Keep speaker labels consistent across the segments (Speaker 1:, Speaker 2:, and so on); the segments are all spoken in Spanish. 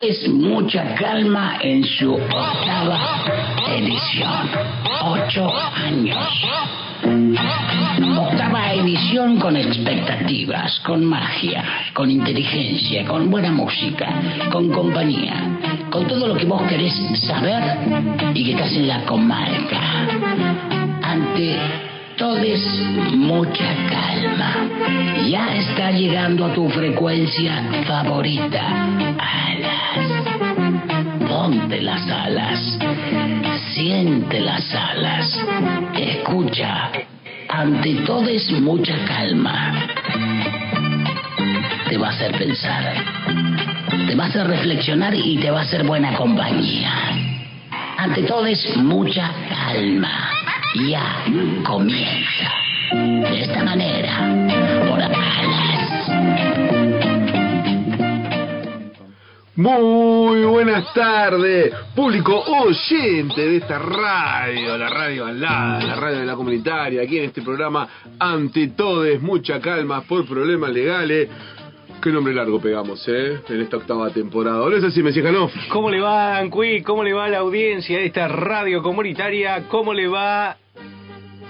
Speaker 1: Es mucha calma en su octava edición. Ocho años. Octava edición con expectativas, con magia, con inteligencia, con buena música, con compañía, con todo lo que vos querés saber y que estás en la comarca. Ante todes mucha calma. Ya está llegando a tu frecuencia favorita. Alas. Ponte las alas. Siente las alas. Escucha. Ante todes mucha calma. Te va a hacer pensar. Te va a hacer reflexionar y te va a hacer buena compañía. Ante todes mucha calma ya comienza. De esta manera, por alas.
Speaker 2: Muy buenas tardes, público oyente de esta radio, la radio alada, la radio de la comunitaria, aquí en este programa Ante Todes, mucha calma por problemas legales. Qué nombre largo pegamos, ¿eh? En esta octava temporada. ¿No es así, Mesijanov?
Speaker 3: ¿Cómo le va, Ancui? ¿Cómo le va a la audiencia de esta radio comunitaria? ¿Cómo le va,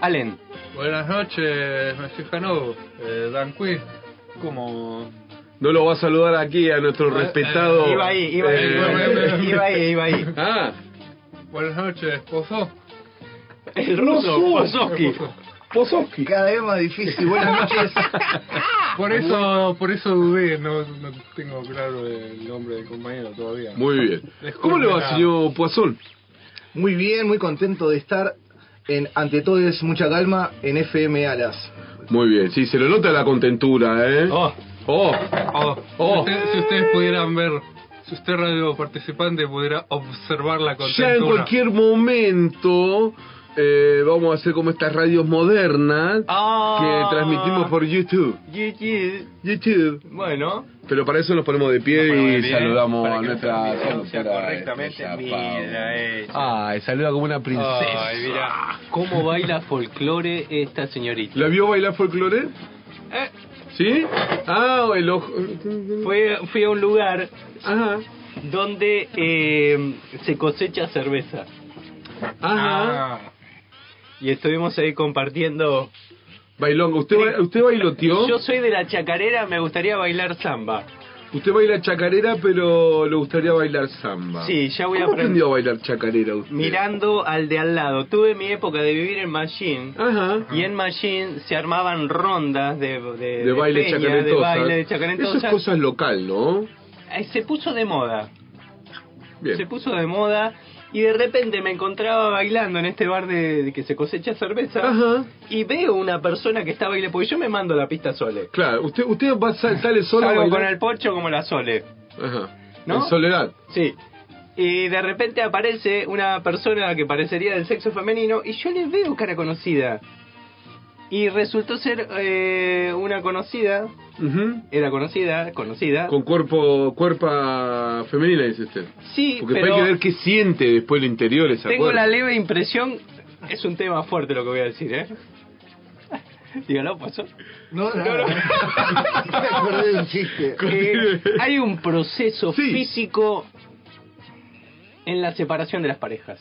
Speaker 3: Allen?
Speaker 4: Buenas noches, Mesijanov. Eh, Danqui, ¿cómo...?
Speaker 2: No lo va a saludar aquí a nuestro eh, respetado...
Speaker 3: Eh, iba ahí, iba ahí, eh... iba ahí, iba ahí.
Speaker 4: Ah. Buenas noches, Pozo.
Speaker 3: El ruso, Pozovsky.
Speaker 2: Pozovsky.
Speaker 5: Cada vez más difícil. Buenas noches.
Speaker 4: por eso, por eso dudé, no, no, tengo claro el nombre del compañero todavía.
Speaker 2: Muy bien. ¿Cómo le va, señor Poisson?
Speaker 5: Muy bien, muy contento de estar en Ante Todes Mucha Calma en FM Alas.
Speaker 2: Muy bien, sí, se le nota la contentura, ¿eh?
Speaker 4: Oh. Oh. oh. oh. Si, usted, si ustedes pudieran ver si usted radio participante pudiera observar la contentura.
Speaker 2: Ya en cualquier momento eh, vamos a hacer como estas radios modernas
Speaker 3: Ah.
Speaker 2: que transmitimos por YouTube. YouTube.
Speaker 3: Bueno,
Speaker 2: Pero para eso nos ponemos de pie
Speaker 3: Nos ponemos de
Speaker 2: y
Speaker 3: pie,
Speaker 2: saludamos
Speaker 3: para
Speaker 2: a
Speaker 3: que
Speaker 2: nuestra
Speaker 3: nuestra audiencia
Speaker 2: conductora,
Speaker 3: correctamente
Speaker 2: esa,
Speaker 3: mida
Speaker 2: Pau.
Speaker 3: hecha.
Speaker 2: Ay, saluda como una princesa.
Speaker 4: Ay, mira.
Speaker 3: ¿cómo baila folclore esta señorita?
Speaker 2: ¿La vio bailar folclore?
Speaker 3: Eh,
Speaker 2: ¿Sí? Ah, el ojo.
Speaker 3: fue, fui a un lugar
Speaker 2: Ajá.
Speaker 3: donde eh, se cosecha cerveza.
Speaker 2: Ajá.
Speaker 4: Ah.
Speaker 3: Y estuvimos ahí compartiendo.
Speaker 2: Bailón, ¿usted, ba- usted bailoteó?
Speaker 3: Yo soy de la chacarera, me gustaría bailar samba.
Speaker 2: Usted baila chacarera, pero le gustaría bailar samba.
Speaker 3: Sí, ya voy a
Speaker 2: ¿Cómo
Speaker 3: aprender.
Speaker 2: aprendió a bailar chacarera usted?
Speaker 3: Mirando al de al lado. Tuve mi época de vivir en Machine.
Speaker 2: Ajá.
Speaker 3: Y en Machine se armaban rondas de, Eh, de,
Speaker 2: De baile
Speaker 3: peña,
Speaker 2: chacarentosa.
Speaker 3: de baile de
Speaker 2: Eso
Speaker 3: chacarentosa.
Speaker 2: es cosa local, ¿no?
Speaker 3: Eh, Se puso de moda. Se
Speaker 2: Bien.
Speaker 3: puso de moda. Y de repente me encontraba bailando en este bar de, de que se cosecha cerveza.
Speaker 2: Ajá.
Speaker 3: Y veo una persona que está bailando. Porque yo me mando a la pista Sole.
Speaker 2: Claro, usted, usted va, sal- sale solo a
Speaker 3: Salgo con
Speaker 2: bailar.
Speaker 3: el pocho como la Sole.
Speaker 2: Ajá.
Speaker 3: ¿No?
Speaker 2: En soledad.
Speaker 3: Sí. Y de repente aparece una persona que parecería del sexo femenino y yo le veo cara conocida. Y resultó ser eh, una conocida,
Speaker 2: Ujú.
Speaker 3: era conocida, conocida.
Speaker 2: Con cuerpo, cuerpa femenina, dice usted.
Speaker 3: sí,
Speaker 2: Porque
Speaker 3: pero
Speaker 2: hay que ver qué siente después el interior esa Ah,
Speaker 3: tengo
Speaker 2: cuerpa.
Speaker 3: la leve impresión, es un tema fuerte lo que voy a decir, ¿eh? Digo, no pasó.
Speaker 5: No, no, no. Me acordé de un chiste.
Speaker 3: Eh, hay un proceso
Speaker 2: Sí.
Speaker 3: físico en la separación de las parejas.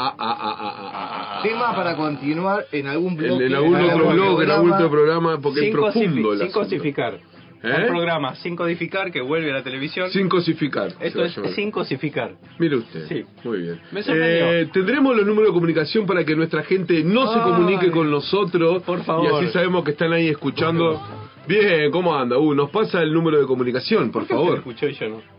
Speaker 2: Ah, ah, ah, ah, ah, ah, ah.
Speaker 5: Tema para continuar en algún
Speaker 2: En-
Speaker 5: blog.
Speaker 2: en algún otro blog, en algún otro programa, porque
Speaker 3: sin
Speaker 2: es profundo
Speaker 3: cosifi-
Speaker 2: el
Speaker 3: sin
Speaker 2: asunto.
Speaker 3: cosificar.
Speaker 2: ¿Eh?
Speaker 3: Un programa sin codificar que vuelve a la televisión.
Speaker 2: Sin cosificar. se
Speaker 3: Esto
Speaker 2: va
Speaker 3: es
Speaker 2: a llamar.
Speaker 3: sin cosificar.
Speaker 2: Mire usted.
Speaker 3: Sí.
Speaker 2: Muy bien.
Speaker 3: Me sorprendió.
Speaker 2: Eh, Tendremos los números de comunicación para que nuestra gente no se
Speaker 3: Ay,
Speaker 2: comunique con nosotros.
Speaker 3: por favor.
Speaker 2: Y así sabemos que están ahí escuchando. Bien, ¿cómo anda? Uh, nos pasa el número de comunicación, por
Speaker 3: ¿Por qué
Speaker 2: favor.
Speaker 3: usted escuchó y yo no?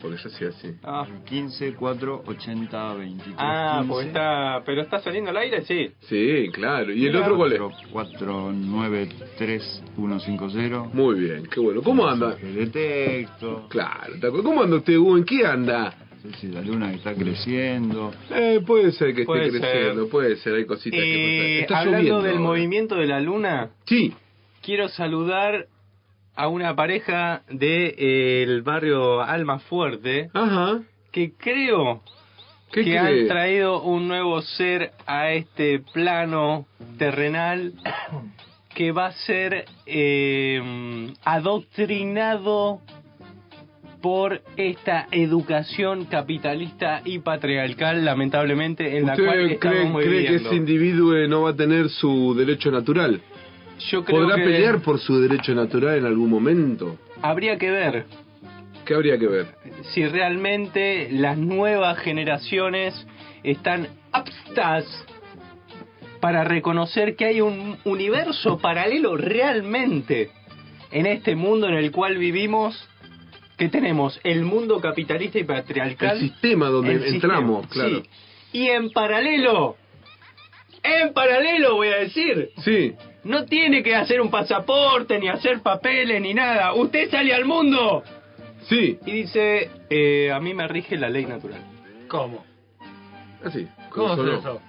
Speaker 2: Porque yo soy así.
Speaker 3: Ah,
Speaker 6: 15, 4, 80, 23.
Speaker 3: Ah,
Speaker 6: 15,
Speaker 3: porque está... ¿Pero está saliendo al aire? Sí.
Speaker 2: Sí, claro. ¿Y el otro cuál es?
Speaker 6: 4, 9, 3, 1, 5, 0.
Speaker 2: Muy bien, qué bueno. ¿Cómo anda?
Speaker 6: De texto.
Speaker 2: Claro, ¿te acuerdas? ¿cómo anda usted, Hugo? ¿En qué anda?
Speaker 6: No sé si la luna que está creciendo.
Speaker 2: Eh, puede ser que esté
Speaker 3: Puede ser.
Speaker 2: creciendo, puede ser, hay cositas que
Speaker 3: Eh,
Speaker 2: pasan. Está
Speaker 3: hablando
Speaker 2: lloviendo
Speaker 3: del
Speaker 2: ahora.
Speaker 3: movimiento de la luna,
Speaker 2: Sí,
Speaker 3: quiero saludar a una pareja del de, eh, el barrio Alma Fuerte
Speaker 2: ajá.
Speaker 3: que creo
Speaker 2: ¿Qué
Speaker 3: que
Speaker 2: cree?
Speaker 3: han traído un nuevo ser a este plano terrenal que va a ser eh, adoctrinado por esta educación capitalista y patriarcal, lamentablemente, en la cual
Speaker 2: ¿Usted cree,
Speaker 3: estamos
Speaker 2: cree que
Speaker 3: viviendo.
Speaker 2: ese individuo no va a tener su derecho natural?
Speaker 3: Yo creo
Speaker 2: ¿Podrá
Speaker 3: que
Speaker 2: pelear por su derecho natural en algún momento?
Speaker 3: habría que ver
Speaker 2: ¿Qué habría que ver?
Speaker 3: si realmente las nuevas generaciones están aptas para reconocer que hay un universo paralelo realmente en este mundo en el cual vivimos, que tenemos el mundo capitalista y patriarcal.
Speaker 2: El sistema donde
Speaker 3: el
Speaker 2: entramos,
Speaker 3: sistema,
Speaker 2: claro.
Speaker 3: sí. Y en paralelo, en paralelo voy a decir,
Speaker 2: Sí.
Speaker 3: no tiene que hacer un pasaporte, ni hacer papeles, ni nada. Usted sale al mundo
Speaker 2: Sí,
Speaker 3: y dice, eh, a mí me rige la ley natural.
Speaker 4: ¿Cómo?
Speaker 2: así.
Speaker 4: ¿Cómo
Speaker 2: consoló.
Speaker 4: es eso?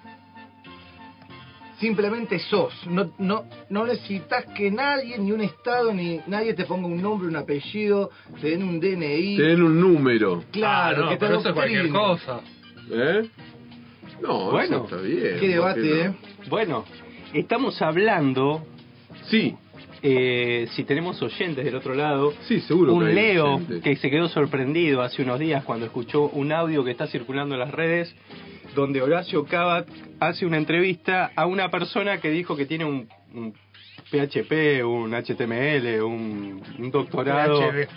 Speaker 5: Simplemente sos. No, no,
Speaker 4: Ah,
Speaker 5: no necesitas que nadie, ni un Estado, ni nadie te ponga un nombre, un apellido, te den un DNI.
Speaker 2: Tener un número.
Speaker 5: Claro,
Speaker 4: Ah, no,
Speaker 5: que te
Speaker 4: pero eso es cualquier
Speaker 5: adoctrinen.
Speaker 4: cosa.
Speaker 2: ¿Eh? No,
Speaker 3: Bueno.
Speaker 2: eso está bien.
Speaker 5: Qué
Speaker 2: ¿por
Speaker 5: debate,
Speaker 2: no?
Speaker 5: ¿eh?
Speaker 3: Bueno, estamos hablando,
Speaker 2: Sí,
Speaker 3: eh, si tenemos oyentes del otro lado,
Speaker 2: sí, seguro. que
Speaker 3: un
Speaker 2: hay
Speaker 3: Leo
Speaker 2: gente.
Speaker 3: que se quedó sorprendido hace unos días cuando escuchó un audio que está circulando en las redes donde Horacio Cabat hace una entrevista a una persona que dijo que tiene un, un PHP, un HTML, un, un doctorado,
Speaker 4: PHD.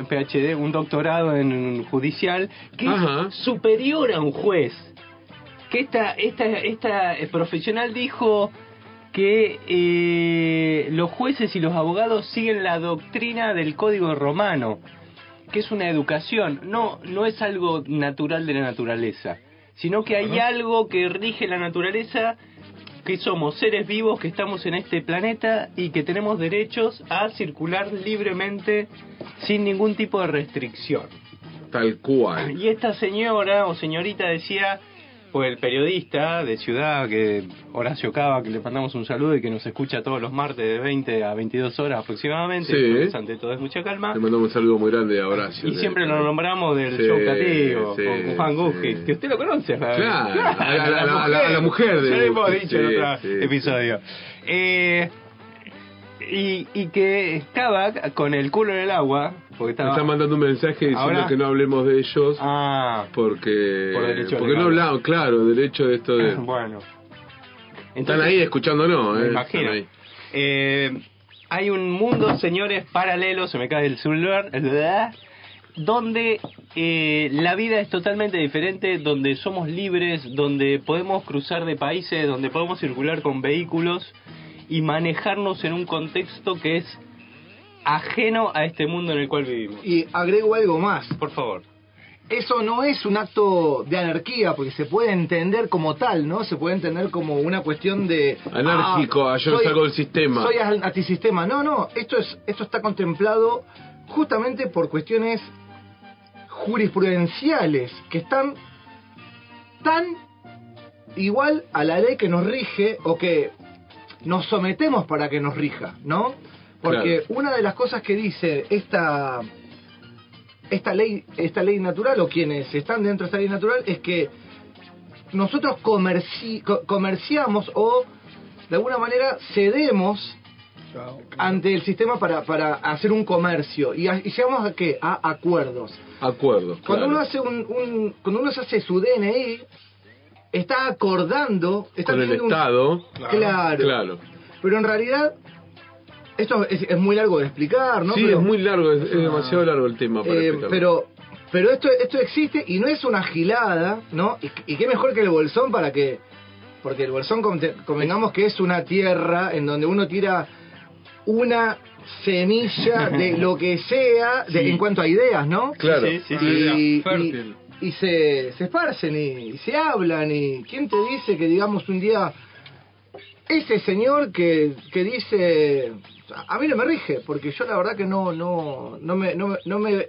Speaker 3: un PhD, un doctorado en judicial que
Speaker 2: Ajá.
Speaker 3: es superior a un juez. Que esta esta esta eh, profesional dijo que eh, los jueces y los abogados siguen la doctrina del código romano, que es una educación, no, no es algo natural de la naturaleza, sino que hay algo que rige la naturaleza, que somos seres vivos, que estamos en este planeta y que tenemos derechos a circular libremente sin ningún tipo de restricción.
Speaker 2: Tal cual.
Speaker 3: Y esta señora o señorita decía, o el periodista de ciudad, que Horacio Cava, que le mandamos un saludo y que nos escucha todos los martes de 20 a 22 horas aproximadamente,
Speaker 2: Sí.
Speaker 3: entonces, ante todo es mucha calma,
Speaker 2: Le mandamos un saludo muy grande a Horacio.
Speaker 3: y
Speaker 2: de-
Speaker 3: siempre lo nombramos del
Speaker 2: Sí,
Speaker 3: show castigo,
Speaker 2: sí,
Speaker 3: con Juan
Speaker 2: sí.
Speaker 3: Guzquiz, que usted lo conoce, ¿verdad?
Speaker 2: Claro, a la- a la- a la- a la mujer de-
Speaker 3: Ya lo hemos dicho en
Speaker 2: sí,
Speaker 3: otro
Speaker 2: sí,
Speaker 3: episodio. Eh, y, y que Cava, con el culo en el agua, porque
Speaker 2: Me
Speaker 3: estaba...
Speaker 2: está mandando un mensaje diciendo
Speaker 3: Ahora-
Speaker 2: que no hablemos de ellos
Speaker 3: Ah,
Speaker 2: porque
Speaker 3: Por derecho
Speaker 2: porque no
Speaker 3: legal.
Speaker 2: hablamos, claro, derecho de esto de
Speaker 3: Bueno.
Speaker 2: están ahí escuchándonos,
Speaker 3: me
Speaker 2: eh,
Speaker 3: imagino.
Speaker 2: están ahí.
Speaker 3: Eh, hay un mundo, señores, paralelo, se me cae el celular, ¿verdad? donde eh, la vida es totalmente diferente, donde somos libres, donde podemos cruzar de países, donde podemos circular con vehículos y manejarnos en un contexto que es ajeno a este mundo en el cual vivimos.
Speaker 5: Y agrego algo más.
Speaker 3: Por favor.
Speaker 5: Eso no es un acto de anarquía, porque se puede entender como tal, ¿no? Se puede entender como una cuestión de...
Speaker 2: Anárquico, ah, yo
Speaker 5: soy-
Speaker 2: salgo del sistema.
Speaker 5: Soy an- antisistema. No, no, esto, es, esto está contemplado justamente por cuestiones jurisprudenciales, que están tan igual a la ley que nos rige o que nos sometemos para que nos rija, ¿no? Porque una de las cosas que dice esta esta ley esta ley natural o quienes están dentro de esta ley natural es que nosotros comerci- co- comerciamos o de alguna manera cedemos ante el sistema para, para hacer un comercio y, a- y llegamos a qué a acuerdos
Speaker 2: Acuerdo.
Speaker 5: cuando
Speaker 2: claro.
Speaker 5: uno hace un, un- cuando uno se hace su DNI está acordando está
Speaker 2: con el
Speaker 5: haciendo un-
Speaker 2: Estado,
Speaker 5: claro,
Speaker 2: claro.
Speaker 5: pero en realidad esto es, es muy largo de explicar no
Speaker 2: sí,
Speaker 5: pero, Ah.
Speaker 2: es muy largo, es, es demasiado largo el tema para
Speaker 5: eh,
Speaker 2: explicarlo.
Speaker 5: pero pero esto esto existe y no es una gilada no y, y qué mejor que el bolsón para que porque el bolsón conte- convengamos que es una tierra en donde uno tira una semilla de lo que sea de- en cuanto a ideas no
Speaker 2: Claro.
Speaker 3: Sí, sí,
Speaker 4: Ah,
Speaker 3: sí.
Speaker 4: idea
Speaker 5: y,
Speaker 4: fértil.
Speaker 5: y- y se, se esparcen y, y se hablan y quién te dice que digamos un día ese señor que, que dice a a mí no me rige porque yo la verdad que no no no me no, me- no me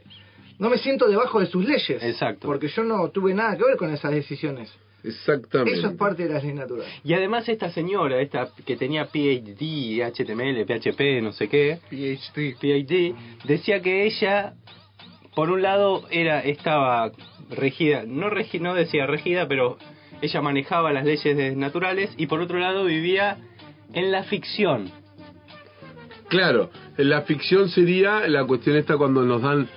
Speaker 5: no me siento debajo de sus leyes
Speaker 3: Exacto.
Speaker 5: porque yo no tuve nada que ver con esas decisiones
Speaker 2: Exactamente.
Speaker 5: eso es parte de las leyes naturales
Speaker 3: Y además esta señora, esta que tenía PhD, HTML, PHP, no sé qué,
Speaker 4: PhD.
Speaker 3: PhD, decía que ella, por un lado, era estaba regida, no, regi- no decía regida, pero ella manejaba las leyes de- naturales y por otro lado vivía en la ficción.
Speaker 2: Claro, la ficción sería la cuestión esta cuando nos dan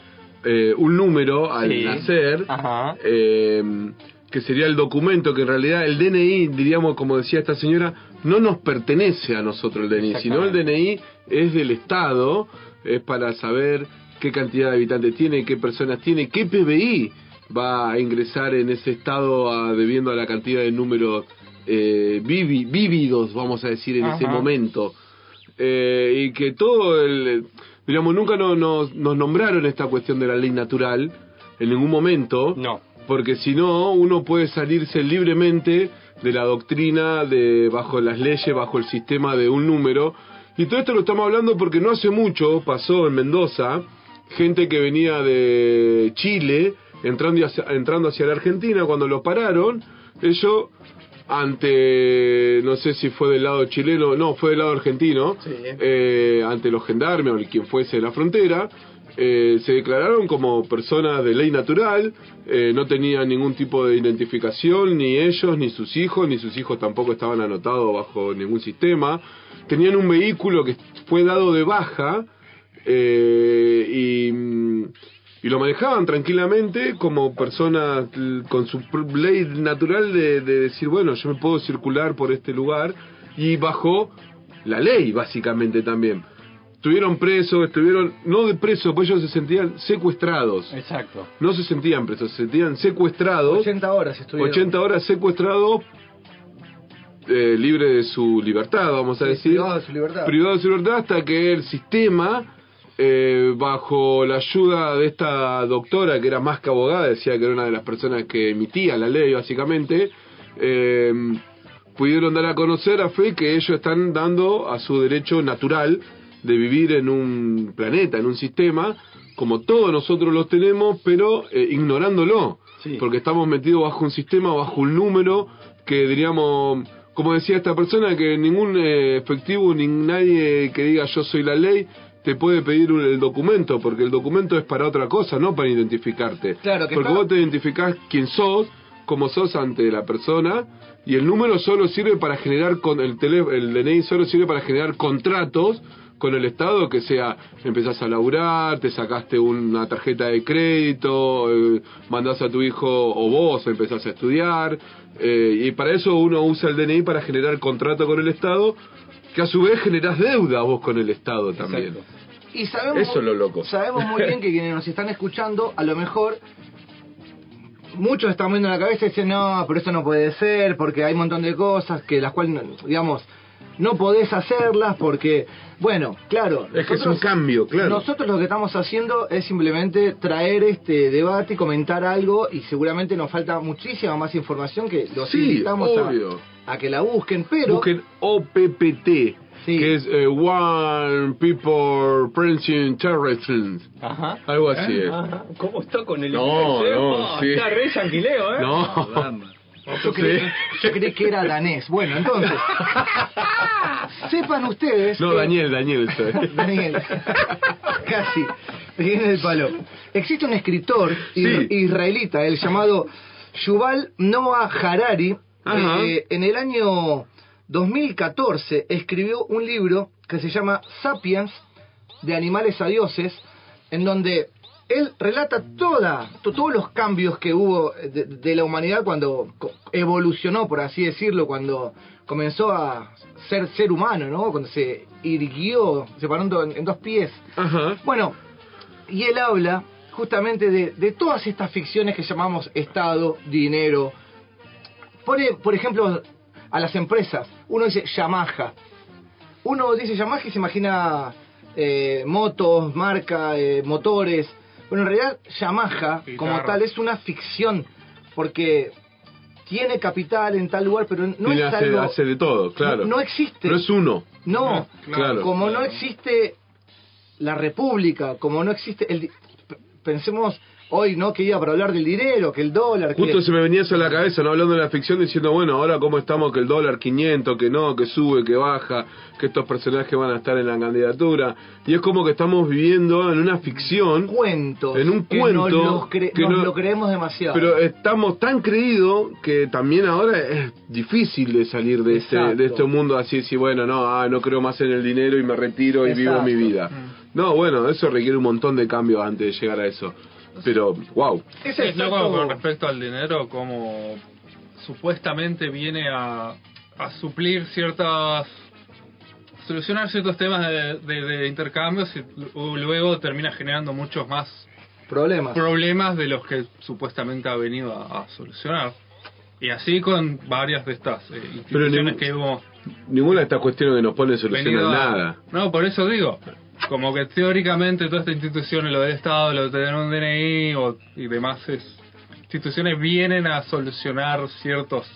Speaker 2: eh, un número al
Speaker 3: Sí.
Speaker 2: nacer,
Speaker 3: Ajá.
Speaker 2: eh, que sería el documento, que en realidad el DNI, diríamos, como decía esta señora, no nos pertenece a nosotros el DNI, sino el DNI es del Estado, es para saber qué cantidad de habitantes tiene, qué personas tiene, qué PBI va a ingresar en ese Estado ah, debiendo a la cantidad de números eh, vivi- vívidos, vamos a decir, en ese
Speaker 3: Ajá.
Speaker 2: momento. Eh, y que todo el digamos nunca no- nos, nos nombraron esta cuestión de la ley natural en ningún momento
Speaker 3: No.
Speaker 2: porque si no uno puede salirse libremente de la doctrina de bajo las leyes bajo el sistema de un número y todo esto lo estamos hablando porque no hace mucho pasó en Mendoza gente que venía de Chile entrando hacia, entrando hacia la Argentina cuando lo pararon ellos ante no sé si fue del lado chileno no fue del lado argentino eh, ante los gendarmes o el- quien fuese de la frontera eh, se declararon como personas de ley natural, eh, no tenían ningún tipo de identificación, ni ellos, ni sus hijos, ni sus hijos tampoco estaban anotados bajo ningún sistema, tenían un vehículo que fue dado de baja eh, y, mm, y lo manejaban tranquilamente como personas l- con su pr- ley natural de, de decir, bueno, yo me puedo circular por este lugar y bajo la ley básicamente también. Estuvieron presos, estuvieron, no de presos, pues ellos se sentían secuestrados.
Speaker 3: Exacto.
Speaker 2: No se sentían presos, se sentían secuestrados.
Speaker 5: 80 horas estuvieron.
Speaker 2: 80 horas secuestrado, eh, libre de su libertad, vamos a
Speaker 5: Sí,
Speaker 2: decir.
Speaker 5: privado de su libertad.
Speaker 2: Privado de su libertad hasta que el sistema, eh, bajo la ayuda de esta doctora, que era más que abogada, decía que era una de las personas que emitía la ley, básicamente, eh, pudieron dar a conocer a fe que ellos están dando a su derecho natural de vivir en un planeta, en un sistema, como todos nosotros los tenemos, pero eh, ignorándolo.
Speaker 3: Sí.
Speaker 2: Porque estamos metidos bajo un sistema, bajo un número que diríamos, como decía esta persona, que ningún eh, efectivo, ni nadie que diga yo soy la ley, te puede pedir un- el documento, porque el documento es para otra cosa, no para identificarte.
Speaker 5: Claro que
Speaker 2: porque
Speaker 5: está-
Speaker 2: vos te identificás quién sos, cómo sos ante la persona, y el número solo sirve para generar, con el, tele, el DNI solo sirve para generar contratos con el Estado, que sea, empezás a laburar, te sacaste una tarjeta de crédito, eh, mandás a tu hijo o vos empezás a estudiar, eh, y para eso uno usa el DNI para generar contrato con el Estado, que a su vez generás deuda vos con el Estado también.
Speaker 5: Y sabemos,
Speaker 2: Eso es lo loco.
Speaker 5: Sabemos muy bien que quienes nos están escuchando, a lo mejor muchos están viendo la cabeza y dicen, no, pero eso no puede ser, porque hay un montón de cosas que las cuales, no- digamos, no podés hacerlas porque, bueno, claro.
Speaker 2: Es que es un cambio, claro.
Speaker 5: Nosotros lo que estamos haciendo es simplemente traer este debate, comentar algo y seguramente nos falta muchísima más información que los
Speaker 2: Sí,
Speaker 5: invitamos a-
Speaker 2: obvio.
Speaker 5: A, que la busquen, pero...
Speaker 2: Busquen OPPT,
Speaker 5: Sí.
Speaker 2: que es eh, One People Prevention Terrorism,
Speaker 3: Ajá.
Speaker 2: algo así.
Speaker 5: ¿Eh?
Speaker 2: es.
Speaker 5: Ah.
Speaker 3: Ajá. ¿Cómo está con el
Speaker 2: No,
Speaker 3: inglés, eh?
Speaker 2: no,
Speaker 3: Oh,
Speaker 2: sí.
Speaker 3: Está re tranquileo, ¿eh?
Speaker 2: No,
Speaker 5: Yo creí,
Speaker 2: Sí.
Speaker 5: yo creí que era danés. Bueno, entonces. sepan ustedes.
Speaker 2: no,
Speaker 5: que-
Speaker 2: Daniel, Daniel. eso es.
Speaker 5: Daniel. Casi. Viene el palo. Existe un escritor ir-
Speaker 2: Sí.
Speaker 5: israelita, el llamado Yuval Noah Harari.
Speaker 2: Ajá.
Speaker 5: eh, en el año 2014 escribió un libro que se llama Sapiens, de animales a dioses, en donde él relata toda, to- todos los cambios que hubo de, de la humanidad cuando co- evolucionó, por así decirlo, cuando comenzó a ser ser humano, ¿no? Cuando se irguió, se paró en do- en dos pies.
Speaker 2: Ajá.
Speaker 5: Bueno, y él habla justamente de, de todas estas ficciones que llamamos Estado, dinero. Pone, por ejemplo, a las empresas. Uno dice Yamaha. Uno dice Yamaha y se imagina eh, motos, marca, eh, motores. Bueno, en realidad Yamaha como
Speaker 4: Guitarra.
Speaker 5: tal es una ficción. Porque tiene capital en tal lugar, pero no
Speaker 2: Tiene-
Speaker 5: es
Speaker 2: hace,
Speaker 5: algo...
Speaker 2: hace de todo, claro.
Speaker 5: no, no existe.
Speaker 2: Pero es uno.
Speaker 5: No,
Speaker 2: Claro.
Speaker 5: como no existe la república, como no existe el di- p- pensemos hoy no que iba para hablar del dinero, que el dólar, que
Speaker 2: Justo se me venía eso a la cabeza, no hablando de la ficción, diciendo, bueno, ahora cómo estamos, que el dólar 500, que no, que sube, que baja, que estos personajes van a estar en la candidatura. Y es como que estamos viviendo en una ficción.
Speaker 5: cuentos,
Speaker 2: en un
Speaker 5: que
Speaker 2: cuento
Speaker 5: no los cre-
Speaker 2: que
Speaker 5: nos
Speaker 2: no-
Speaker 5: lo creemos demasiado.
Speaker 2: Pero estamos tan creídos que también ahora es difícil de salir de este,
Speaker 5: Exacto.
Speaker 2: de este mundo así, si bueno, no, ah, no creo más en el dinero y me retiro y vivo
Speaker 5: Exacto.
Speaker 2: mi vida. No, bueno, eso requiere un montón de cambios antes de llegar a eso. Pero, wow.
Speaker 5: Es
Speaker 4: Sí,
Speaker 5: el
Speaker 4: yo como con
Speaker 5: efecto-
Speaker 4: respecto al dinero, como supuestamente viene a, a suplir ciertas. solucionar ciertos temas de, de- de intercambios y lu- luego termina generando muchos más
Speaker 5: Problemas.
Speaker 4: problemas de los que supuestamente ha venido a, a solucionar. Y así con varias de estas eh,
Speaker 2: Pero
Speaker 4: instituciones
Speaker 2: ningún-
Speaker 4: que hemos
Speaker 2: Ninguna de estas cuestiones que nos ponen
Speaker 4: venido
Speaker 2: solucionan
Speaker 4: a-
Speaker 2: nada.
Speaker 4: No, por eso digo. Como que teóricamente todas estas instituciones, lo del Estado, lo de tener un DNI o, y demás es- instituciones vienen a solucionar ciertos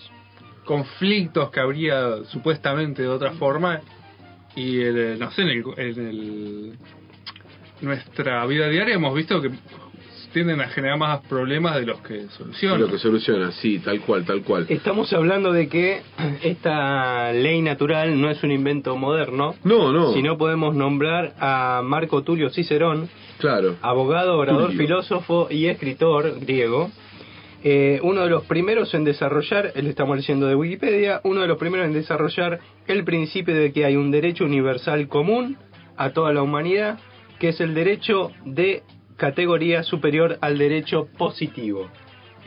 Speaker 4: conflictos que habría supuestamente de otra forma y el, no sé, en, el, en el- nuestra vida diaria hemos visto que tienden a generar más problemas de los que solucionan.
Speaker 2: Lo que soluciona, sí, tal cual, tal cual.
Speaker 5: Eh,
Speaker 3: Estamos hablando de que esta ley natural no es un invento moderno,
Speaker 2: No, no.
Speaker 3: si no podemos nombrar a Marco Tulio Cicerón,
Speaker 2: Claro.
Speaker 3: abogado, orador,
Speaker 2: Tulio.
Speaker 3: filósofo y escritor griego, eh, uno de los primeros en desarrollar, le estamos leyendo de Wikipedia, uno de los primeros en desarrollar el principio de que hay un derecho universal común a toda la humanidad, que es el derecho de categoría superior al derecho positivo.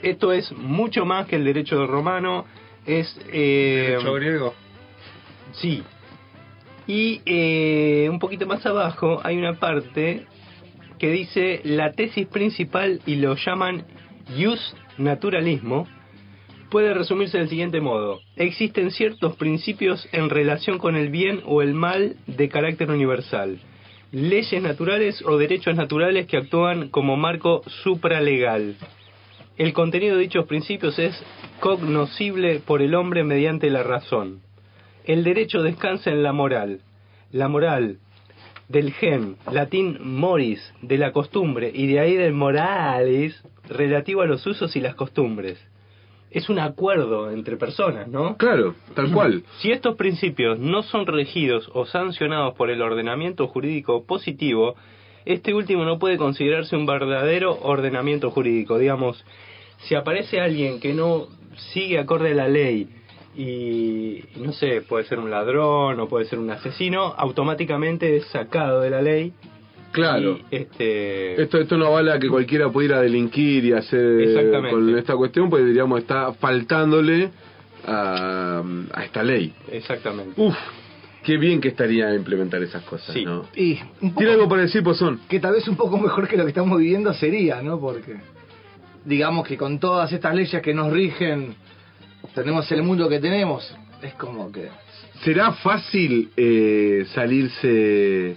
Speaker 3: Esto es mucho más que el derecho romano, es... eh,
Speaker 4: Derecho griego.
Speaker 3: Sí. Y eh, un poquito más abajo hay una parte que dice la tesis principal y lo llaman Jus Naturalismo. Puede resumirse del siguiente modo. Existen ciertos principios en relación con el bien o el mal de carácter universal. Leyes naturales o derechos naturales que actúan como marco supralegal. El contenido de dichos principios es cognoscible por el hombre mediante la razón. El derecho descansa en la moral. La moral del gen, latín moris, de la costumbre, y de ahí del moralis, relativo a los usos y las costumbres. Es un acuerdo entre personas, ¿no?
Speaker 2: Claro, tal cual.
Speaker 3: Si estos principios no son regidos o sancionados por el ordenamiento jurídico positivo, este último no puede considerarse un verdadero ordenamiento jurídico. Digamos, si aparece alguien que no sigue acorde a la ley y, no sé, puede ser un ladrón o puede ser un asesino, automáticamente es sacado de la ley.
Speaker 2: Claro.
Speaker 3: Y, este,
Speaker 2: Esto, esto no vale a que cualquiera pudiera delinquir y hacer eh,
Speaker 3: Exactamente.
Speaker 2: con esta cuestión, pues diríamos está faltándole a, a esta ley.
Speaker 3: Exactamente.
Speaker 2: Uf, qué bien que estaría implementar esas cosas,
Speaker 3: Sí.
Speaker 2: ¿no?
Speaker 5: Y un poco-
Speaker 2: Tiene algo para decir, Pozón.
Speaker 5: que tal vez un poco mejor que lo que estamos viviendo sería, ¿no? Porque digamos que con todas estas leyes que nos rigen, tenemos el mundo que tenemos. Es como que...
Speaker 2: ¿Será fácil eh, salirse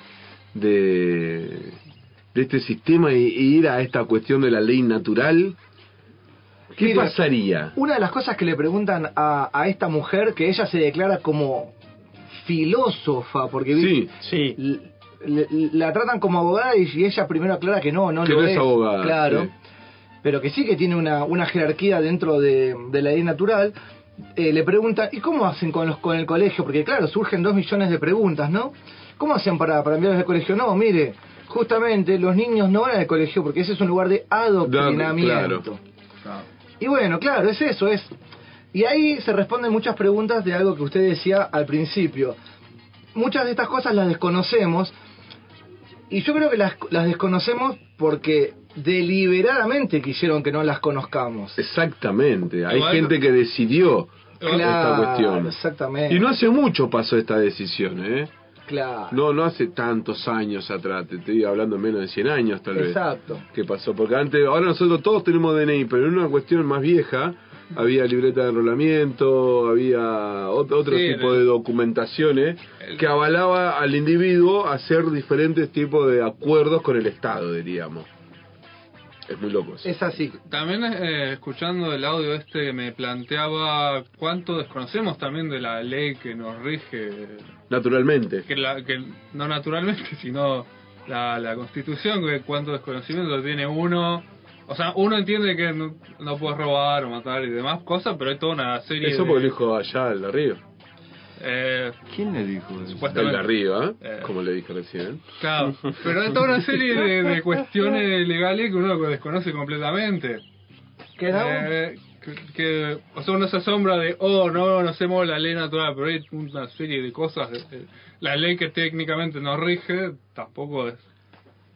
Speaker 2: de, de este sistema y, y ir a esta cuestión de la ley natural? ¿Qué
Speaker 5: Mira,
Speaker 2: pasaría?
Speaker 5: Una de las cosas que le preguntan a, a esta mujer, que ella se declara como filósofa, porque vi-
Speaker 2: Sí,
Speaker 3: Sí,
Speaker 5: l- le- la tratan como abogada y, y ella primero aclara que no, no
Speaker 2: Que
Speaker 5: lo
Speaker 2: no es abogada,
Speaker 5: Claro.
Speaker 2: sí.
Speaker 5: Pero que sí que tiene una, una jerarquía dentro de, de la ley natural. Eh, le preguntan, ¿y cómo hacen con los con el colegio? Porque claro, surgen dos millones de preguntas, ¿no? ¿Cómo hacen para, para enviarlos al colegio? No, mire, justamente los niños no van al colegio porque ese es un lugar de adoctrinamiento.
Speaker 2: Claro.
Speaker 5: Y bueno, claro, es eso, es. Y ahí se responden muchas preguntas de algo que usted decía al principio. Muchas de estas cosas las desconocemos y yo creo que las, las desconocemos porque deliberadamente quisieron que no las conozcamos.
Speaker 2: exactamente. Hay
Speaker 4: Igual-
Speaker 2: gente que decidió Ah, esta cuestión.
Speaker 5: exactamente.
Speaker 2: Y no hace mucho pasó esta decisión, ¿eh?
Speaker 5: claro.
Speaker 2: No, no hace tantos años atrás, te estoy hablando menos de 100 años tal vez.
Speaker 5: Exacto.
Speaker 2: ¿Qué pasó? Porque antes, ahora nosotros todos tenemos DNI, pero en una cuestión más vieja había libreta de enrolamiento, había ot- otro
Speaker 4: Sí,
Speaker 2: tipo
Speaker 4: el-
Speaker 2: de documentaciones
Speaker 4: el-
Speaker 2: que avalaba al individuo hacer diferentes tipos de acuerdos con el Estado, diríamos. Es muy loco eso.
Speaker 5: Es así.
Speaker 4: También eh, escuchando el audio este me planteaba cuánto desconocemos también de la ley que nos rige,
Speaker 2: Naturalmente.
Speaker 4: que, la, que no naturalmente, sino la, la constitución, que cuánto desconocimiento tiene uno. O sea, uno entiende que no, no puedes robar o matar y demás cosas, pero hay toda una serie
Speaker 2: Eso
Speaker 4: de...
Speaker 2: por el hijo allá, el de arriba.
Speaker 4: eh,
Speaker 6: ¿Quién le dijo eso?
Speaker 4: Supuesto.
Speaker 2: El de arriba, ¿eh?
Speaker 4: Eh.
Speaker 2: como le dije recién.
Speaker 4: Claro, pero hay toda una serie de, de cuestiones legales que uno desconoce completamente.
Speaker 5: ¿Qué era?
Speaker 4: Eh, que, que- o sea, uno se asombra de, oh, no, no hacemos la ley natural, pero hay una serie de cosas. eh, eh, la ley que técnicamente nos rige tampoco es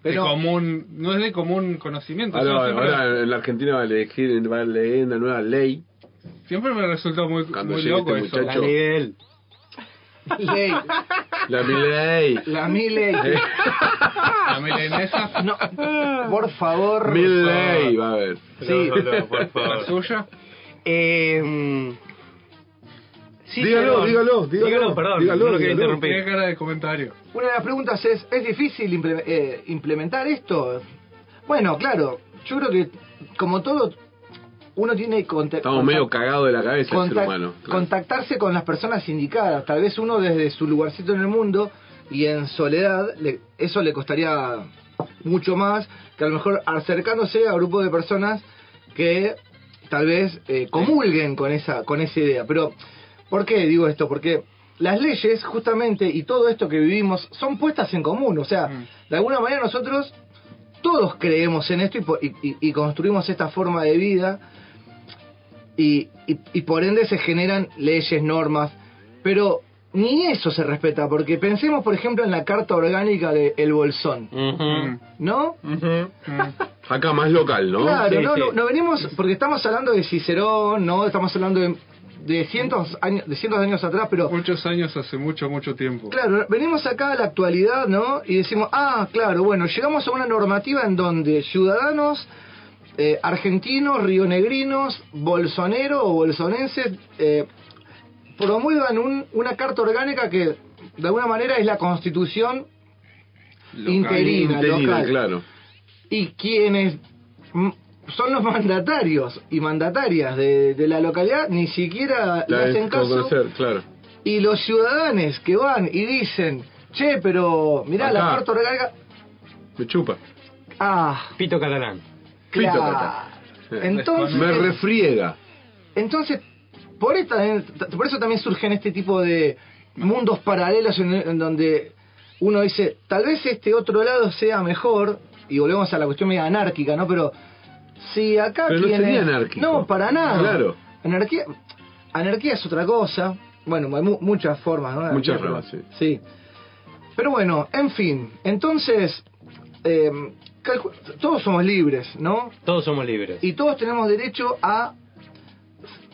Speaker 5: Pero-
Speaker 4: de común, no es de común conocimiento.
Speaker 2: Ahora,
Speaker 4: yo siempre,
Speaker 2: Ah, ahora en la Argentina va a elegir, va a leer una nueva ley.
Speaker 4: siempre me resultó muy,
Speaker 2: Cuando
Speaker 4: muy
Speaker 2: llegue
Speaker 4: loco
Speaker 2: este
Speaker 4: eso.
Speaker 2: muchacho.
Speaker 5: La ley de él. Ley.
Speaker 2: La Milley.
Speaker 5: La
Speaker 2: Eh,
Speaker 5: Miley.
Speaker 4: La milanesa,
Speaker 5: No, por favor.
Speaker 2: Milley va a haber.
Speaker 5: Sí.
Speaker 3: No, por
Speaker 4: la
Speaker 3: favor.
Speaker 4: suya.
Speaker 5: Eh, sí,
Speaker 2: dígalo,
Speaker 5: perdón.
Speaker 2: dígalo, dígalo.
Speaker 3: Em, Dígalo, perdón, no lo quería interrumpir.
Speaker 4: Tiene cara de comentario.
Speaker 5: Una de las preguntas es, ¿es difícil imple- eh, implementar esto? Bueno, claro, yo creo que como todo, uno tiene conte-
Speaker 2: Estamos
Speaker 5: contac-
Speaker 2: medio cagados de la cabeza el ser
Speaker 5: contac-
Speaker 2: humano. claro.
Speaker 5: contactarse con las personas indicadas. Tal vez uno desde su lugarcito en el mundo y en soledad, le- eso le costaría mucho más que a lo mejor acercándose a grupos de personas que tal vez eh, comulguen con esa, con esa idea. Pero, ¿por qué digo esto? Porque las leyes, justamente, y todo esto que vivimos, son puestas en común. O sea,
Speaker 4: Mm.
Speaker 5: de alguna manera nosotros todos creemos en esto y po- y, y- y construimos esta forma de vida y, y- y por ende se generan leyes, normas, pero ni eso se respeta, porque pensemos por ejemplo en la carta orgánica de El Bolsón,
Speaker 4: Mm,
Speaker 5: ¿no?
Speaker 4: mm.
Speaker 2: Acá más local, ¿no?
Speaker 5: Claro,
Speaker 3: Sí,
Speaker 5: no,
Speaker 3: sí.
Speaker 5: no, no venimos, porque estamos hablando de Cicerón, ¿no? Estamos hablando de, de cientos años, de cientos de años atrás, pero
Speaker 4: Muchos años hace mucho, mucho tiempo.
Speaker 5: Claro, venimos acá a la actualidad, ¿no? Y decimos, ah, claro, bueno, llegamos a una normativa en donde ciudadanos eh, argentinos, rionegrinos, bolsoneros o bolsonenses eh, promulgan un- una carta orgánica que de alguna manera es la constitución interina,
Speaker 2: Interina,
Speaker 5: local.
Speaker 2: claro.
Speaker 5: Y quienes mm, son los mandatarios y mandatarias de, de la localidad ni siquiera
Speaker 2: La
Speaker 5: le hacen
Speaker 2: es
Speaker 5: caso.
Speaker 2: conocer, claro.
Speaker 5: Y los ciudadanos que van y dicen, che, pero mirá, la
Speaker 2: Acá.
Speaker 5: carta orgánica...
Speaker 2: Me chupa.
Speaker 5: Ah,
Speaker 3: Pito catalán.
Speaker 2: Pito,
Speaker 5: claro.
Speaker 2: Sí.
Speaker 5: Entonces,
Speaker 2: Me refriega.
Speaker 5: entonces por, esta, por eso también surgen este tipo de mundos paralelos en, en donde uno dice, tal vez este otro lado sea mejor, y volvemos a la cuestión medio anárquica, ¿no? Pero si acá
Speaker 2: Pero no
Speaker 5: quienes-
Speaker 2: sería anárquico.
Speaker 5: No, para nada.
Speaker 2: Claro.
Speaker 5: Anarquía, anarquía es otra cosa. Bueno, hay mu- muchas formas, ¿no?
Speaker 2: Muchas
Speaker 5: Anarquía, pero-
Speaker 2: ramas, sí.
Speaker 5: Sí. Pero bueno, en fin, entonces, eh, calcu- todos somos libres, ¿no?
Speaker 3: Todos somos libres.
Speaker 5: Y todos tenemos derecho a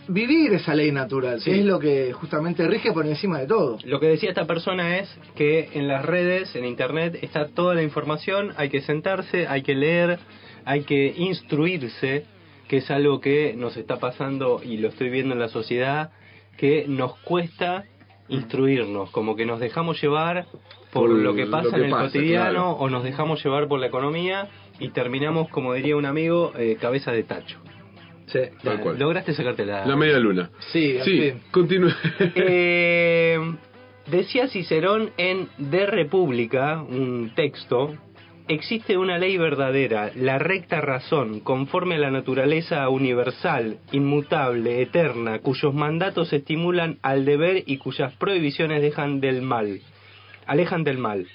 Speaker 5: vivir esa ley natural, que es lo que justamente rige por encima de todo.
Speaker 3: Lo que decía esta persona es que en las redes, en internet, está toda la información, hay que sentarse, hay que leer, hay que instruirse, que es algo que nos está pasando y lo estoy viendo en la sociedad, que nos cuesta instruirnos, como que nos dejamos llevar por
Speaker 2: Mm. Por
Speaker 3: lo que
Speaker 2: lo
Speaker 3: pasa
Speaker 2: que
Speaker 3: en el
Speaker 2: pasa,
Speaker 3: cotidiano
Speaker 2: claro.
Speaker 3: o nos dejamos llevar por la economía y terminamos, como diría un amigo, eh, cabeza de tacho.
Speaker 5: Sí.
Speaker 2: Tal cual.
Speaker 3: Lograste sacarte la...
Speaker 2: La media luna.
Speaker 5: Sí,
Speaker 2: Sí, continúe.
Speaker 3: Eh, decía Cicerón en De República, un texto, existe una ley verdadera, la recta razón, conforme a la naturaleza universal, inmutable, eterna, cuyos mandatos estimulan al deber y cuyas prohibiciones dejan del mal, alejan del mal.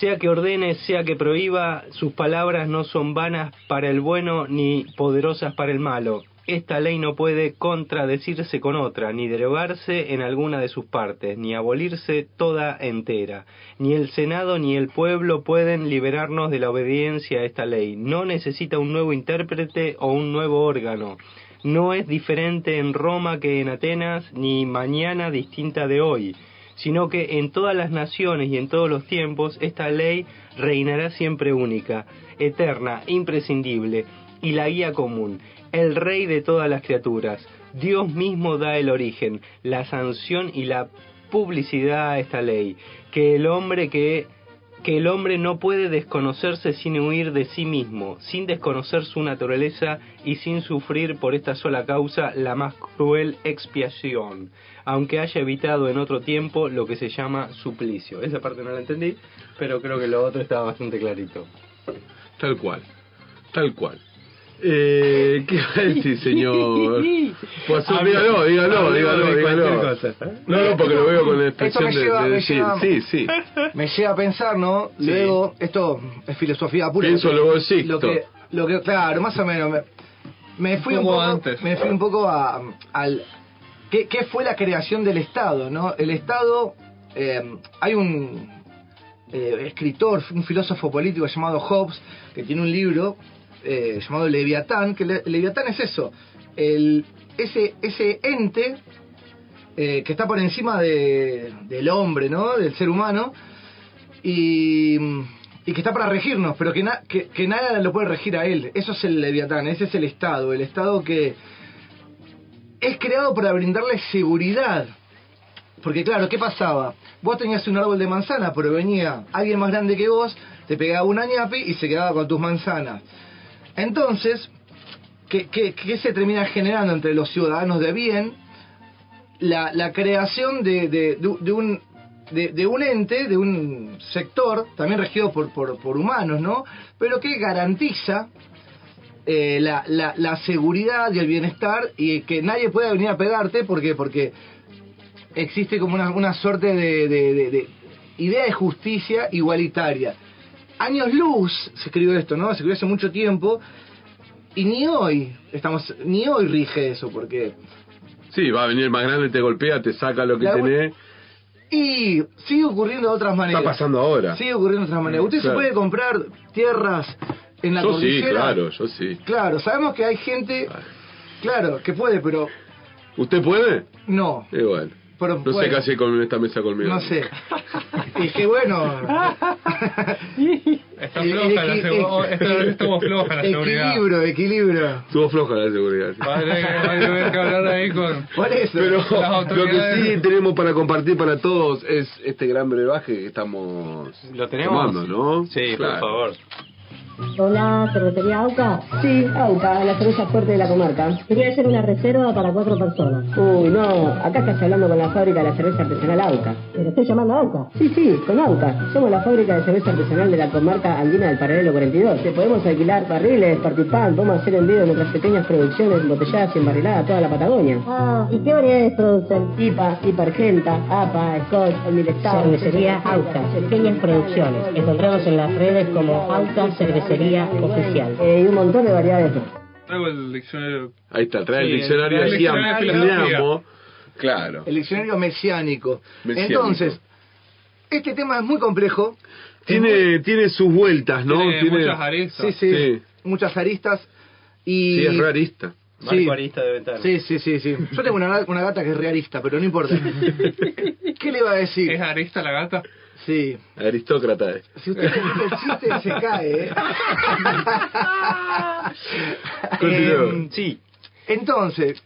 Speaker 3: Sea que ordene, sea que prohíba, sus palabras no son vanas para el bueno ni poderosas para el malo. Esta ley no puede contradecirse con otra, ni derogarse en alguna de sus partes, ni abolirse toda entera. Ni el Senado ni el pueblo pueden liberarnos de la obediencia a esta ley. No necesita un nuevo intérprete o un nuevo órgano. No es diferente en Roma que en Atenas, ni mañana distinta de hoy sino que en todas las naciones y en todos los tiempos esta ley reinará siempre única, eterna, imprescindible, y la guía común, el rey de todas las criaturas. Dios mismo da el origen, la sanción y la publicidad a esta ley, que el hombre que que el hombre no puede desconocerse sin huir de sí mismo, sin desconocer su naturaleza y sin sufrir por esta sola causa la más cruel expiación, aunque haya evitado en otro tiempo lo que se llama suplicio. Esa parte no la entendí, pero creo que lo otro estaba bastante clarito.
Speaker 2: Tal cual. Tal cual. Eh, ¿Qué va a decir, señor? Pues, dígalo, dígalo, dígalo, dígalo. No, no, porque lo veo con la
Speaker 5: Esto ¿eh? me
Speaker 2: expresión de,
Speaker 5: lleva-
Speaker 2: de
Speaker 5: me
Speaker 2: decir.
Speaker 5: lleva-
Speaker 2: Sí, sí.
Speaker 5: Me llega a pensar, ¿no?
Speaker 2: Sí.
Speaker 5: Luego, esto es filosofía pura.
Speaker 2: Pienso luego en Sixto.
Speaker 5: lo que, lo que, claro, más o menos. Me, me fui un
Speaker 4: Como
Speaker 5: poco,
Speaker 4: antes.
Speaker 5: me fui un poco a, al ¿qué, qué fue la creación del Estado, ¿no? El Estado eh, hay un eh, escritor, un filósofo político llamado Hobbes, que tiene un libro eh, llamado Leviatán, que Le- Leviatán es eso, el, ese, ese ente eh, que está por encima de, del hombre, ¿no? Del ser humano, y, y que está para regirnos, pero que, na- que, que nada lo puede regir a él. Eso es el Leviatán, ese es el Estado, el Estado que es creado para brindarle seguridad. Porque claro, ¿qué pasaba? Vos tenías un árbol de manzana, pero venía alguien más grande que vos, te pegaba una ñapi y se quedaba con tus manzanas. Entonces, ¿qué, qué- qué se termina generando entre los ciudadanos de bien? La, la creación de, de- de- de un, de, de un ente, de un sector, también regido por, por, por humanos, ¿no? Pero que garantiza eh, la, la- la seguridad y el bienestar y que nadie pueda venir a pegarte, ¿por qué? Porque existe como una, una suerte de, de- de- de idea de justicia igualitaria. Años luz se escribió esto, ¿no? Se escribió hace mucho tiempo y ni hoy estamos, ni hoy rige eso, porque
Speaker 2: Sí, va a venir el más grande, te golpea, te saca lo que
Speaker 5: La-
Speaker 2: tenés.
Speaker 5: y sigue ocurriendo de otras maneras.
Speaker 2: Está pasando ahora. Mm,
Speaker 5: Sigue ocurriendo de otras maneras. Usted
Speaker 2: Claro.
Speaker 5: se puede comprar tierras en la
Speaker 2: yo sí,
Speaker 5: cordillera.
Speaker 2: claro, yo sí.
Speaker 5: Claro, sabemos que hay gente, claro, que puede, pero
Speaker 2: ¿Usted puede?
Speaker 5: no.
Speaker 2: Y bueno.
Speaker 5: Pero,
Speaker 2: No sé
Speaker 5: bueno,
Speaker 2: qué hace con esta mesa conmigo.
Speaker 5: No sé. Y que bueno.
Speaker 4: Está
Speaker 5: El-
Speaker 4: floja
Speaker 5: el
Speaker 4: la
Speaker 5: equi-
Speaker 4: seguridad.
Speaker 5: el-
Speaker 4: Estamos floja la seguridad.
Speaker 5: equilibrio, equilibrio.
Speaker 2: Estuvo floja la seguridad.
Speaker 4: Va a tener que- va a tener que hablar ahí con.
Speaker 5: Por eso.
Speaker 2: Pero
Speaker 4: Las
Speaker 2: lo que
Speaker 4: autoridades-
Speaker 2: sí tenemos para compartir para todos es este gran brebaje que estamos
Speaker 7: ¿Lo tenemos?
Speaker 2: tomando, ¿no?
Speaker 7: Sí, por
Speaker 2: Claro.
Speaker 7: favor.
Speaker 8: Hola, cervecería AUCA. Sí, AUCA, la cerveza fuerte de la comarca. Quería hacer una reserva para cuatro personas. Uy, no, acá estás hablando con la fábrica de la cerveza artesanal AUCA. ¿Pero estoy llamando a AUCA? Sí, sí, con AUCA. Somos la fábrica de cerveza artesanal de la comarca andina del Paralelo 42. Te podemos alquilar barriles, participar, podemos hacer envío de nuestras pequeñas producciones embotelladas y embarriladas a toda la Patagonia. Ah, ¿y qué variedades producen? IPA, IPA Argenta, APA, Scotch, Omilestado. Cervecería AUCA, pequeñas producciones. Encontramos en las redes como AUCA Cervecería Oficial. eh, y un montón de variedades
Speaker 4: Traigo el diccionario.
Speaker 2: Ahí está, trae
Speaker 4: Sí,
Speaker 2: el diccionario
Speaker 4: el
Speaker 2: de
Speaker 4: diccionario de
Speaker 2: Siam.
Speaker 4: filosofía.
Speaker 2: Siamo. Claro.
Speaker 5: El diccionario mesiánico.
Speaker 2: Mesiánico.
Speaker 5: Entonces, este tema es muy complejo.
Speaker 2: Tiene, tiene sus vueltas, ¿no?
Speaker 4: tiene, muchas aristas.
Speaker 5: Sí, sí,
Speaker 2: Sí.
Speaker 5: Muchas aristas. Y...
Speaker 2: Sí, es rarista.
Speaker 7: Marco
Speaker 5: Sí.
Speaker 7: Arista de Ventana.
Speaker 5: Sí, sí, sí, sí. Yo tengo una, una gata que es realista, pero no importa. ¿Qué le iba a
Speaker 4: ¿Es
Speaker 5: decir?
Speaker 4: arista la gata?
Speaker 5: Sí.
Speaker 2: Aristócrata es.
Speaker 5: Si usted cuenta el chiste, se cae, ¿eh?
Speaker 3: Eh,
Speaker 2: Continúa.
Speaker 7: Sí,
Speaker 5: Entonces,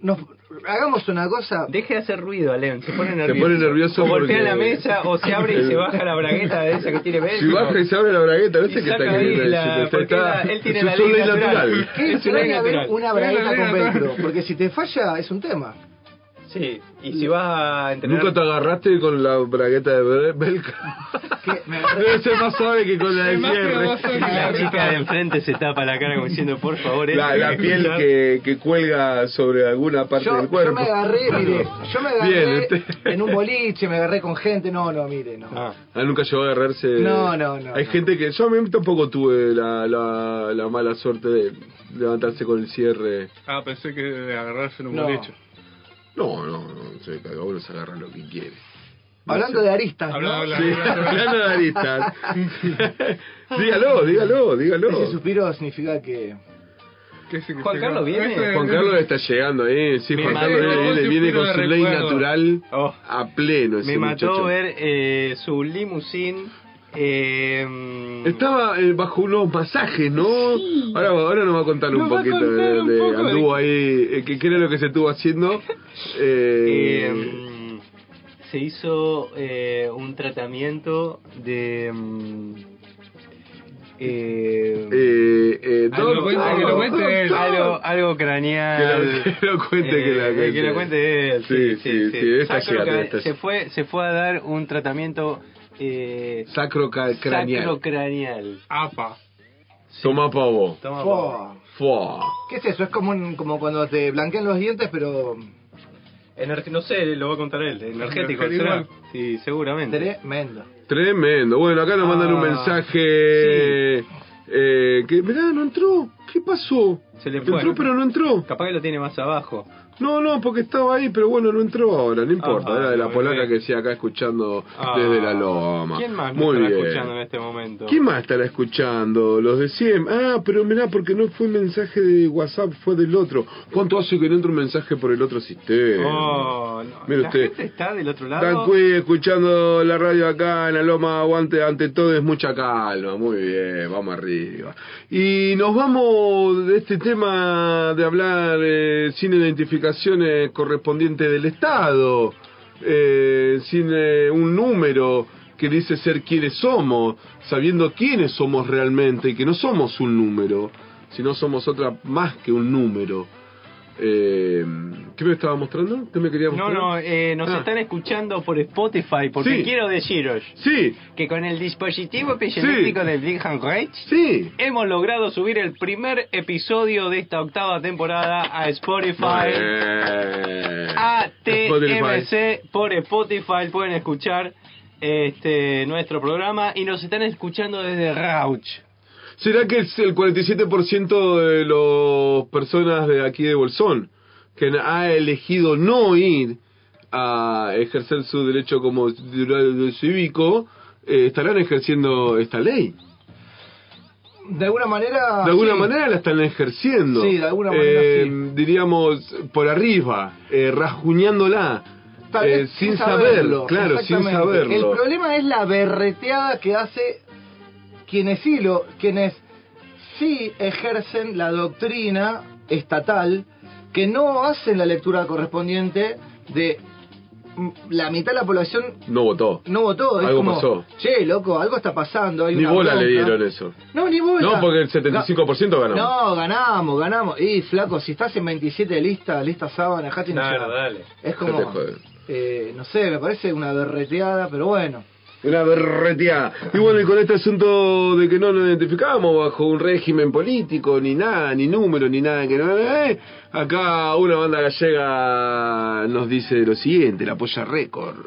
Speaker 5: nos, hagamos una cosa.
Speaker 7: deje de hacer ruido, Alen. Se pone nervioso.
Speaker 2: pone nervioso
Speaker 7: O golpea
Speaker 2: porque-
Speaker 7: la mesa o se abre y se baja la bragueta de esa que tiene
Speaker 2: Si
Speaker 7: Bélgica.
Speaker 2: baja y se abre la bragueta,
Speaker 7: Y
Speaker 2: ¿viste que está
Speaker 7: saca ahí
Speaker 2: queriendo
Speaker 7: la-
Speaker 2: decir? Está-
Speaker 7: porque
Speaker 2: está-
Speaker 7: la- él tiene
Speaker 2: es
Speaker 7: la
Speaker 2: su
Speaker 7: ley
Speaker 2: ley
Speaker 7: natural. Es
Speaker 5: ¿Qué
Speaker 7: una ley
Speaker 5: extraña
Speaker 7: natural.
Speaker 5: haber una
Speaker 4: Es una ley
Speaker 5: bragueta con
Speaker 4: natural.
Speaker 5: velcro? Porque si te falla, es un tema.
Speaker 7: Sí, y si vas a entrenar...
Speaker 2: Nunca te agarraste con la bragueta de Bel- Belka.
Speaker 5: Que me agarré-
Speaker 2: Debe ser más suave que con la de
Speaker 4: Es más
Speaker 2: cierre.
Speaker 4: cuidadoso que
Speaker 7: La
Speaker 4: la
Speaker 7: chica de enfrente se tapa la cara como diciendo, por favor, este
Speaker 2: La, la piel que, que cuelga sobre alguna parte
Speaker 5: Yo,
Speaker 2: del
Speaker 5: yo
Speaker 2: cuerpo.
Speaker 5: me agarré, mire, yo me agarré
Speaker 2: Bien, este-
Speaker 5: en un boliche, me agarré con gente. No, no, mire, no.
Speaker 7: Ah,
Speaker 2: Ah, nunca llegó a agarrarse.
Speaker 5: No, no, no,
Speaker 2: Hay
Speaker 5: no.
Speaker 2: gente que. Yo a mí tampoco tuve la, la, la mala suerte de levantarse con el cierre.
Speaker 4: Ah, pensé que de agarrarse en un
Speaker 5: No.
Speaker 4: boliche.
Speaker 2: No, no, no. se- Cada uno se agarra lo que quiere.
Speaker 5: Hablando de aristas,
Speaker 4: Habla,
Speaker 5: ¿no?
Speaker 4: habla,
Speaker 2: Sí,
Speaker 4: habla, habla.
Speaker 2: hablando de aristas. dígalo, dígalo,
Speaker 5: Ese
Speaker 2: dígalo.
Speaker 5: suspiro significa que...
Speaker 4: ¿Qué significa? Este
Speaker 7: Juan Carlos viene.
Speaker 4: Ese-
Speaker 2: Juan Carlos está llegando ahí. Sí,
Speaker 7: Me
Speaker 2: Juan
Speaker 7: mató.
Speaker 2: Carlos viene, viene- viene con
Speaker 4: Yo
Speaker 2: su
Speaker 4: siempre
Speaker 2: ley
Speaker 4: recuerdo.
Speaker 2: natural
Speaker 7: Oh.
Speaker 2: a pleno. ese
Speaker 7: me mató
Speaker 2: muchacho.
Speaker 7: ver eh, su limusín. Eh,
Speaker 2: Estaba eh, bajo unos masajes, ¿no? Ahora, ahora nos va a contar un
Speaker 7: Nos va a
Speaker 2: poquito
Speaker 7: contar
Speaker 2: de,
Speaker 7: un
Speaker 2: de-
Speaker 7: poco de-
Speaker 2: anduvo ahí, eh, que, qué era lo que se estuvo haciendo. Eh,
Speaker 7: eh, se hizo eh, un tratamiento de. mm, eh,
Speaker 2: eh, eh,
Speaker 7: Ah, lo
Speaker 2: doctor,
Speaker 7: cuente, que lo
Speaker 4: cuente él.
Speaker 7: algo,
Speaker 2: doctor.
Speaker 7: algo craneal.
Speaker 3: eh,
Speaker 2: Que lo- que lo cuente, que lo cuente.
Speaker 7: que lo cuente él. Sí,
Speaker 2: Sí,
Speaker 7: sí,
Speaker 2: sí,
Speaker 7: sí.
Speaker 2: sí, está
Speaker 7: Sacro
Speaker 2: llegando,
Speaker 7: ca-
Speaker 2: está
Speaker 7: se,
Speaker 2: llegando.
Speaker 7: fue, se fue a dar un tratamiento eh,
Speaker 2: Sacro ca- craneal.
Speaker 7: sacrocraneal.
Speaker 4: Apa.
Speaker 2: Toma pavo.
Speaker 7: Toma, por-
Speaker 5: Fua.
Speaker 2: Fua.
Speaker 5: ¿Qué es eso? Es como, un- como cuando te blanquean los dientes, pero
Speaker 7: Ener- no sé, lo va a contar él. Energético,
Speaker 4: Energético.
Speaker 7: ¿será? Sí, seguramente.
Speaker 5: tremendo.
Speaker 2: Tremendo. Bueno, acá nos mandan un
Speaker 7: Ah,
Speaker 2: mensaje. Eh, que, mirá, no entró. ¿Qué pasó?
Speaker 3: Se le fue.
Speaker 2: Entró pero no entró.
Speaker 3: Capaz que lo tiene más abajo.
Speaker 2: No, no, porque estaba ahí, pero bueno, no entró ahora, no importa.
Speaker 3: Ah,
Speaker 2: Era de la
Speaker 3: muy
Speaker 2: polaca
Speaker 3: bien.
Speaker 2: que decía acá escuchando
Speaker 3: Ah,
Speaker 2: desde la loma.
Speaker 3: ¿Quién más nos
Speaker 2: Muy
Speaker 3: estará
Speaker 2: bien.
Speaker 3: escuchando en este momento?
Speaker 2: ¿Quién más estará escuchando? Los de 100. Ah, pero mirá, porque no fue mensaje de WhatsApp, fue del otro. ¿Cuánto hace que no entra un mensaje por el otro sistema?
Speaker 3: Oh, no.
Speaker 2: Mire
Speaker 3: la
Speaker 2: usted.
Speaker 3: gente está del otro lado.
Speaker 2: Tranqui, escuchando la radio acá en la Loma Aguante, ante todo es mucha calma, muy bien, vamos arriba. Y nos vamos de este tema de hablar eh, sin identificaciones correspondientes del Estado, eh, sin eh, un número que dice ser quienes somos, sabiendo quiénes somos realmente y que no somos un número, sino somos otra más que un número. Eh, ¿Qué me estaba mostrando? ¿Qué me quería
Speaker 3: No,
Speaker 2: mostrar?
Speaker 3: no, eh, nos
Speaker 2: Ah.
Speaker 3: están escuchando por Spotify porque
Speaker 2: Sí.
Speaker 3: quiero deciros
Speaker 2: Sí,
Speaker 3: que con el dispositivo epigenético
Speaker 2: Sí.
Speaker 3: del Big Hand Reich
Speaker 2: sí.
Speaker 3: hemos logrado subir el primer episodio de esta octava temporada a Spotify.
Speaker 2: Eh,
Speaker 3: ATMC por Spotify pueden escuchar este nuestro programa y nos están escuchando desde Rauch.
Speaker 2: ¿Será que es el 47% de las personas de aquí de Bolsón que ha elegido no ir a ejercer su derecho como ciudadano cívico eh, estarán ejerciendo esta ley?
Speaker 5: De alguna manera.
Speaker 2: De alguna
Speaker 5: Ah, sí.
Speaker 2: manera la están ejerciendo.
Speaker 5: Sí, de alguna manera
Speaker 2: Eh,
Speaker 5: sí.
Speaker 2: Diríamos por arriba, eh, rasguñándola,
Speaker 5: Tal vez
Speaker 2: eh, sin saberlo, claro, sin
Speaker 5: exactamente.
Speaker 2: saberlo.
Speaker 5: El problema es la berreteada que hace quienes sí, lo, quienes sí ejercen la doctrina estatal, que no hacen la lectura correspondiente de mm, la mitad de la población
Speaker 2: No votó.
Speaker 5: no votó. Es
Speaker 2: Algo
Speaker 5: como,
Speaker 2: pasó.
Speaker 5: Che, loco, algo está pasando. hay
Speaker 2: Ni
Speaker 5: una
Speaker 2: bola le
Speaker 5: bronca".
Speaker 2: dieron eso.
Speaker 5: No, ni bola.
Speaker 2: No, porque el 75% ganó.
Speaker 5: No, ganamos, ganamos. Y flaco, si estás en 27 de lista, lista sábana, dejate hinchar.
Speaker 3: Claro, dale.
Speaker 5: Es
Speaker 2: Dejate
Speaker 5: como,
Speaker 2: joder.
Speaker 5: eh, no sé, me parece una berreteada, pero bueno.
Speaker 2: Una berreteada. Y bueno, y con este asunto de que no nos identificamos bajo un régimen político, ni nada, ni número, ni nada que no. eh, acá una banda gallega nos dice lo siguiente: la polla récord.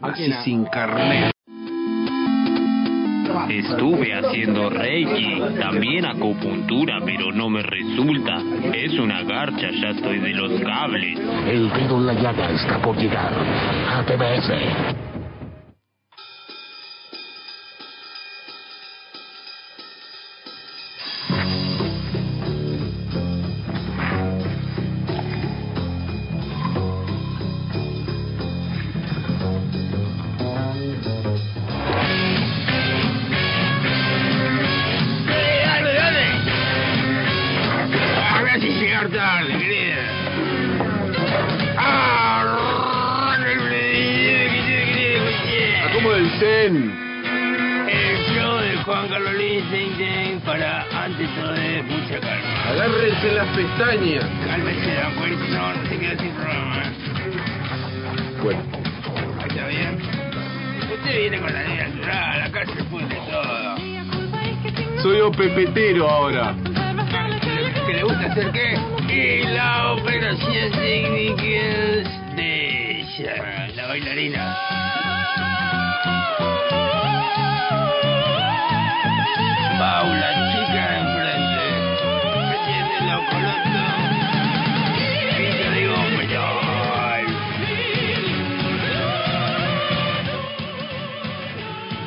Speaker 2: Así sin carnet.
Speaker 1: Estuve haciendo reiki, también acupuntura, pero no me resulta. Es una garcha, ya estoy de los cables.
Speaker 9: El dedo en la llaga está por llegar a TBS.
Speaker 2: Ah, ¿Cómo dicen?
Speaker 1: El show de Juan Carlos Lichtenstein para antes todo es mucha calma.
Speaker 2: Agárrense las pestañas.
Speaker 1: Cálmese, la fuerza, no se queda sin programa.
Speaker 2: Bueno,
Speaker 1: ¿Está bien? Usted viene con la vida natural, acá se puede todo.
Speaker 2: soy opepetero ahora.
Speaker 1: ¿Que le gusta hacer qué? Y la operación técnica de ella, la bailarina. Paula, chica de enfrente. ¿Me tiene lo coloto? Pito de gomelo.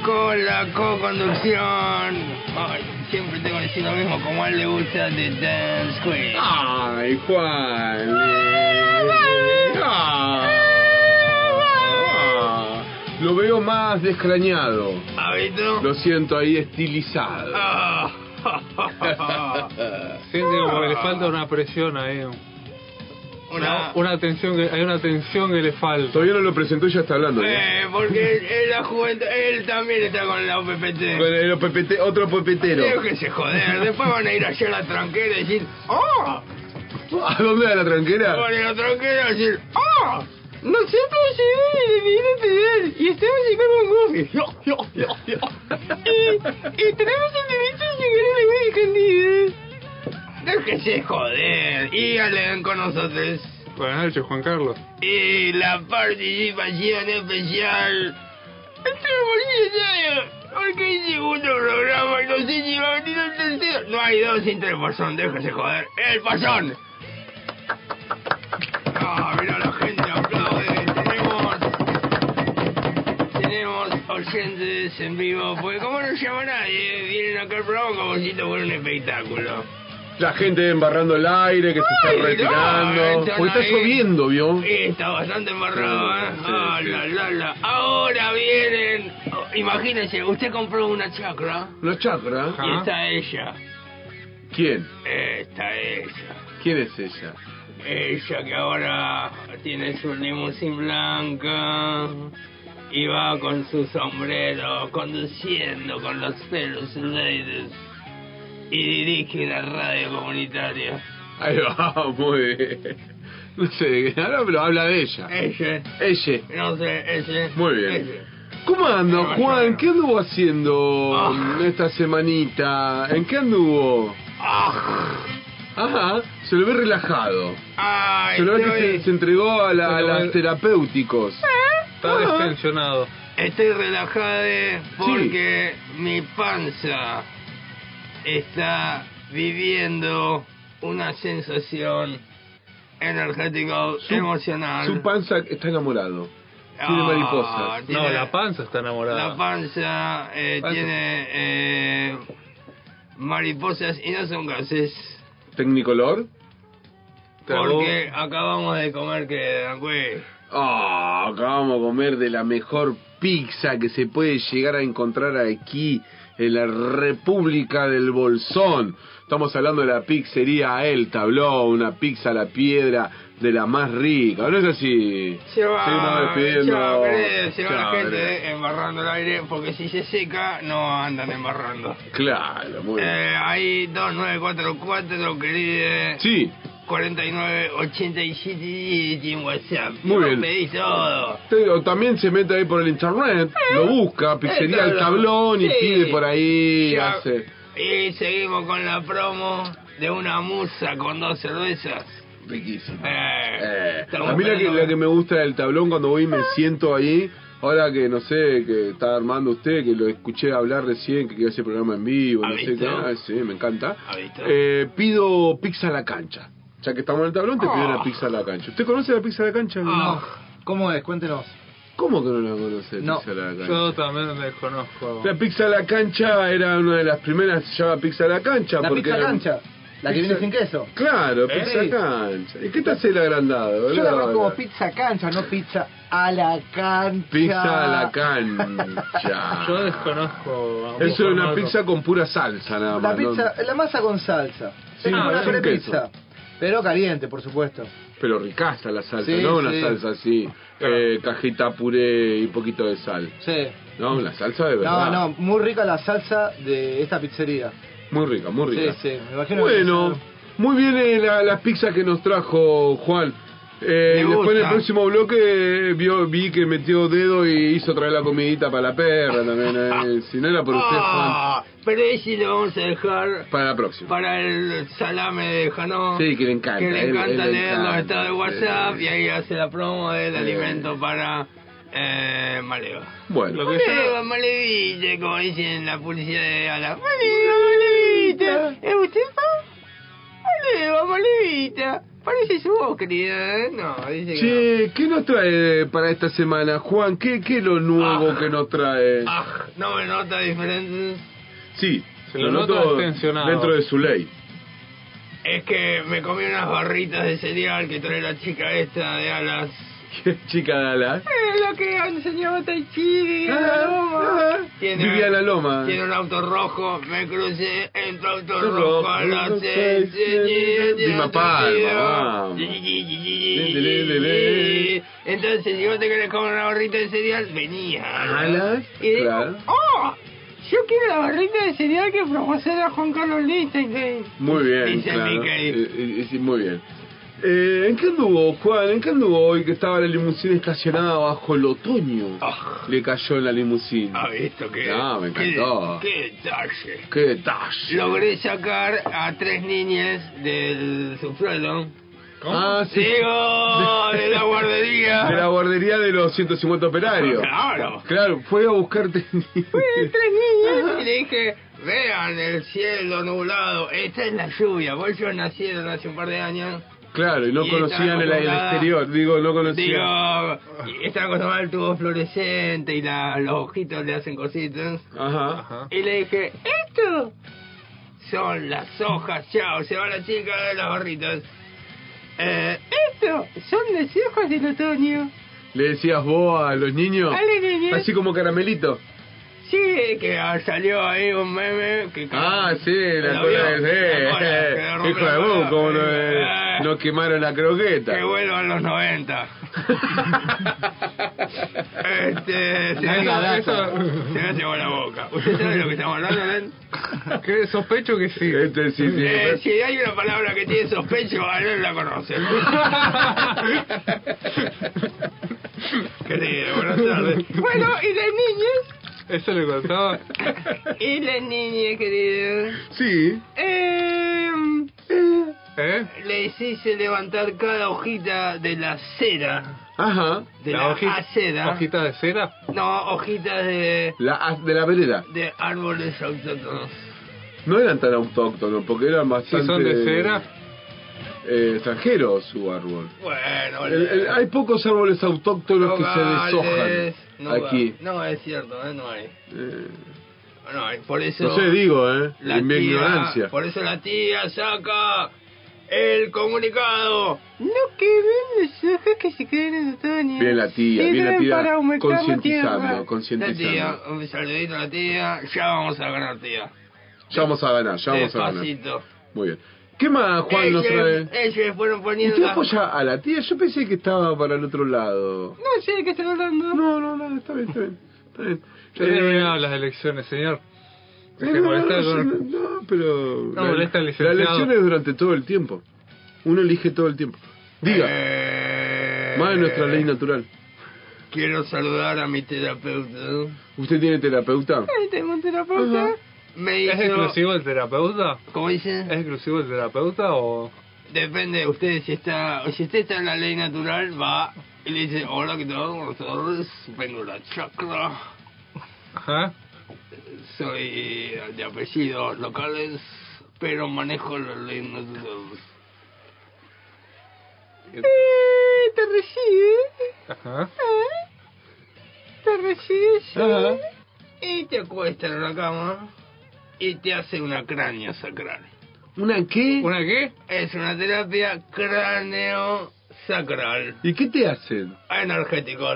Speaker 1: Con la co-conducción. Ay, siempre tengo que decir lo mismo, como a él le gusta de Dance Queen.
Speaker 2: Ay, Juan. Ah. Lo veo más descrañado.
Speaker 1: ¿Habito?
Speaker 2: Lo siento ahí estilizado.
Speaker 1: Ah.
Speaker 4: Siente como que le falta una presión ahí.
Speaker 1: Una...
Speaker 4: Una tensión, que- hay una tensión que le falta.
Speaker 2: Todavía no lo presentó y ya está hablando. ¿eh?
Speaker 1: Eh, porque él, él la juventud, él también está con la OPPT.
Speaker 2: Bueno, el opepete- otro popetero.
Speaker 1: Creo que se joder, después van a ir allá a la tranquera y decir, ¡Oh!
Speaker 2: ¿A dónde va la tranquera?
Speaker 1: Van a ir a la tranquera y decir, ¡Oh! Nosotros llegamos el deber y estamos llegando a un gofe. Yo, yo, yo, yo. Y, y tenemos el derecho de llegar a la Virgen candida. Déjese joder, y alegan con nosotros.
Speaker 4: Buenas noches, Juan Carlos.
Speaker 1: Y la participación especial. Entre Bolsillo
Speaker 3: Porque hay segundo programa y no sé si va a venir el tercero. No hay dos entre el pasón, déjese joder. ¡El pasón! Ah, mirá la gente aplaude. Tenemos. Tenemos oyentes en vivo. Pues como no llama nadie, vienen acá al programa como si esto fuera un espectáculo.
Speaker 2: La gente embarrando el aire, que se
Speaker 3: Ay,
Speaker 2: está
Speaker 3: no,
Speaker 2: retirando.
Speaker 3: están
Speaker 2: porque
Speaker 3: ahí.
Speaker 2: está lloviendo, ¿vio?
Speaker 3: Eh, Está bastante embarrado, ¿eh? Ah, la, la, la. Ahora vienen. Oh, imagínense, usted compró una chacra
Speaker 2: Una chacra.
Speaker 3: y está ella. eh,
Speaker 2: ¿Quién?
Speaker 3: Está ella.
Speaker 2: ¿Quién es ella?
Speaker 3: Ella que ahora tiene su limusín blanca y va con su sombrero conduciendo con los pelos ladies y dirige una radio comunitaria.
Speaker 2: Ahí va, muy bien. No sé de qué habla, pero habla de ella.
Speaker 3: Ella,
Speaker 2: Ella.
Speaker 3: no sé, ella.
Speaker 2: Muy bien.
Speaker 3: ella.
Speaker 2: ¿Cómo anda,
Speaker 3: Bueno,
Speaker 2: Juan? ¿Qué anduvo haciendo
Speaker 3: Ah.
Speaker 2: esta semanita? ¿En qué anduvo?
Speaker 3: Ah,
Speaker 2: Ajá, se lo ve relajado.
Speaker 3: ay,
Speaker 2: se lo ve
Speaker 3: estoy-
Speaker 2: que se, se entregó a, la- a
Speaker 4: Bueno,
Speaker 2: las
Speaker 4: bueno.
Speaker 2: terapéuticos.
Speaker 4: Está destensionado.
Speaker 3: Estoy relajada porque mi panza está viviendo una sensación energética
Speaker 2: Su-
Speaker 3: emocional.
Speaker 2: Su panza está enamorado. Tiene
Speaker 3: Ah,
Speaker 2: mariposas.
Speaker 3: tiene-
Speaker 4: No, la panza está enamorada.
Speaker 3: la panza eh,
Speaker 4: Panza.
Speaker 3: tiene eh, mariposas y no son gases.
Speaker 2: ¿Tecnicolor?
Speaker 4: Cagó.
Speaker 3: Porque acabamos de comer que dan güey.
Speaker 2: Ah, acabamos de comer de la mejor pizza que se puede llegar a encontrar aquí en la República del Bolsón. Estamos hablando de la pizzería El Tabló, una pizza a la piedra de la más rica. ¿No es así?
Speaker 3: Se va,
Speaker 2: Seguimos despidiendo.
Speaker 3: se va, Pérez, se va la
Speaker 2: Chao, Pérez.
Speaker 3: gente eh, embarrando el aire porque si se seca no andan embarrando.
Speaker 2: Claro, muy bien.
Speaker 3: Eh, ahí 2944, querido.
Speaker 2: Sí,
Speaker 3: 4987 y en WhatsApp.
Speaker 2: Muy
Speaker 3: Yo
Speaker 2: bien.
Speaker 3: Pedí todo.
Speaker 2: te- o también se mete ahí por el internet, lo busca, pizzería El Tablón y
Speaker 3: Eh, Sí.
Speaker 2: pide por ahí,
Speaker 3: Ya.
Speaker 2: hace...
Speaker 3: Y seguimos con la promo de una musa con dos cervezas.
Speaker 2: Riquísimo.
Speaker 3: Eh,
Speaker 2: Eh,
Speaker 3: estamos
Speaker 2: a mí la que,
Speaker 3: esperando-
Speaker 2: la que me gusta del tablón cuando voy y me siento ahí, ahora que no sé, que está armando usted, que lo escuché hablar recién, que quiere hacer programa en vivo,
Speaker 3: ¿Ha
Speaker 2: no sé
Speaker 3: visto?
Speaker 2: qué, ah, sí, me encanta.
Speaker 3: ¿Ha visto?
Speaker 2: Eh, pido pizza a la cancha. Ya que estamos en el tablón, te pido
Speaker 5: Ah.
Speaker 2: una pizza a la cancha. ¿Usted conoce la pizza a la
Speaker 3: Ah.
Speaker 2: cancha?
Speaker 5: No. ¿Cómo es? Cuéntenos.
Speaker 2: ¿Cómo que no la conoce?
Speaker 5: Ah. No,
Speaker 2: pizza a la cancha?
Speaker 4: Yo también desconozco.
Speaker 2: La pizza a la cancha era una de las primeras, se llama pizza a la cancha.
Speaker 5: La
Speaker 2: porque
Speaker 5: pizza
Speaker 2: era-
Speaker 5: cancha. La que
Speaker 2: Pizza-
Speaker 5: viene sin queso.
Speaker 2: Claro,
Speaker 5: ¿Eh?
Speaker 2: pizza
Speaker 5: Sí.
Speaker 2: cancha. ¿Y qué te hace el agrandado?
Speaker 5: Yo la
Speaker 2: boludo?
Speaker 5: veo como pizza cancha, no pizza a la cancha.
Speaker 2: Pizza a la cancha.
Speaker 4: Yo desconozco. ambos
Speaker 2: Eso era una
Speaker 4: formatos.
Speaker 2: pizza con pura salsa nada
Speaker 5: La
Speaker 2: más. ¿no?
Speaker 5: pizza, la masa con salsa.
Speaker 2: Sí,
Speaker 5: es como
Speaker 2: ah,
Speaker 5: una
Speaker 2: sin
Speaker 5: prepizza. Pero caliente, por supuesto.
Speaker 2: Pero ricasta la salsa,
Speaker 5: Sí,
Speaker 2: no una
Speaker 5: sí.
Speaker 2: salsa así, eh, cajita puré y un poquito de sal.
Speaker 5: Sí.
Speaker 2: No, una salsa de
Speaker 5: Mm. No,
Speaker 2: verdad.
Speaker 5: no, muy rica la salsa de esta pizzería.
Speaker 2: Muy rica, muy rica.
Speaker 5: Sí, sí, me imagino que
Speaker 2: Bueno,
Speaker 5: sí.
Speaker 2: muy bien eh, la- las pizzas que nos trajo Juan. Eh,
Speaker 3: Me
Speaker 2: después en el
Speaker 3: gusta.
Speaker 2: próximo bloque eh, vio, vi que metió dedo y hizo traer la comidita para la perra también. eh. Si no era por usted, Juan,
Speaker 3: Ah, pero ese lo vamos a dejar
Speaker 2: para la próxima.
Speaker 3: para el salame de Janó.
Speaker 2: Sí, que le encanta.
Speaker 3: que
Speaker 2: él-
Speaker 3: le
Speaker 2: él
Speaker 3: encanta leer los
Speaker 2: encanta,
Speaker 3: estados de
Speaker 2: sí.
Speaker 3: WhatsApp y ahí hace la promo del
Speaker 2: Sí.
Speaker 3: alimento para eh, Maleva.
Speaker 2: Bueno,
Speaker 4: Lo que yo-
Speaker 3: Maleva, Malevita, como dicen en la publicidad de Ala. Maleva, Malevita, ¿es usted pa? Maleva, Malevita. Parece su voz, querida, ¿eh? No, dice que no.
Speaker 2: Che, ¿qué nos trae para esta semana, Juan? ¿Qué, qué es lo nuevo
Speaker 3: Ah.
Speaker 2: que nos trae?
Speaker 3: Ah, no me nota diferente.
Speaker 2: Sí,
Speaker 4: Se lo noto tensionado.
Speaker 2: dentro de su ley.
Speaker 3: Es que me comí unas barritas de cereal que trae la chica esta de alas.
Speaker 2: ¿Qué chica de ala?
Speaker 3: Es lo que enseñaba Tai Chi,
Speaker 2: Ah, ah, Vivía en la loma.
Speaker 3: Tiene un auto rojo, me crucé entre auto
Speaker 2: Auto
Speaker 3: rojo,
Speaker 2: rojo,
Speaker 3: a las
Speaker 2: no sé,
Speaker 3: seis, seis,
Speaker 2: sí,
Speaker 3: seis,
Speaker 2: Vilma
Speaker 3: auto
Speaker 2: Palma,
Speaker 3: chido.
Speaker 2: vamos. Le, le, le, le.
Speaker 3: Entonces, si vos te querés comer una barrita de cereal, venía. ¿no?
Speaker 2: Alas,
Speaker 3: Y digo,
Speaker 2: claro.
Speaker 3: ¡oh! Yo quiero la barrita de cereal que promociona Juan Carlos Lichtenstein.
Speaker 2: Muy bien,
Speaker 3: Dice
Speaker 2: claro.
Speaker 3: Mickey.
Speaker 2: Eh, eh, sí, muy bien. Eh, ¿En qué anduvo, Juan? ¿En qué anduvo hoy que estaba la limusina estacionada bajo el otoño?
Speaker 3: Ah.
Speaker 2: Le cayó en la limusina.
Speaker 3: Ah, esto que.
Speaker 2: No, me encantó.
Speaker 3: Qué, qué detalle.
Speaker 2: ¡Qué detalle!
Speaker 3: Logré sacar a tres niñas del subsuelo
Speaker 2: Ah, sí.
Speaker 10: Diego, de la guardería.
Speaker 2: De la guardería de los 150 operarios.
Speaker 10: Claro.
Speaker 2: Claro, fue a buscarte.
Speaker 10: Fui tres niños y le dije, vean el cielo nublado, esta es la lluvia, vos yo nacieron hace un par de años.
Speaker 2: Claro, y no
Speaker 10: Y
Speaker 2: conocían
Speaker 10: estaba
Speaker 2: el, el
Speaker 10: acomodada.
Speaker 2: exterior. Digo, no conocían.
Speaker 10: Digo, y esta cosa mal el tubo fluorescente y la, los ojitos le hacen cositas.
Speaker 2: Ajá. Ajá.
Speaker 10: Y le dije, esto son las hojas, chao, se va la chica de las barritas. Eh, esto son las hojas del otoño.
Speaker 2: Le decías vos a los niños.
Speaker 10: A los niños.
Speaker 2: Así como caramelito.
Speaker 10: Sí, que ah, salió ahí un meme que...
Speaker 2: Ah, sí, la
Speaker 10: Lo
Speaker 2: cola
Speaker 10: vio,
Speaker 2: del
Speaker 10: la cola, que
Speaker 2: eh,
Speaker 10: rompió
Speaker 2: Hijo
Speaker 10: la
Speaker 2: de vos,
Speaker 10: cola,
Speaker 2: como
Speaker 10: sí.
Speaker 2: no,
Speaker 10: Ah.
Speaker 2: nos quemaron la croqueta.
Speaker 10: Que vuelvan los 90. este, se me,
Speaker 4: Data,
Speaker 10: hace-
Speaker 4: data.
Speaker 10: se me hace agua la boca. ¿Usted sabe de lo que estamos hablando, Len?
Speaker 4: Que sospecho que sí.
Speaker 2: Este sí, sí.
Speaker 10: Eh, si hay una palabra que tiene sospecho, Len la conoce. Querido, buenas tardes. Bueno, y las niñas,
Speaker 4: Eso le contaba.
Speaker 10: y las niñas, querido.
Speaker 2: Sí.
Speaker 10: Em,
Speaker 4: ¿Eh?
Speaker 10: les hice levantar cada hojita de la cera,
Speaker 2: Ajá.
Speaker 10: de la, acera.
Speaker 4: hojita de cera.
Speaker 10: No, hojitas de,
Speaker 2: La, de la vereda.
Speaker 10: de árboles autóctonos.
Speaker 2: No eran tan autóctonos, porque eran bastante...
Speaker 4: Si son de cera.
Speaker 2: eh, extranjeros su árbol.
Speaker 10: Bueno,
Speaker 2: El- el- hay pocos árboles autóctonos que se deshojan
Speaker 10: nogales, no-
Speaker 2: aquí.
Speaker 10: No, es cierto, eh, no hay.
Speaker 2: Eh,
Speaker 10: No hay, por eso...
Speaker 2: no sé, digo, ¿eh?
Speaker 10: la
Speaker 2: en mi
Speaker 10: tía-
Speaker 2: ignorancia.
Speaker 10: Por eso la tía saca el comunicado. No quemen las hojas que se queden en otoño.
Speaker 2: Bien la tía, bien la tía concientizando,
Speaker 10: La tía,
Speaker 2: concientizando.
Speaker 10: un saludito a la tía. Ya vamos a ganar, tía.
Speaker 2: Ya vamos a ganar, ya vamos a ganar.
Speaker 10: Despacito.
Speaker 2: Muy bien. ¿Qué más,
Speaker 10: Eh,
Speaker 2: Juan, nos trae?
Speaker 10: Ellos, ellos fueron poniendo...
Speaker 2: ¿Usted
Speaker 10: las-
Speaker 2: apoya a la tía? Yo pensé que estaba para el otro lado.
Speaker 10: No sé de qué están hablando.
Speaker 2: No, no, no, está bien, está bien. Está bien.
Speaker 4: Ya
Speaker 2: Eh,
Speaker 4: terminaron las elecciones, señor.
Speaker 2: no,
Speaker 4: Deje de
Speaker 2: no,
Speaker 4: molestar
Speaker 2: no,
Speaker 4: Este, con-
Speaker 2: no, pero...
Speaker 4: No molesta al
Speaker 2: Las
Speaker 4: licenciado.
Speaker 2: elecciones durante todo el tiempo. Uno elige todo el tiempo. Diga,
Speaker 10: Eh,
Speaker 2: más de nuestra ley natural.
Speaker 10: Quiero saludar a mi terapeuta.
Speaker 2: ¿Usted tiene terapeuta?
Speaker 10: Ahí tengo un terapeuta.
Speaker 2: Ajá.
Speaker 10: Me
Speaker 4: ¿Es
Speaker 10: hizo...
Speaker 4: exclusivo el terapeuta?
Speaker 10: ¿Cómo dice?
Speaker 4: ¿Es exclusivo el terapeuta o...?
Speaker 10: Depende de usted si está... Si usted está en la ley natural, va y le dice, hola, ¿qué tal? Buenas tardes. Vengo de la chacra.
Speaker 4: Ajá.
Speaker 10: Soy eh, de apellidos locales, pero manejo la ley natural. Eh, ¿Te recibes?
Speaker 4: Ajá.
Speaker 10: Te recibes
Speaker 4: Ajá.
Speaker 10: y te acuestan en la cama y te hace una cráneo sacral.
Speaker 2: ¿Una qué?
Speaker 4: ¿Una qué?
Speaker 10: Es una terapia cráneo sacral,
Speaker 2: ¿Y qué te hacen? Ah,
Speaker 10: energético.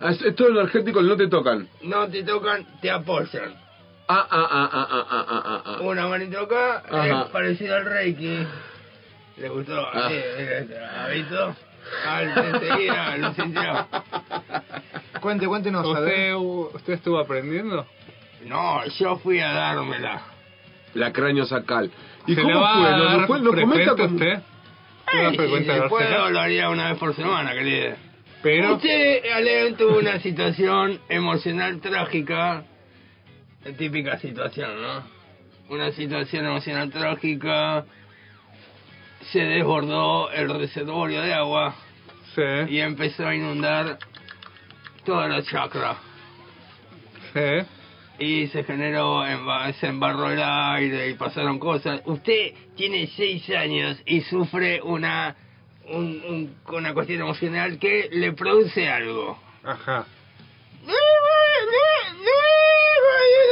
Speaker 2: Estos energéticos no te tocan.
Speaker 10: No te tocan, te apoyan.
Speaker 2: Ah, ah, ah, ah, ah, ah, ah, ah, ah.
Speaker 10: Una manito acá,
Speaker 2: Ajá.
Speaker 4: eh,
Speaker 10: es parecido al Reiki. Le gustó,
Speaker 2: Ah.
Speaker 10: así, ¿ha visto? Al enseguida, lo sintió.
Speaker 5: Cuente, cuéntenos, a ver.
Speaker 4: ¿Usted, ¿Usted estuvo aprendiendo?
Speaker 10: No, yo fui a dármela.
Speaker 2: La cráneo sacal. ¿Y
Speaker 4: ¿Se
Speaker 2: cómo
Speaker 4: le va
Speaker 2: fue?
Speaker 4: a
Speaker 2: ¿Nos-
Speaker 4: dar
Speaker 2: ¿Nos, cuen- nos comenta
Speaker 4: frecuente
Speaker 2: cómo-
Speaker 4: usted? ¿Se va a
Speaker 10: Eh, si
Speaker 4: frecuentar
Speaker 10: se
Speaker 4: a
Speaker 10: puedo,
Speaker 4: usted?
Speaker 10: lo haría una vez por semana, querida.
Speaker 4: Pero...
Speaker 10: Usted, Alem, tuvo una situación emocional trágica. La típica situación, ¿no? Una situación emocional trágica. Se desbordó el reservorio de agua
Speaker 4: Sí,
Speaker 10: y empezó a inundar toda la chacra.
Speaker 4: sí.
Speaker 10: Y se generó, emba- se embarró el aire y pasaron cosas. Usted tiene seis años y sufre una, un- un- una cuestión emocional que le produce algo.
Speaker 4: Ajá.
Speaker 10: No, no,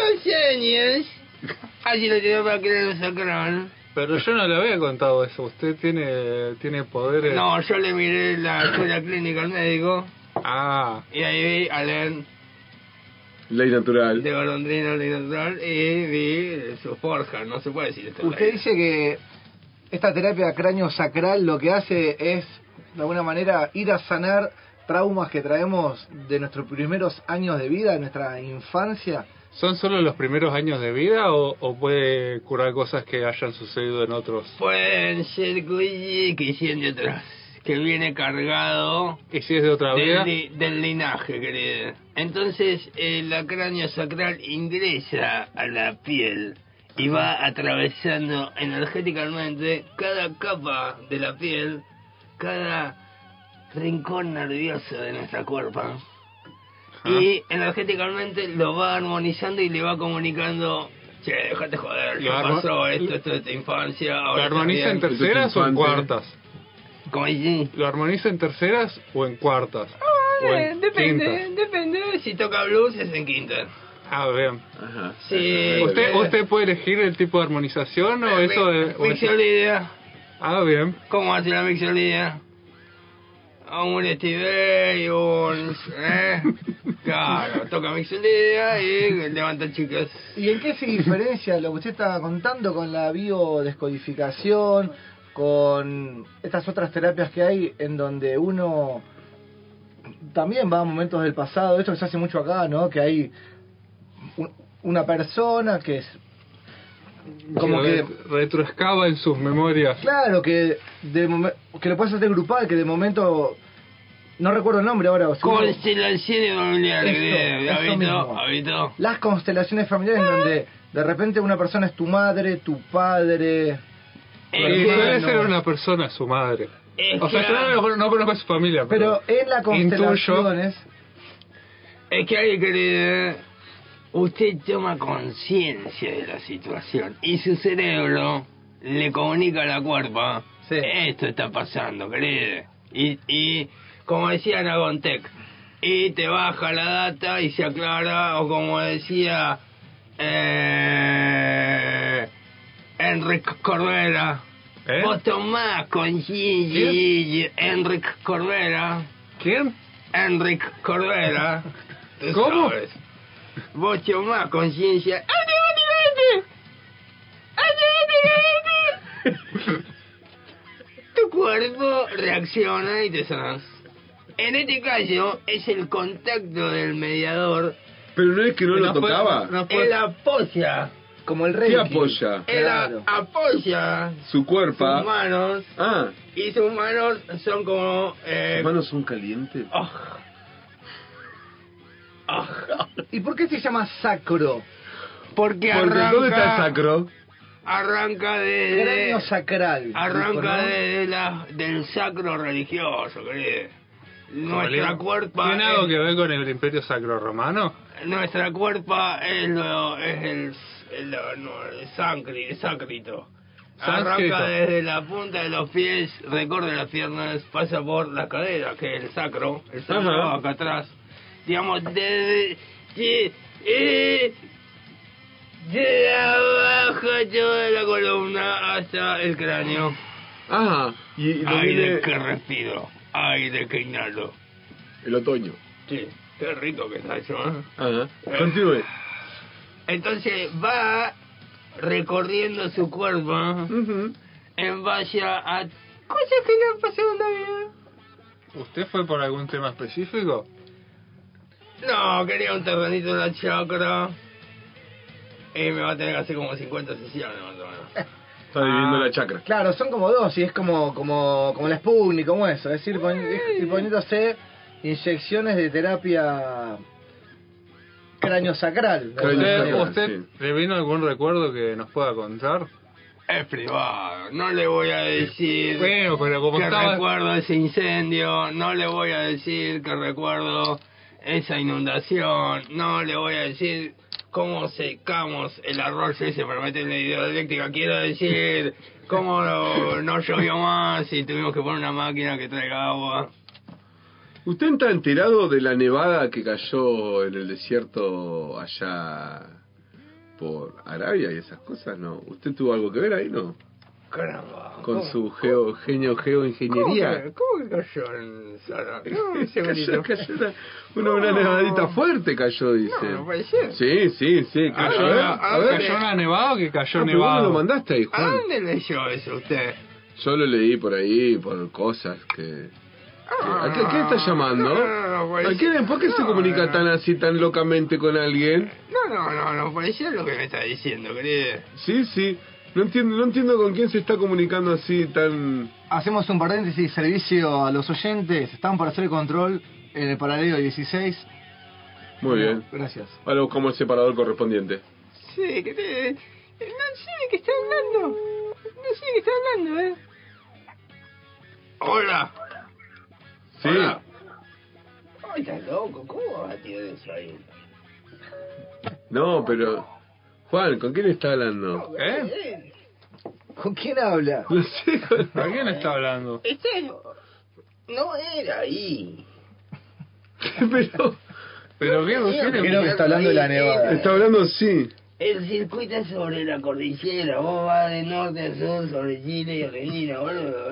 Speaker 10: no, no, señas. Así lo tengo para que lo sacaran.
Speaker 4: Pero yo no le había contado eso. Usted tiene, tiene poderes...
Speaker 10: No, yo le miré la historia clínica al médico
Speaker 4: Ah,
Speaker 10: y ahí vi a Len
Speaker 2: Ley natural.
Speaker 10: de Golondrina Ley Natural y vi su forja. No se puede decir esto. al
Speaker 5: Usted
Speaker 10: aire.
Speaker 5: dice que esta terapia cráneo sacral lo que hace es, de alguna manera, ir a sanar traumas que traemos de nuestros primeros años de vida, de nuestra infancia.
Speaker 4: ¿Son solo los primeros años de vida o, o puede curar cosas que hayan sucedido en otros?
Speaker 10: Pueden ser cuyi que siente atrás, que viene cargado
Speaker 4: ¿Y si es de otra vida?
Speaker 10: del, li- del linaje, querido. Entonces, el cráneo sacral ingresa a la piel y va atravesando energéticamente cada capa de la piel cada rincón nervioso de nuestra cuerpo. Y energéticamente lo va armonizando y le va comunicando, che, déjate joder,
Speaker 4: Lo
Speaker 10: ya
Speaker 4: armo-
Speaker 10: pasó esto, esto de tu infancia.
Speaker 4: ¿Lo
Speaker 10: ahora
Speaker 4: armoniza en
Speaker 10: también".
Speaker 4: terceras o en cuartas?
Speaker 10: ¿Cómo
Speaker 4: ¿Lo armoniza en terceras o en cuartas?
Speaker 10: Ah,
Speaker 4: O en
Speaker 10: depende,
Speaker 4: quintas.
Speaker 10: depende. Si toca blues es en quinta.
Speaker 4: Ah, bien.
Speaker 10: Sí.
Speaker 4: ¿Usted, ¿Usted puede elegir el tipo de armonización o eso de...? o eso-
Speaker 10: Mixolidea.
Speaker 4: Ah, bien.
Speaker 10: ¿Cómo hace la mixolidea? A un Steve y un... ¿eh? Claro, toca mixolidea y levanta chicas.
Speaker 5: ¿Y en qué se diferencia lo que usted estaba contando con la biodescodificación, con estas otras terapias que hay en donde uno también va a momentos del pasado? Esto que se hace mucho acá, ¿no? Que hay un- una persona que es como
Speaker 4: Re-
Speaker 5: que
Speaker 4: Retroexcava en sus memorias.
Speaker 5: Claro, que de momen- que lo puedes hacer grupal, que de momento no recuerdo el nombre ahora. seguro-
Speaker 10: Constelaciones familiares.
Speaker 5: Eso,
Speaker 10: ¿eh?
Speaker 5: eso
Speaker 10: ¿Habito?
Speaker 5: mismo.
Speaker 10: ¿Habito?
Speaker 5: Las constelaciones familiares en donde de repente una persona es tu madre, tu padre.
Speaker 4: Y
Speaker 5: hermano.
Speaker 4: suele ser una persona su madre.
Speaker 10: Es
Speaker 4: O sea,
Speaker 10: que-
Speaker 4: yo no, lo- no conozco a su familia, pero...
Speaker 5: Pero en las constelaciones,
Speaker 10: Es que hay que leer. Usted toma conciencia de la situación y su cerebro le comunica a la cuerpa, esto está pasando, querido. Y, y como decía Nagontec, y te baja la data y se aclara, o como decía eh, Enrique Corbera,
Speaker 4: ¿Eh?
Speaker 10: vos tomás conciencia, Enrique Corbera.
Speaker 4: ¿Quién?
Speaker 10: Enrique Corbera. Tú
Speaker 4: ¿Cómo?
Speaker 10: sabes. Vos tomás conciencia. Tu cuerpo reacciona y te sanas. En este caso es el contacto del mediador.
Speaker 2: Pero no es que no, lo
Speaker 4: fue-
Speaker 2: tocaba.
Speaker 4: no fue-
Speaker 10: Él apoya.
Speaker 5: como el
Speaker 2: ¿Qué
Speaker 5: rey.
Speaker 2: apoya?
Speaker 10: Él a-
Speaker 5: Claro.
Speaker 10: apoya
Speaker 2: Su cuerpo.
Speaker 10: sus manos.
Speaker 2: Ah,
Speaker 10: Y sus manos son como... eh,
Speaker 2: ¿sus manos son calientes?
Speaker 10: oh. Oh.
Speaker 5: ¿Y por qué se llama sacro?
Speaker 2: Porque
Speaker 10: Porque arranca...
Speaker 2: ¿dónde está el sacro?
Speaker 10: Arranca
Speaker 5: Cráneo
Speaker 10: desde...
Speaker 5: sacral. dijo,
Speaker 10: Eh, Arranca
Speaker 5: ¿no?
Speaker 10: desde la, del sacro religioso, querido. Nuestra
Speaker 4: ¿Tiene-
Speaker 10: cuerpa...
Speaker 4: ¿Tiene algo
Speaker 10: es-
Speaker 4: que ver con el Imperio Sacro Romano?
Speaker 10: Nuestra cuerpa es, lo, es el, el, lo- no, el sangri- el sácrito.
Speaker 4: Sánscrito.
Speaker 10: Arranca desde la punta de los pies, recorre las piernas, pasa por la cadera, que es el sacro, el sacro
Speaker 2: Ajá.
Speaker 10: acá atrás. Digamos, desde, de, eh, de abajo toda la columna hasta el cráneo.
Speaker 2: Ajá. Y, y lo
Speaker 10: Aire
Speaker 2: viene
Speaker 10: que respiro, aire que inhalo.
Speaker 2: el otoño.
Speaker 10: Sí, qué rico que está eso, ¿eh?
Speaker 2: Ajá. Continúe.
Speaker 10: Entonces va recorriendo su cuerpo ¿eh? en base a cosas que le han pasado en la vida.
Speaker 4: ¿Usted fue por algún tema específico?
Speaker 10: No, quería un terrenito en la chacra. Y me va a tener que hacer como 50 sesiones más o menos.
Speaker 2: Está dividiendo la chacra.
Speaker 5: Claro, son como dos y es como como como la Sputnik, como eso. Es decir, pon- es- y poniéndose inyecciones de terapia cráneo sacral.
Speaker 2: Cráneo sacral.
Speaker 4: ¿Usted, usted le vino algún recuerdo que nos pueda contar?
Speaker 10: Es privado, no le voy a decir
Speaker 4: Bueno, pero como
Speaker 10: que
Speaker 4: estaba...
Speaker 10: recuerdo ese incendio, no le voy a decir que recuerdo esa inundación, no le voy a decir cómo secamos el arroyo ese para meter la hidroeléctrica, quiero decir cómo no, no llovió más y tuvimos que poner una máquina que traiga agua.
Speaker 2: ¿Usted está enterado de la nevada que cayó en el desierto allá por Arabia y esas cosas? ¿No? ¿Usted tuvo algo que ver ahí, no?
Speaker 10: Caramba.
Speaker 2: Con su geo, genio
Speaker 10: ¿Cómo
Speaker 2: geoingeniería.
Speaker 10: que, cómo que cayó en Sara? No, un segundito.
Speaker 2: Cayó, cayó una, una, una nevadita fuerte cayó, dice.
Speaker 10: No, no puede ser.
Speaker 2: Sí, sí, sí, cayó. a
Speaker 10: Ah,
Speaker 2: ver,
Speaker 10: ah,
Speaker 2: a ver.
Speaker 4: ¿Cayó una nevada o que cayó
Speaker 2: Ah, pero vos no
Speaker 4: nevado?
Speaker 2: lo mandaste ahí,
Speaker 10: ¿A
Speaker 2: Juan.
Speaker 10: dónde leyó eso usted?
Speaker 2: Yo lo leí por ahí, por cosas que... ¿A qué, qué está llamando?
Speaker 10: No, no, no, puede
Speaker 2: ¿A quién-
Speaker 10: ser.
Speaker 2: ¿Por qué se
Speaker 10: No,
Speaker 2: comunica
Speaker 10: no.
Speaker 2: tan así, tan locamente con alguien?
Speaker 10: No, no, no, no puede ser lo que me está diciendo, querido.
Speaker 2: Sí, sí. No entiendo, no entiendo con quién se está comunicando así tan...
Speaker 5: Hacemos un paréntesis, servicio a los oyentes. Están para hacer control en el paralelo 16.
Speaker 2: Muy bien.
Speaker 5: Gracias.
Speaker 2: Ahora buscamos el separador correspondiente.
Speaker 10: Sí, que te... No sé de qué está hablando. No sé de qué está hablando, ¿eh? Hola.
Speaker 2: Sí.
Speaker 10: Ay, estás loco. ¿Cómo va, tío, de eso ahí?
Speaker 2: No, pero. Juan, ¿con quién está hablando?
Speaker 4: ¿Eh?
Speaker 5: ¿Con quién habla?
Speaker 2: No sé.
Speaker 4: ¿A quién está hablando?
Speaker 10: Este no era ahí.
Speaker 2: Pero.
Speaker 4: ¿Pero qué? ¿Vos tiene-
Speaker 10: Creo que está hablando de la nevada.
Speaker 2: Está hablando sí.
Speaker 10: El circuito es sobre la cordillera. Vos vas de norte a sur, sobre Chile y Argentina, boludo.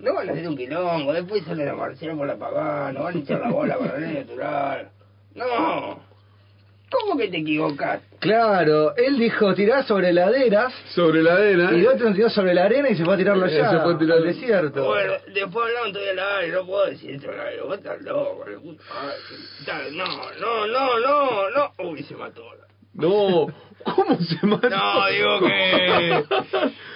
Speaker 10: No van a hacer un quilombo. Después salen a marchar por la pagana. Van a echar la bola para el natural. No. ¿Cómo que te equivocas?
Speaker 5: Claro, él dijo tirar sobre laderas
Speaker 2: Sobre la arena.
Speaker 5: y el otro tiró sobre la arena y se fue a tirarlo
Speaker 2: Eh,
Speaker 5: allá,
Speaker 2: se fue a tirar-
Speaker 5: al desierto.
Speaker 10: Bueno, después hablamos todavía la área, no puedo decir esto al aire, vos estás loco, le gusta- ay, dale, no, no, no, no, no, uy, se mató.
Speaker 2: No. ¿Cómo se mató?
Speaker 10: No, digo que-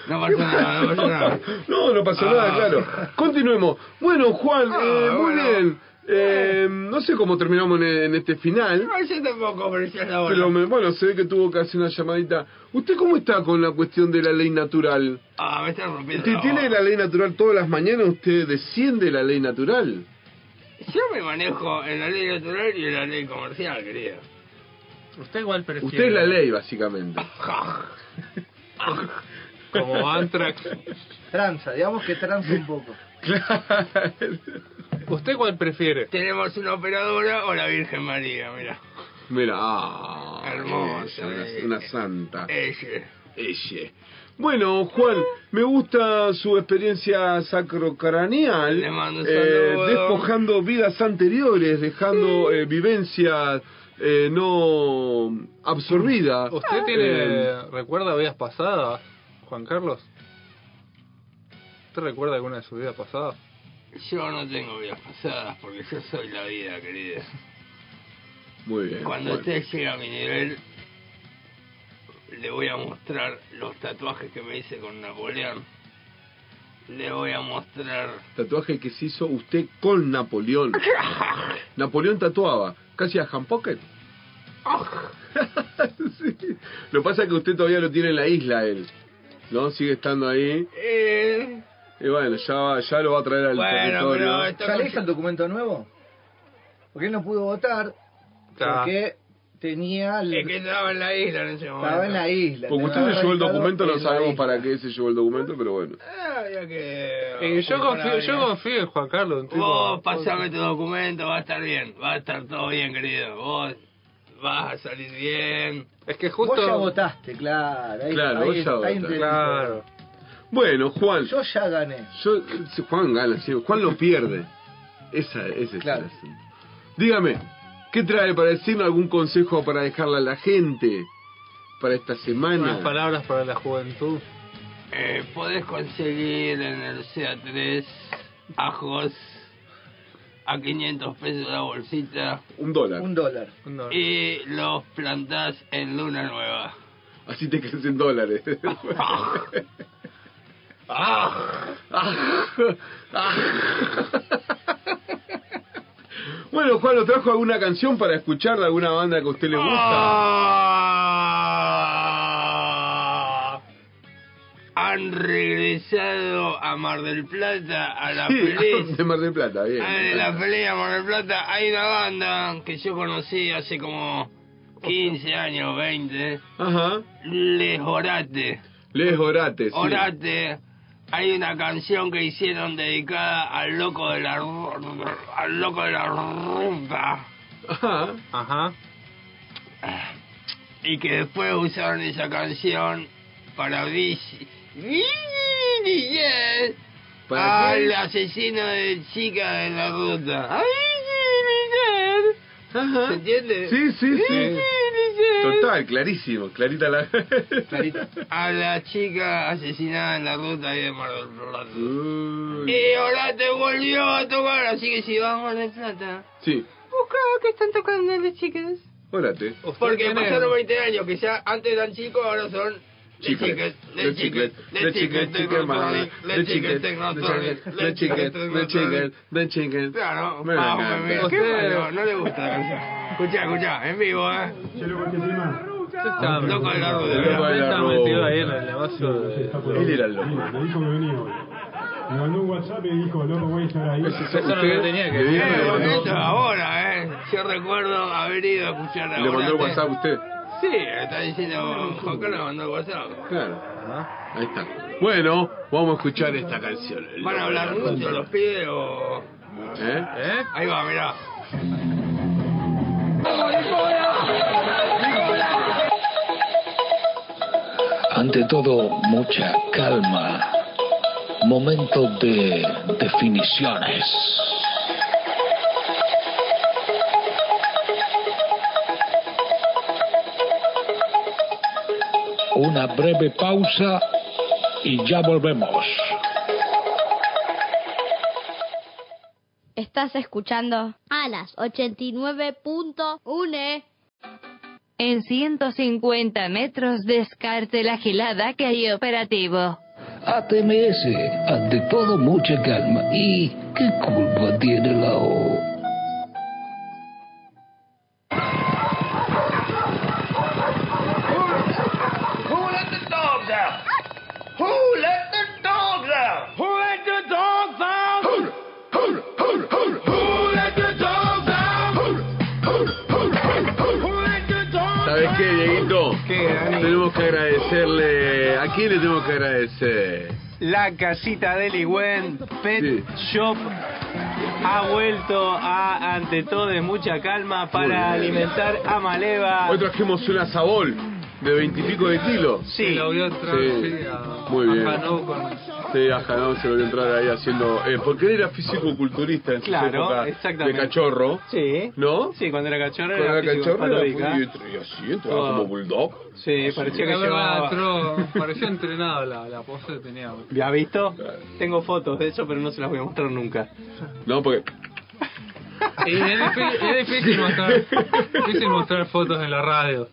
Speaker 10: No pasó nada, no pasó nada.
Speaker 2: No, no pasó nada,
Speaker 10: Ah.
Speaker 2: claro. Continuemos. Bueno, Juan,
Speaker 10: Ah,
Speaker 2: eh, muy
Speaker 10: bueno.
Speaker 2: bien. Eh, no sé cómo terminamos en, en este final.
Speaker 10: No, yo tampoco parecía la hora.
Speaker 2: Pero me- bueno, se ve que tuvo casi una llamadita. ¿Usted cómo está con la cuestión de la ley natural?
Speaker 10: Ah, me está rompiendo.
Speaker 2: ¿Usted
Speaker 10: la
Speaker 2: tiene
Speaker 10: bola.
Speaker 2: la ley natural todas las mañanas? ¿Usted desciende la ley natural?
Speaker 10: Yo me manejo en la ley natural y en la ley comercial, querido.
Speaker 4: Usted igual prefiere.
Speaker 2: Usted es la ley, básicamente.
Speaker 4: Como Antrax.
Speaker 5: Tranza, digamos que tranza un poco.
Speaker 2: Claro.
Speaker 4: ¿Usted cuál prefiere?
Speaker 10: Tenemos una operadora o la Virgen María, mira.
Speaker 2: Mira, ah,
Speaker 10: Hermosa,
Speaker 2: ella,
Speaker 10: eh.
Speaker 2: una, una santa.
Speaker 10: Ella.
Speaker 2: Ella. Bueno, Juan, me gusta su experiencia sacrocraneal,
Speaker 10: Le mando un
Speaker 2: eh,
Speaker 10: saludo.
Speaker 2: despojando vidas anteriores, dejando eh, vivencias eh, no absorbidas.
Speaker 4: ¿Usted
Speaker 2: Eh,
Speaker 4: tiene. ¿Recuerda vidas pasadas, Juan Carlos? ¿Usted recuerda alguna de sus vidas pasadas?
Speaker 10: Yo no tengo vidas pasadas porque yo soy la vida, querida.
Speaker 2: muy bien.
Speaker 10: Cuando
Speaker 2: bueno.
Speaker 10: usted llegue a mi nivel, le voy a mostrar los tatuajes que me hice con Napoleón. Le voy a mostrar.
Speaker 2: Tatuaje que se hizo usted con Napoleón. Napoleón tatuaba casi a Han Pocket.
Speaker 10: Ah.
Speaker 2: Sí. Lo pasa es que usted todavía lo tiene en la isla, él. ¿No? Sigue estando ahí.
Speaker 10: Eh,
Speaker 2: Y bueno, ya, va- ya lo va a traer al
Speaker 10: bueno,
Speaker 2: territorio.
Speaker 10: pero esto
Speaker 5: ¿Ya
Speaker 10: con-
Speaker 5: leíste el documento nuevo? Porque él no pudo votar
Speaker 4: Está.
Speaker 5: porque tenía... el-
Speaker 10: es que estaba en la isla en ese momento.
Speaker 5: Estaba en la isla.
Speaker 2: Porque usted
Speaker 5: estaba
Speaker 2: se llevó el
Speaker 5: radicado
Speaker 2: documento, no
Speaker 5: en la
Speaker 2: sabemos
Speaker 5: isla.
Speaker 2: para qué se llevó el documento, pero bueno.
Speaker 10: Ah, había que.
Speaker 4: Eh, yo, confío, yo
Speaker 10: Vos
Speaker 4: confío en Juan Carlos. un tipo-
Speaker 10: pasame tu documento, va a estar bien. Va a estar todo bien, querido. Vos vas a salir bien.
Speaker 4: Es que
Speaker 5: Vos ya
Speaker 4: justo.
Speaker 5: votaste, claro. ahí-
Speaker 2: Claro,
Speaker 5: ahí
Speaker 2: vos ya
Speaker 5: está
Speaker 2: votaste.
Speaker 5: indeciso.
Speaker 4: Claro.
Speaker 2: Bueno, Juan, yo,
Speaker 5: Yo ya gané.
Speaker 2: si Juan gana, sí, Juan lo pierde. Esa, ese es
Speaker 5: Claro.
Speaker 2: el asunto. Dígame, ¿qué trae para decirnos algún consejo para dejarle a la gente para esta
Speaker 4: Unas
Speaker 2: semana?
Speaker 4: palabras para la juventud.
Speaker 10: Eh, podés conseguir en el CA3 ajos a 500 pesos la bolsita
Speaker 2: Un dólar.
Speaker 5: Un dólar.
Speaker 4: No.
Speaker 10: y los plantás en luna nueva.
Speaker 2: Así te quedas en dólares. bueno, Juan, ¿lo trajo alguna canción para escuchar de alguna banda que a usted le gusta?
Speaker 10: Ah. Han regresado a Mar del Plata, a la
Speaker 2: Sí,
Speaker 10: feliz.
Speaker 2: de Mar del Plata, bien.
Speaker 10: Ah, de la pelea Mar del Plata hay una banda que yo conocí hace como 15 años, 20.
Speaker 2: Ajá.
Speaker 10: Les Orate.
Speaker 2: Les Orate, sí.
Speaker 10: Orate. Hay una canción que hicieron dedicada al loco de la ru- al loco de la rumba
Speaker 2: Ajá.
Speaker 4: Ajá.
Speaker 10: y que después usaron esa canción para Vici. Vici
Speaker 2: ¿Para
Speaker 10: al
Speaker 2: qué?
Speaker 10: asesino de chica de la ruta. Ay,
Speaker 2: Ajá.
Speaker 10: ¿Se entiende?
Speaker 2: Sí, sí, sí.
Speaker 10: Total.
Speaker 2: Total, clarísimo. Clarita la...
Speaker 5: Clarita.
Speaker 10: a la chica asesinada en la ruta ahí de Mar del Plata.
Speaker 2: Uy.
Speaker 10: Y ahora te volvió a tocar, así que si vas a Mar del Plata,
Speaker 2: Sí,
Speaker 10: busca Pues que están tocando las chicas.
Speaker 2: Orate.
Speaker 4: Usted
Speaker 10: Pues Porque
Speaker 4: tiene-
Speaker 10: pasaron 20 años, que ya antes eran chicos, ahora son... de
Speaker 2: Chicles, de chicles, de chicles,
Speaker 10: tecnotonic, de chicles, tecnotonic,
Speaker 2: de chicles, de chicles, de chicles.
Speaker 10: Claro,
Speaker 2: Me
Speaker 10: vamos,
Speaker 2: encanta.
Speaker 10: mira, qué malo, no le gusta la canción. Escuchá, escuchá, en vivo, eh.
Speaker 4: Usted está
Speaker 10: Loco de la ruta.
Speaker 2: Loco de la
Speaker 4: Usted está
Speaker 2: ruta.
Speaker 4: ¿eh? metido ahí en el negocio de.
Speaker 2: Él era el loco.
Speaker 11: Me mandó un WhatsApp y dijo, no me voy a estar ahí.
Speaker 4: Eso no lo tenía que
Speaker 11: decir.
Speaker 4: decir.
Speaker 12: Eso ahora, ¿eh? Yo recuerdo haber ido a escuchar a
Speaker 2: Le mandó el
Speaker 12: Volante.
Speaker 2: WhatsApp a usted.
Speaker 12: Sí, está diciendo Juan Carlos le mandó el WhatsApp.
Speaker 2: Claro. Ahí está. Bueno, vamos a escuchar esta canción.
Speaker 12: ¿Van a hablar mucho los pibes o...?
Speaker 2: ¿Eh?
Speaker 12: ¿Eh? Ahí va, mirá.
Speaker 1: Ante todo, mucha calma. Momento de definiciones. Una breve pausa y ya volvemos.
Speaker 13: Estás escuchando a las 89.1.
Speaker 14: En 150 metros descarte la gelada que hay operativo.
Speaker 15: ATMS, ante todo mucha calma. ¿Y qué culpa tiene la O?
Speaker 12: Who let the dogs out? Who let the dogs out? Who let the dogs out? Who, who, who, who, who let the dogs out? Who, who, who, who, who, who let the dogs
Speaker 2: ¿Sabes qué, Dieguito?
Speaker 10: Dani?
Speaker 2: Tenemos que agradecerle. ¿A quién le tenemos que agradecer?
Speaker 10: La casita del Igüen Pet Shop ha vuelto a, ante todo, de mucha calma para
Speaker 2: Muy bien.
Speaker 10: alimentar a Maleva.
Speaker 2: Hoy trajimos una sabol de veintipico de kilos.
Speaker 10: Sí.
Speaker 4: Lo vio entrar,
Speaker 2: Sí.
Speaker 4: sí, a-
Speaker 2: Muy
Speaker 4: a
Speaker 2: bien.
Speaker 4: Janó con-
Speaker 2: Sí, a Janón se lo vio entrar ahí haciendo. eh, porque él era físico-culturista en
Speaker 10: Claro,
Speaker 2: su época
Speaker 10: exactamente.
Speaker 2: de cachorro.
Speaker 10: Sí.
Speaker 2: ¿No?
Speaker 10: Sí, cuando era cachorro
Speaker 2: Cuando
Speaker 10: era
Speaker 2: era cachorro era
Speaker 10: físico,
Speaker 2: muy-
Speaker 10: patórica.
Speaker 2: y así, entraba
Speaker 10: Oh.
Speaker 2: como bulldog.
Speaker 10: Sí, parecía que
Speaker 4: La verdad,
Speaker 10: llevaba...
Speaker 4: entró- parecía entrenado la, la pose que tenía. güey.
Speaker 10: ¿Ya visto? Tengo fotos de eso, pero no se las voy a mostrar nunca.
Speaker 2: No, porque...
Speaker 4: Y es difícil, es difícil mostrar, difícil mostrar fotos en la radio.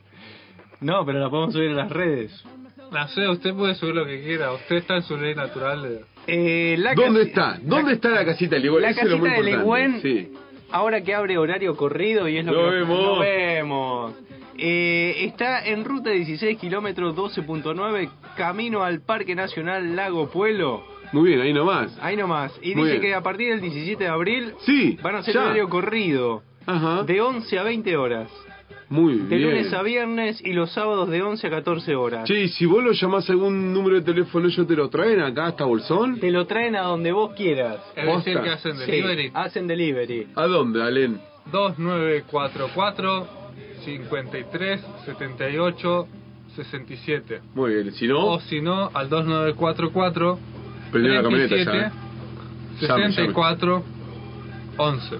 Speaker 10: No, pero la podemos subir en las redes.
Speaker 4: No sé, usted puede subir lo que quiera. Usted está en su ley natural. de-
Speaker 10: Eh, la
Speaker 2: ¿Dónde
Speaker 10: casi-
Speaker 2: está? ¿Dónde está la casita del Ligüen?
Speaker 10: La
Speaker 2: Eso es lo muy
Speaker 10: casita del
Speaker 2: importante,
Speaker 10: Ligüen.
Speaker 2: Sí.
Speaker 10: Ahora que abre horario corrido y es lo
Speaker 2: Nos
Speaker 10: que
Speaker 2: vemos.
Speaker 10: nos vemos. Eh, está en ruta 16, kilómetro 12.9, camino al Parque Nacional Lago Pueblo.
Speaker 2: Muy bien, ahí nomás.
Speaker 10: Ahí nomás. Y
Speaker 2: Muy
Speaker 10: dice
Speaker 2: bien.
Speaker 10: que a partir del 17 de abril
Speaker 2: Sí,
Speaker 10: van a ser
Speaker 2: ya.
Speaker 10: horario corrido. De 11 a 20 horas.
Speaker 2: Muy
Speaker 10: De
Speaker 2: bien.
Speaker 10: lunes a viernes y los sábados de 11 a 14 horas.
Speaker 2: Che, y si vos lo llamás a algún número de teléfono, ¿ellos te lo traen acá hasta Bolsón?
Speaker 10: Te lo traen a donde vos quieras.
Speaker 4: Es decir, que hacen
Speaker 10: Sí, Ah.
Speaker 4: delivery.
Speaker 10: hacen delivery.
Speaker 2: ¿A dónde, Alén?
Speaker 4: 2944 53 78 67.
Speaker 2: Muy bien, si no,
Speaker 4: O si no, al 2944
Speaker 2: prendió la camioneta
Speaker 4: 37
Speaker 2: ya. ¿eh? Llame, llame.
Speaker 4: 64 11.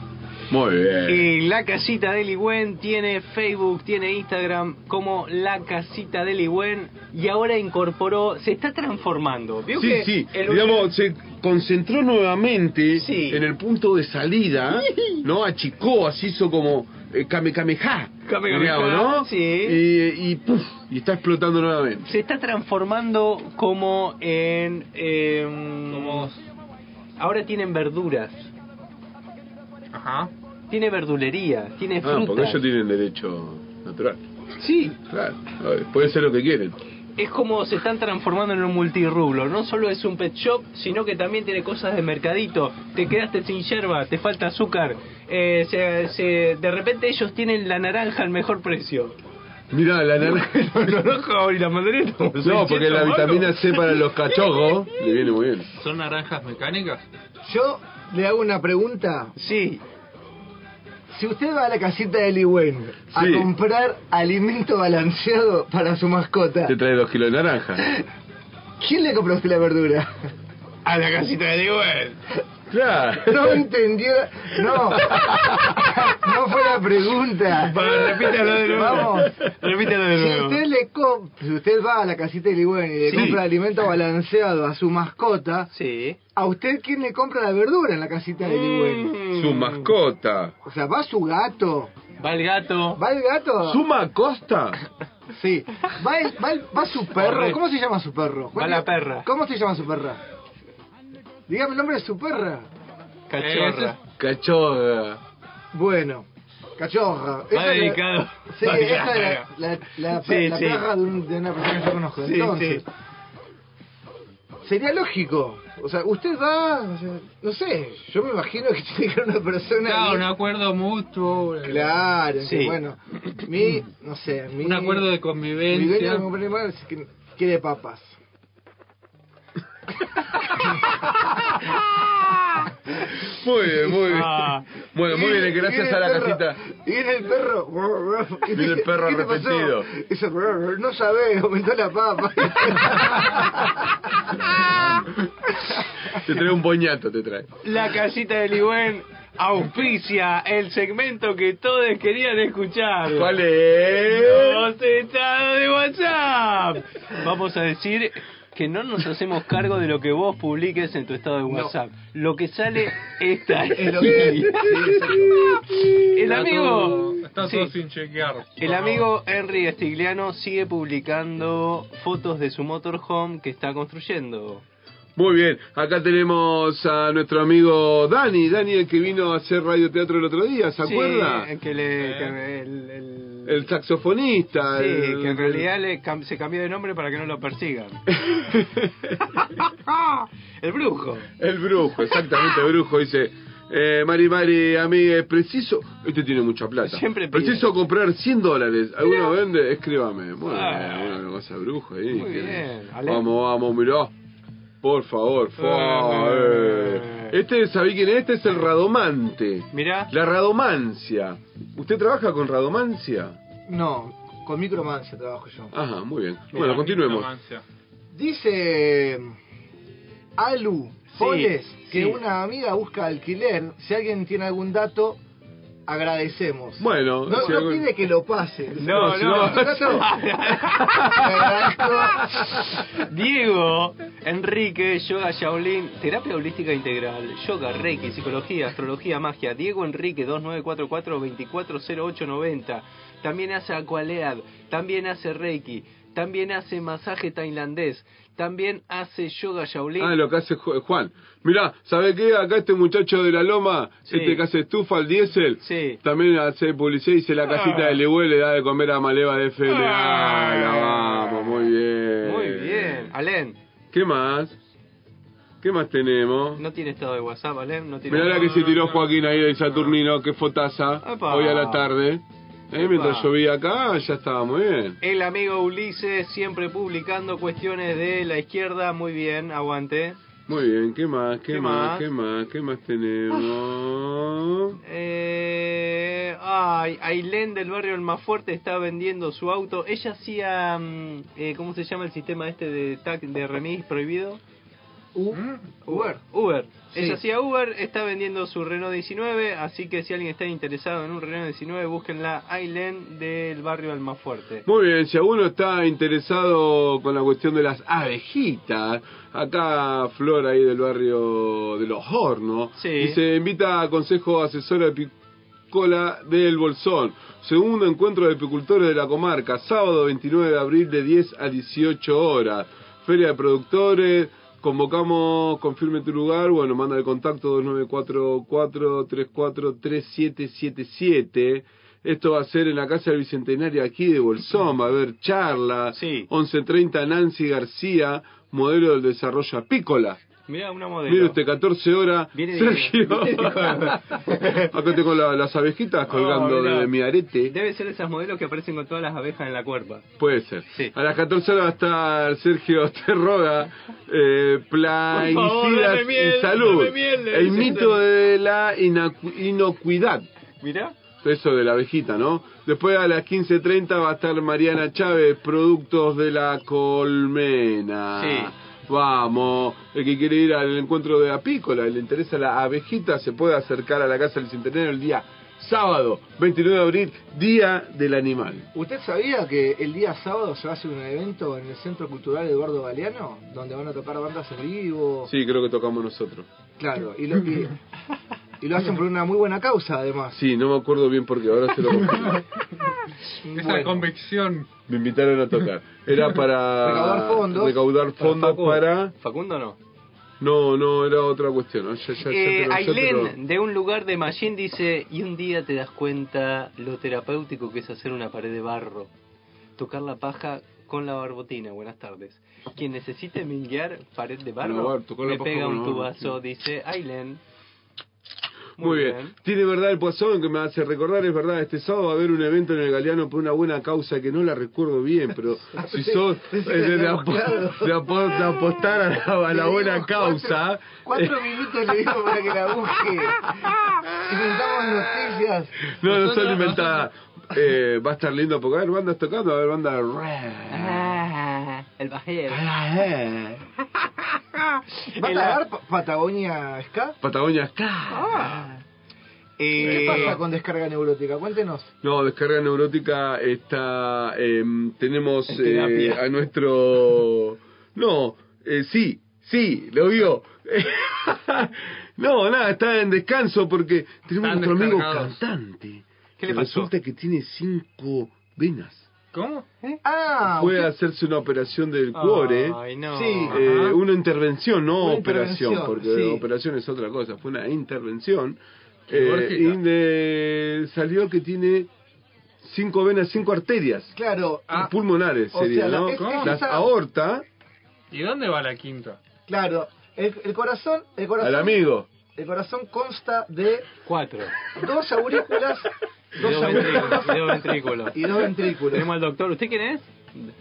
Speaker 2: Muy bien.
Speaker 10: Y la casita del Ligüen tiene Facebook, tiene Instagram como la casita del Ligüen y ahora incorporó, se está transformando. ¿Vio
Speaker 2: Sí,
Speaker 10: que
Speaker 2: sí,
Speaker 10: el-
Speaker 2: digamos, se concentró nuevamente en el punto de salida, ¿no? Achicó, así hizo como eh, Kame Kame Ha,
Speaker 10: Kame Kame
Speaker 2: digamos,
Speaker 10: Ha,
Speaker 2: ¿no?
Speaker 10: sí.
Speaker 2: Y, y, puf, y está explotando nuevamente.
Speaker 10: se está transformando como en... em, ahora tienen verduras,
Speaker 4: Ajá.
Speaker 10: tiene verdulería, tiene
Speaker 2: Ah, porque
Speaker 10: frutas.
Speaker 2: ellos tienen derecho natural.
Speaker 10: Sí,
Speaker 2: Claro, eh, pueden ser lo que quieren.
Speaker 10: es como se están transformando en un multirrublo. No solo es un pet shop, sino que también tiene cosas de mercadito. Te quedaste sin yerba, te falta azúcar. eh, se- se- de repente ellos tienen la naranja al mejor precio.
Speaker 2: Mirá, la naranja.
Speaker 10: y la mandarina.
Speaker 2: No, porque la vitamina C para los cachorros le viene muy bien.
Speaker 4: ¿Son naranjas mecánicas?
Speaker 5: Yo le hago una pregunta.
Speaker 10: Sí.
Speaker 5: Si usted va a la casita de Ligüen a
Speaker 2: Sí.
Speaker 5: comprar alimento balanceado para su mascota,
Speaker 2: Te trae dos kilos de naranja.
Speaker 5: ¿quién le compró a usted la verdura?
Speaker 12: A la casita del Ligüen.
Speaker 2: Claro.
Speaker 5: No entendió. No. No fue la pregunta.
Speaker 12: Bueno, repítalo de nuevo.
Speaker 5: Vamos.
Speaker 12: Repítalo de nuevo.
Speaker 5: Si usted, le com- si usted va a la casita de Ligüen y le
Speaker 12: Sí.
Speaker 5: compra alimento balanceado a su mascota,
Speaker 10: Sí.
Speaker 5: ¿a usted quién le compra la verdura en la casita de
Speaker 12: Mm.
Speaker 5: Ligüen?
Speaker 2: Su mascota.
Speaker 5: O sea, va su gato.
Speaker 10: Va el gato.
Speaker 5: ¿Va el
Speaker 10: Ah.
Speaker 5: gato?
Speaker 2: ¿Suma costa?
Speaker 5: Sí. ¿Va, el- va el- va su perro?
Speaker 10: Correcto.
Speaker 5: ¿Cómo se llama su perro?
Speaker 10: Va la perra.
Speaker 5: ¿Cómo se llama su perra? Dígame el nombre de su perra.
Speaker 10: Cachorra.
Speaker 2: Cachorra.
Speaker 5: Bueno, cachorra.
Speaker 10: Va
Speaker 5: Esa es la-
Speaker 10: dedicado.
Speaker 5: Sí, esa
Speaker 10: Va
Speaker 5: es
Speaker 10: dedicado.
Speaker 5: la, la, la,
Speaker 10: Sí,
Speaker 5: la
Speaker 10: sí.
Speaker 5: perra de, un- de una persona que yo conozco.
Speaker 10: Sí,
Speaker 5: Entonces,
Speaker 10: sí.
Speaker 5: Sería lógico. O sea, usted va, o sea, no sé, yo me imagino que tiene que haber una persona...
Speaker 4: Claro,
Speaker 5: ahí.
Speaker 4: un acuerdo mutuo. eh,
Speaker 5: Claro,
Speaker 4: Sí.
Speaker 5: sí. bueno, mi, no sé, mi...
Speaker 4: Un acuerdo de
Speaker 5: Mi dueño
Speaker 4: convivencia.
Speaker 5: de compañía animal es que quiere papas.
Speaker 2: Muy bien, muy bien.
Speaker 10: Ah.
Speaker 2: Bueno, muy bien,
Speaker 5: Y-
Speaker 2: gracias
Speaker 5: y el
Speaker 2: a la
Speaker 5: perro-
Speaker 2: casita.
Speaker 5: Y viene el perro. Y
Speaker 2: Viene el perro
Speaker 5: ¿qué te pasó?
Speaker 2: arrepentido.
Speaker 5: Y dice, no sabés, aumentó la papa.
Speaker 2: Te trae un boñato, te trae.
Speaker 10: La casita de Ligüen auspicia el segmento que todos querían escuchar.
Speaker 2: ¿Cuál es?
Speaker 10: Los estados de WhatsApp. Vamos a decir que no nos hacemos cargo de lo que vos publiques en tu estado de WhatsApp. Lo que sale está
Speaker 3: Es lo
Speaker 10: ahí.
Speaker 3: que-
Speaker 10: El
Speaker 4: está
Speaker 10: amigo.
Speaker 4: todo- Está
Speaker 10: sí.
Speaker 4: todo sin chequear.
Speaker 10: El amigo Henry Stigliano sigue publicando fotos de su motorhome que está construyendo.
Speaker 2: Muy bien, acá tenemos a nuestro amigo Dani, Dani el que vino a hacer radioteatro el otro día, ¿se
Speaker 10: Sí,
Speaker 2: acuerda?
Speaker 10: que le, que el- el-
Speaker 2: El saxofonista.
Speaker 10: Sí,
Speaker 2: el-
Speaker 10: que en realidad le cam- se cambió de nombre para que no lo persigan. el brujo.
Speaker 2: El brujo, exactamente, el brujo dice, eh, Mari Mari, amiga, es preciso, este tiene mucha plata,
Speaker 10: Siempre pide.
Speaker 2: preciso comprar 100 dólares, ¿alguno vende? Escríbame, bueno, bueno, vas a brujo ahí,
Speaker 10: Ah. Muy
Speaker 2: que-
Speaker 10: bien, Ale.
Speaker 2: vamos, vamos, mirá, por favor,
Speaker 10: Ah.
Speaker 2: fa- eh. este, ¿sabí quién es? Este es el radomante,
Speaker 10: Mirá,
Speaker 2: la radomancia, ¿usted trabaja con radomancia?
Speaker 5: No, con micromancia trabajo yo.
Speaker 2: Ajá, muy bien, bueno, continuemos.
Speaker 5: Dice em, Alu Foles que
Speaker 2: sí.
Speaker 5: una amiga busca alquiler. Si alguien tiene algún dato, agradecemos.
Speaker 2: Bueno,
Speaker 5: No,
Speaker 2: si
Speaker 5: no
Speaker 2: algún-
Speaker 5: pide que lo pase.
Speaker 2: No,
Speaker 5: Si
Speaker 2: no.
Speaker 5: tiene dato,
Speaker 10: Diego, Enrique, Yoga Shaolin, Terapia Holística Integral, Yoga, Reiki, Psicología, Astrología, Magia, Diego Enrique, 2944-240890. También hace Aqualead, también hace Reiki, también hace masaje tailandés, también hace Yoga Shaolin.
Speaker 2: Ah, lo que hace Ju- Juan. Mirá, ¿sabe qué? Acá este muchacho de la loma,
Speaker 10: Sí.
Speaker 2: este que hace estufa al diésel, también hace publicidad y se la casita
Speaker 10: Ah.
Speaker 2: de Lehue le da de comer a Maleva de FM. Ah, la vamos, muy bien.
Speaker 10: Muy bien, Alen.
Speaker 2: ¿Qué más? ¿Qué más tenemos?
Speaker 10: No tiene estado de WhatsApp, Alen. No tiene
Speaker 2: Mirá la que se tiró Joaquín ahí del Saturnino, que fotaza,
Speaker 10: Epa.
Speaker 2: hoy a la tarde. Eh,
Speaker 10: Epa.
Speaker 2: mientras llovía acá, ya estaba muy bien.
Speaker 10: El amigo Ulises siempre publicando cuestiones de la izquierda. Muy bien, aguante.
Speaker 2: Muy bien, ¿qué más? ¿Qué,
Speaker 10: ¿Qué
Speaker 2: más?
Speaker 10: más?
Speaker 2: ¿Qué más? ¿Qué más tenemos?
Speaker 10: Eh, ay, Ailén del barrio El Más Fuerte está vendiendo su auto. Ella hacía. mm, eh, ¿Cómo se llama el sistema este de tag de remis prohibido? Uber. Uber.
Speaker 5: Sí.
Speaker 10: Ella hacía Uber, está vendiendo su Renault 19. Así que si alguien está interesado en un Renault 19, búsquenla Ailén del barrio El Más Fuerte.
Speaker 2: Muy bien, si alguno está interesado con la cuestión de las abejitas, acá Flor ahí del barrio de Los Hornos,
Speaker 10: Sí.
Speaker 2: dice, invita a Consejo Asesor Apicola del Bolsón, segundo encuentro de apicultores de la comarca, sábado 29 de abril de 10 a 18 horas, feria de productores, convocamos, confirme tu lugar, bueno, manda el contacto 2944-343777. Esto va a ser en la Casa del Bicentenario aquí de Bolsón. Va a haber charla. 11.30 Nancy García, modelo del desarrollo apícola.
Speaker 10: Mira una modelo.
Speaker 2: Mire usted, 14 horas.
Speaker 10: Viene de-
Speaker 2: Sergio. Acá tengo la- las abejitas colgando
Speaker 10: Oh, mirá.
Speaker 2: de mi arete.
Speaker 10: Debe ser esos modelos que aparecen con todas las abejas en la cuerpa.
Speaker 2: Puede ser. A las 14 horas va a estar Sergio Terroga, eh,
Speaker 10: Por favor,
Speaker 2: plaguicidas
Speaker 10: dame miel,
Speaker 2: y salud.
Speaker 10: dame miel, le
Speaker 2: el
Speaker 10: dice
Speaker 2: mito
Speaker 10: Sergio.
Speaker 2: de la inacu- inocuidad.
Speaker 10: Mira.
Speaker 2: Eso de la abejita, ¿no? Después a las 15.30 va a estar Mariana Chávez, productos de la colmena.
Speaker 10: Sí.
Speaker 2: Vamos, el que quiere ir al encuentro de apícola, le interesa la abejita, se puede acercar a la Casa del Centenario el día sábado, 29 de abril, Día del Animal.
Speaker 5: ¿Usted sabía que el día sábado se va a hacer un evento en el Centro Cultural Eduardo Galeano? Donde van a tocar bandas en vivo.
Speaker 2: Sí, creo que tocamos nosotros.
Speaker 5: Claro, y lo, y, y lo hacen por una muy buena causa, además.
Speaker 2: Sí, no me acuerdo bien porque ahora se lo
Speaker 4: Esa
Speaker 5: Bueno.
Speaker 4: convicción.
Speaker 2: me invitaron a tocar. Era para
Speaker 4: Recaudar fondos.
Speaker 2: recaudar fondos para,
Speaker 10: Facundo no.
Speaker 2: no, no, era otra cuestión. ¿no? Ya- ya- ya
Speaker 10: Eh,
Speaker 2: te lo- ya te lo-
Speaker 10: Ailén, de un lugar de Mayín, dice: Y un día te das cuenta lo terapéutico que es hacer una pared de barro, tocar la paja con la barbotina, buenas tardes. Quien necesite minguear pared de
Speaker 2: Con la
Speaker 10: barro,
Speaker 2: bar- con la
Speaker 10: le
Speaker 2: paja
Speaker 10: pega
Speaker 2: con
Speaker 10: un
Speaker 2: la barba,
Speaker 10: tubazo, dice Ailen.
Speaker 2: Muy, bien. Tiene verdad el Poisson que me hace recordar, es verdad, este sábado va a haber un evento en el Galeano por una buena causa que no la recuerdo bien, pero si
Speaker 5: sí,
Speaker 2: sos
Speaker 5: sí, sí,
Speaker 2: eh, de, de
Speaker 5: habíamos
Speaker 2: apo-
Speaker 5: quedado.
Speaker 2: de apo- de apostar a la, a la
Speaker 5: Le
Speaker 2: buena
Speaker 5: dimos
Speaker 2: causa,
Speaker 5: Cuatro minutos le digo para que la busque. Inventamos noticias.
Speaker 2: no, no son inventadas. Eh, va a estar lindo porque va a haber bandas tocando, va a haber bandas rap.
Speaker 3: Ah.
Speaker 10: Ah, el bajero.
Speaker 5: ¿Va a pagar Pa- Patagonia Ska? Eh,
Speaker 2: Patagonia Ska.
Speaker 5: ¿Qué pasa con descarga neurótica? Cuéntenos.
Speaker 2: No, descarga neurótica está. em, tenemos
Speaker 5: En terapia.
Speaker 2: eh, a nuestro. No, eh, sí, sí, lo vio. no, nada, está en descanso porque tenemos a
Speaker 4: Están
Speaker 2: nuestro amigo
Speaker 4: descargados.
Speaker 2: cantante.
Speaker 4: ¿Qué le
Speaker 2: que
Speaker 4: pasó?
Speaker 2: Resulta que tiene cinco venas.
Speaker 4: ¿Cómo?
Speaker 5: Ah,
Speaker 2: Fue a hacerse una operación del cuore.
Speaker 10: Ay, no.
Speaker 5: Sí.
Speaker 2: Eh,
Speaker 5: Ajá.
Speaker 2: una intervención, no
Speaker 5: Una
Speaker 2: operación,
Speaker 5: intervención,
Speaker 2: porque
Speaker 5: sí.
Speaker 2: operación es otra cosa, fue una intervención.
Speaker 4: Qué
Speaker 2: Eh,
Speaker 4: gordita.
Speaker 2: y de- salió que tiene cinco venas, cinco arterias
Speaker 5: Claro, ah,
Speaker 2: pulmonares,
Speaker 5: o
Speaker 2: sería,
Speaker 5: sea, la-
Speaker 2: ¿no?
Speaker 5: es-
Speaker 4: es
Speaker 2: Las
Speaker 5: esa-
Speaker 2: aorta
Speaker 4: ¿Y dónde va la quinta?
Speaker 5: claro. El, el corazón, el corazón,
Speaker 2: al amigo.
Speaker 5: el corazón consta de
Speaker 10: Cuatro.
Speaker 5: dos aurículas,
Speaker 10: Y
Speaker 5: dos
Speaker 10: dos
Speaker 5: aurículas
Speaker 10: ventrículos. y dos ventrículos.
Speaker 5: y dos ventrículos.
Speaker 10: Tenemos al doctor. ¿Usted quién es?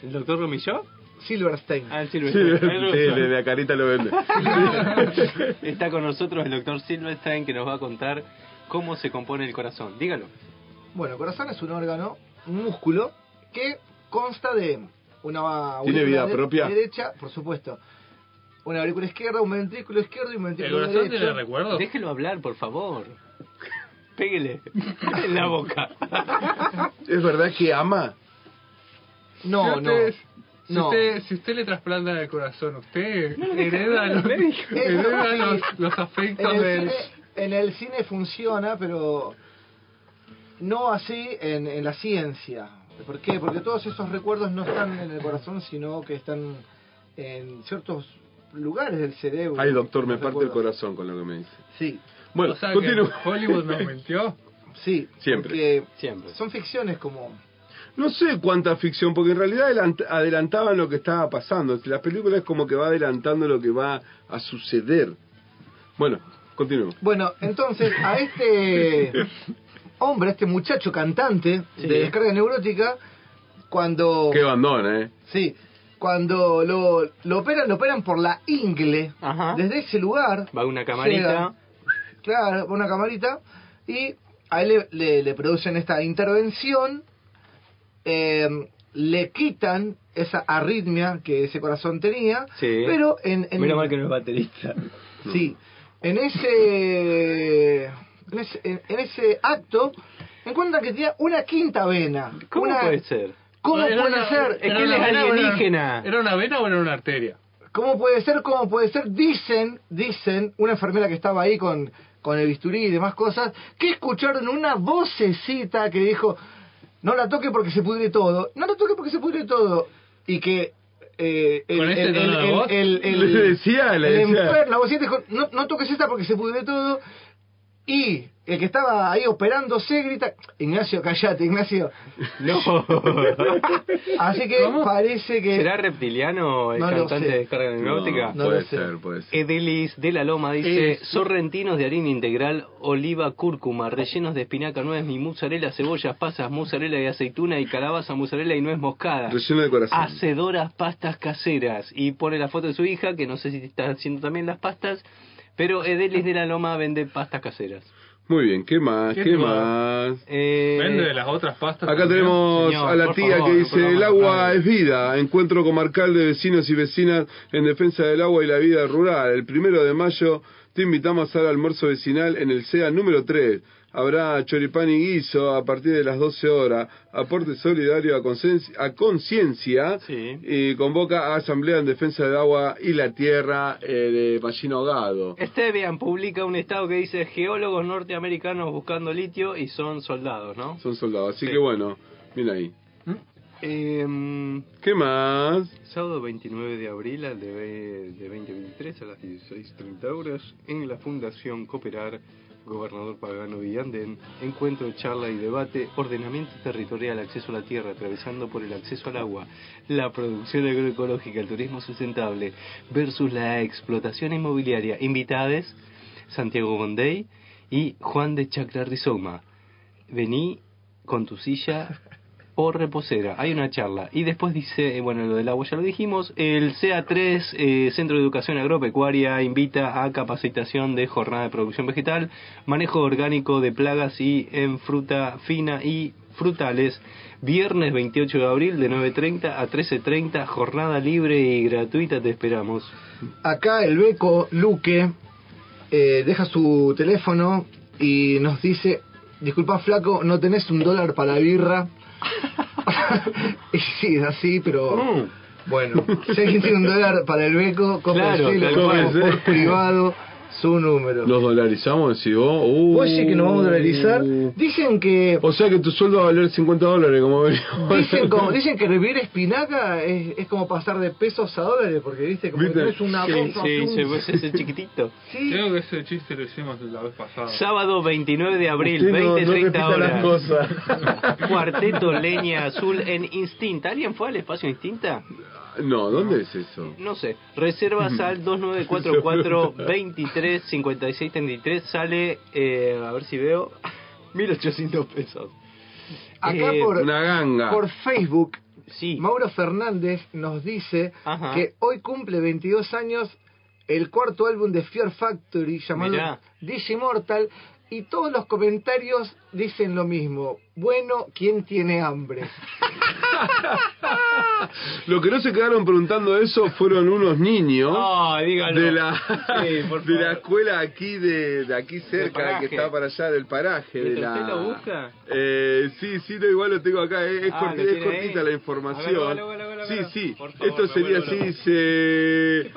Speaker 10: ¿El doctor Romilló?
Speaker 5: Silverstein.
Speaker 10: Ah, el
Speaker 2: Sí,
Speaker 10: Silvestre. El
Speaker 2: sí,
Speaker 10: ruso.
Speaker 2: de la carita lo vende.
Speaker 10: Está con nosotros el doctor Silverstein que nos va a contar cómo se compone el corazón. Dígalo.
Speaker 5: Bueno, el corazón es un órgano, un músculo, que consta de una
Speaker 2: ¿Tiene
Speaker 5: aurícula
Speaker 2: vida
Speaker 5: de-
Speaker 2: propia?
Speaker 5: derecha, por supuesto. Una aurícula izquierda, un ventrículo izquierdo y un
Speaker 4: ¿El
Speaker 5: ventrículo
Speaker 4: corazón
Speaker 5: derecho.
Speaker 4: tiene recuerdo?
Speaker 10: Déjelo hablar, por favor. Péguele en la boca.
Speaker 2: ¿Es verdad que ama?
Speaker 5: No,
Speaker 4: Si
Speaker 5: no.
Speaker 4: usted- Si,
Speaker 5: No.
Speaker 4: usted, si usted le trasplanta el corazón, usted hereda los, hereda los, los
Speaker 5: En
Speaker 4: afectos
Speaker 5: el,
Speaker 4: del...
Speaker 5: cine, en el cine funciona, pero no así en, en la ciencia. ¿Por qué? Porque todos esos recuerdos no están en el corazón, sino que están en ciertos lugares del cerebro.
Speaker 2: Ay, doctor, me
Speaker 5: Los
Speaker 2: parte el
Speaker 5: recuerdos.
Speaker 2: corazón con lo que me dice.
Speaker 5: Sí,
Speaker 2: Bueno,
Speaker 4: o sea, que
Speaker 2: continúa.
Speaker 4: Hollywood nos mintió.
Speaker 5: sí.
Speaker 2: Siempre.
Speaker 5: porque
Speaker 10: Siempre.
Speaker 5: son ficciones como
Speaker 2: No sé cuánta ficción, porque en realidad adelant- adelantaban lo que estaba pasando. La película es como que va adelantando lo que va a suceder. Bueno, continuemos.
Speaker 5: Bueno, entonces a este hombre, a este muchacho cantante
Speaker 10: Sí.
Speaker 5: de descarga neurótica, cuando
Speaker 2: Qué bandona, ¿eh?
Speaker 5: sí, cuando lo, lo operan, lo operan por la ingle.
Speaker 10: Ajá.
Speaker 5: Desde ese lugar,
Speaker 10: Va una camarita.
Speaker 5: claro, con una camarita, y a él le, le- le producen esta intervención, eh, le quitan esa arritmia que ese corazón tenía,
Speaker 10: Sí.
Speaker 5: pero en, en-
Speaker 10: Menos mal que no es baterista.
Speaker 5: Sí. En ese, en ese en ese acto encuentran que tenía una quinta vena.
Speaker 10: ¿Cómo
Speaker 5: Una-
Speaker 10: puede ser?
Speaker 5: ¿Cómo
Speaker 4: Era
Speaker 5: puede
Speaker 4: una-
Speaker 5: ser?
Speaker 10: Es
Speaker 4: era
Speaker 10: que él
Speaker 4: una
Speaker 10: es
Speaker 4: vena o era-
Speaker 10: alienígena.
Speaker 4: ¿Era una vena o era una arteria?
Speaker 5: ¿Cómo puede ser? ¿Cómo puede ser? Dicen, dicen, una enfermera que estaba ahí con, con el bisturí y demás cosas, que escucharon una vocecita que dijo, no la toque porque se pudre todo, no la toque porque se pudre todo, y que... eh, el,
Speaker 4: ¿Con ese
Speaker 5: el-
Speaker 4: tono
Speaker 5: el-
Speaker 4: de
Speaker 5: el-
Speaker 4: voz?
Speaker 5: el- el-
Speaker 2: Le decía, le
Speaker 5: el
Speaker 2: decía.
Speaker 5: enfermo, la vocecita dijo, no, no toques esta porque se pudre todo, y el que estaba ahí operándose grita, Ignacio, callate, Ignacio.
Speaker 10: No.
Speaker 5: Así que
Speaker 10: ¿Cómo?
Speaker 5: parece que...
Speaker 10: ¿Será reptiliano el
Speaker 5: No lo
Speaker 10: cantante
Speaker 5: sé.
Speaker 10: de descarga neurótica?
Speaker 5: No
Speaker 2: puede
Speaker 5: lo sé. Eh,
Speaker 2: ser, puede ser.
Speaker 10: Edelis de la Loma dice:
Speaker 4: Es-
Speaker 10: Sorrentinos de harina integral, oliva, cúrcuma, rellenos de espinaca, nuez, mi mozzarella, cebollas, pasas, mozzarella y aceituna y calabaza, mozzarella y nuez moscada.
Speaker 2: Relleno de corazón.
Speaker 5: ah,
Speaker 10: hacedoras pastas caseras y pone la foto de su hija que no sé si está haciendo también las pastas pero Edelis de la Loma vende pastas caseras
Speaker 2: Muy bien, ¿qué más?
Speaker 4: ¿Qué
Speaker 2: ¿Qué,
Speaker 4: tipo?
Speaker 2: más?
Speaker 10: Eh,
Speaker 4: Vende de las otras pastas.
Speaker 2: Acá
Speaker 4: también.
Speaker 2: tenemos
Speaker 10: Señor,
Speaker 2: a la
Speaker 10: por
Speaker 2: tía
Speaker 10: favor,
Speaker 2: que
Speaker 10: un
Speaker 2: dice,
Speaker 10: programa
Speaker 2: el agua
Speaker 10: local".
Speaker 2: es vida, encuentro comarcal de vecinos y vecinas en defensa del agua y la vida rural. El primero de mayo te invitamos al almuerzo vecinal en el SEA número 3. Habrá choripán y guiso a partir de las 12 horas. Aporte solidario a conscien- a conciencia
Speaker 10: Sí.
Speaker 2: y convoca a asamblea en defensa del agua y la tierra eh, de Pallino Ahogado.
Speaker 10: Esteban publica un estado que dice geólogos norteamericanos buscando litio y son soldados ¿no?
Speaker 2: Son soldados, así
Speaker 10: Sí.
Speaker 2: que bueno, mira ahí.
Speaker 10: Eh,
Speaker 2: ¿Qué más?
Speaker 10: sábado 29 de abril al de, de 2023 a las 16.30 horas en la Fundación Cooperar gobernador Pagano Villande en encuentro, charla y debate, ordenamiento territorial, acceso a la tierra, atravesando por el acceso al agua, la producción agroecológica, el turismo sustentable versus la explotación inmobiliaria. Invitades, Santiago Gondey y Juan de Chaclar Rizoma. Vení con tu silla o reposera. Hay una charla. Y después dice, eh, bueno, lo del agua ya lo dijimos, el CA3, eh, Centro de Educación Agropecuaria, invita a capacitación de jornada de producción vegetal, manejo orgánico de plagas y en fruta fina y frutales. Viernes 28 de abril de 9.30 a 13.30, jornada libre y gratuita, te esperamos.
Speaker 5: Acá el Beco Luque eh, deja su teléfono y nos dice, disculpa flaco, ¿no tenés un dólar para birra? y sí, es así, pero...
Speaker 2: Mm.
Speaker 5: Bueno, si alguien tiene un dólar para el Beco, cómprenselo,
Speaker 2: Claro,
Speaker 5: lo mandamos
Speaker 2: cómprenselo.
Speaker 5: por privado su número.
Speaker 2: Los dolarizamos, si vos. Uh.
Speaker 5: Oye, que nos vamos a dolarizar.
Speaker 2: Mm.
Speaker 5: Dicen que.
Speaker 2: O sea que tu sueldo va a valer 50 dólares, como venimos.
Speaker 5: Dicen, como, dicen que revivir espinaca es, es como pasar de pesos a dólares, porque viste, como
Speaker 2: ¿Viste?
Speaker 5: que tenés una
Speaker 10: Sí,
Speaker 5: voz
Speaker 10: sí,
Speaker 5: así,
Speaker 10: se fue ese chiquitito.
Speaker 4: Creo que ese chiste lo hicimos la vez pasada.
Speaker 10: Sábado 29 de abril,
Speaker 4: Usted no-
Speaker 10: 20,
Speaker 4: no
Speaker 10: 30
Speaker 4: repita las
Speaker 10: horas. Cuarteto Leña Azul en Instinta. ¿Alguien fue al espacio Instinta?
Speaker 2: No, ¿dónde es eso?
Speaker 10: No sé. Reservas al 2944-235633. Sale, eh, a ver si veo, 1800 pesos.
Speaker 5: Acá
Speaker 10: Eh,
Speaker 5: por, por
Speaker 10: Por
Speaker 5: Facebook, Mauro Fernández nos dice
Speaker 10: Ajá.
Speaker 5: que hoy cumple 22 años el cuarto álbum de Fear Factory llamado
Speaker 10: Mirá.
Speaker 5: Digimortal y todos los comentarios dicen lo mismo. Bueno, ¿quién tiene hambre?
Speaker 2: Lo que no se quedaron preguntando eso fueron unos niños
Speaker 10: dígalo.
Speaker 2: de la
Speaker 10: Sí, por
Speaker 2: de
Speaker 10: favor.
Speaker 2: la escuela aquí de, de aquí cerca
Speaker 10: paraje.
Speaker 2: que está para allá del paraje de
Speaker 10: ¿Mientras
Speaker 2: la
Speaker 10: usted lo busca?
Speaker 2: Eh, sí, sí, no, igual lo tengo acá, eh, es, es
Speaker 10: Ah,
Speaker 2: corti-
Speaker 10: lo
Speaker 2: es
Speaker 10: tiene ahí.
Speaker 2: cortita la información.
Speaker 10: Hágalo, hágalo, hágalo, hágalo.
Speaker 2: Sí, sí,
Speaker 10: Por favor,
Speaker 2: esto sería
Speaker 10: hágalo,
Speaker 2: así,
Speaker 10: hágalo.
Speaker 2: dice...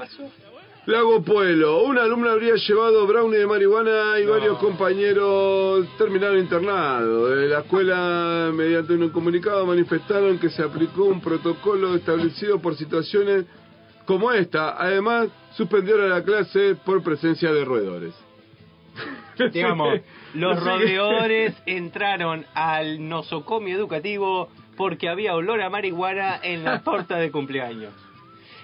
Speaker 2: Lago Pueblo, una alumna habría llevado brownie de marihuana y varios compañeros terminaron internados. De la escuela, mediante un comunicado, manifestaron que se aplicó un protocolo establecido por situaciones como esta. Además, suspendieron la clase por presencia de roedores.
Speaker 10: Digamos, los
Speaker 2: Sí.
Speaker 10: rodeadores entraron al nosocomio educativo porque había olor a marihuana en la torta de cumpleaños.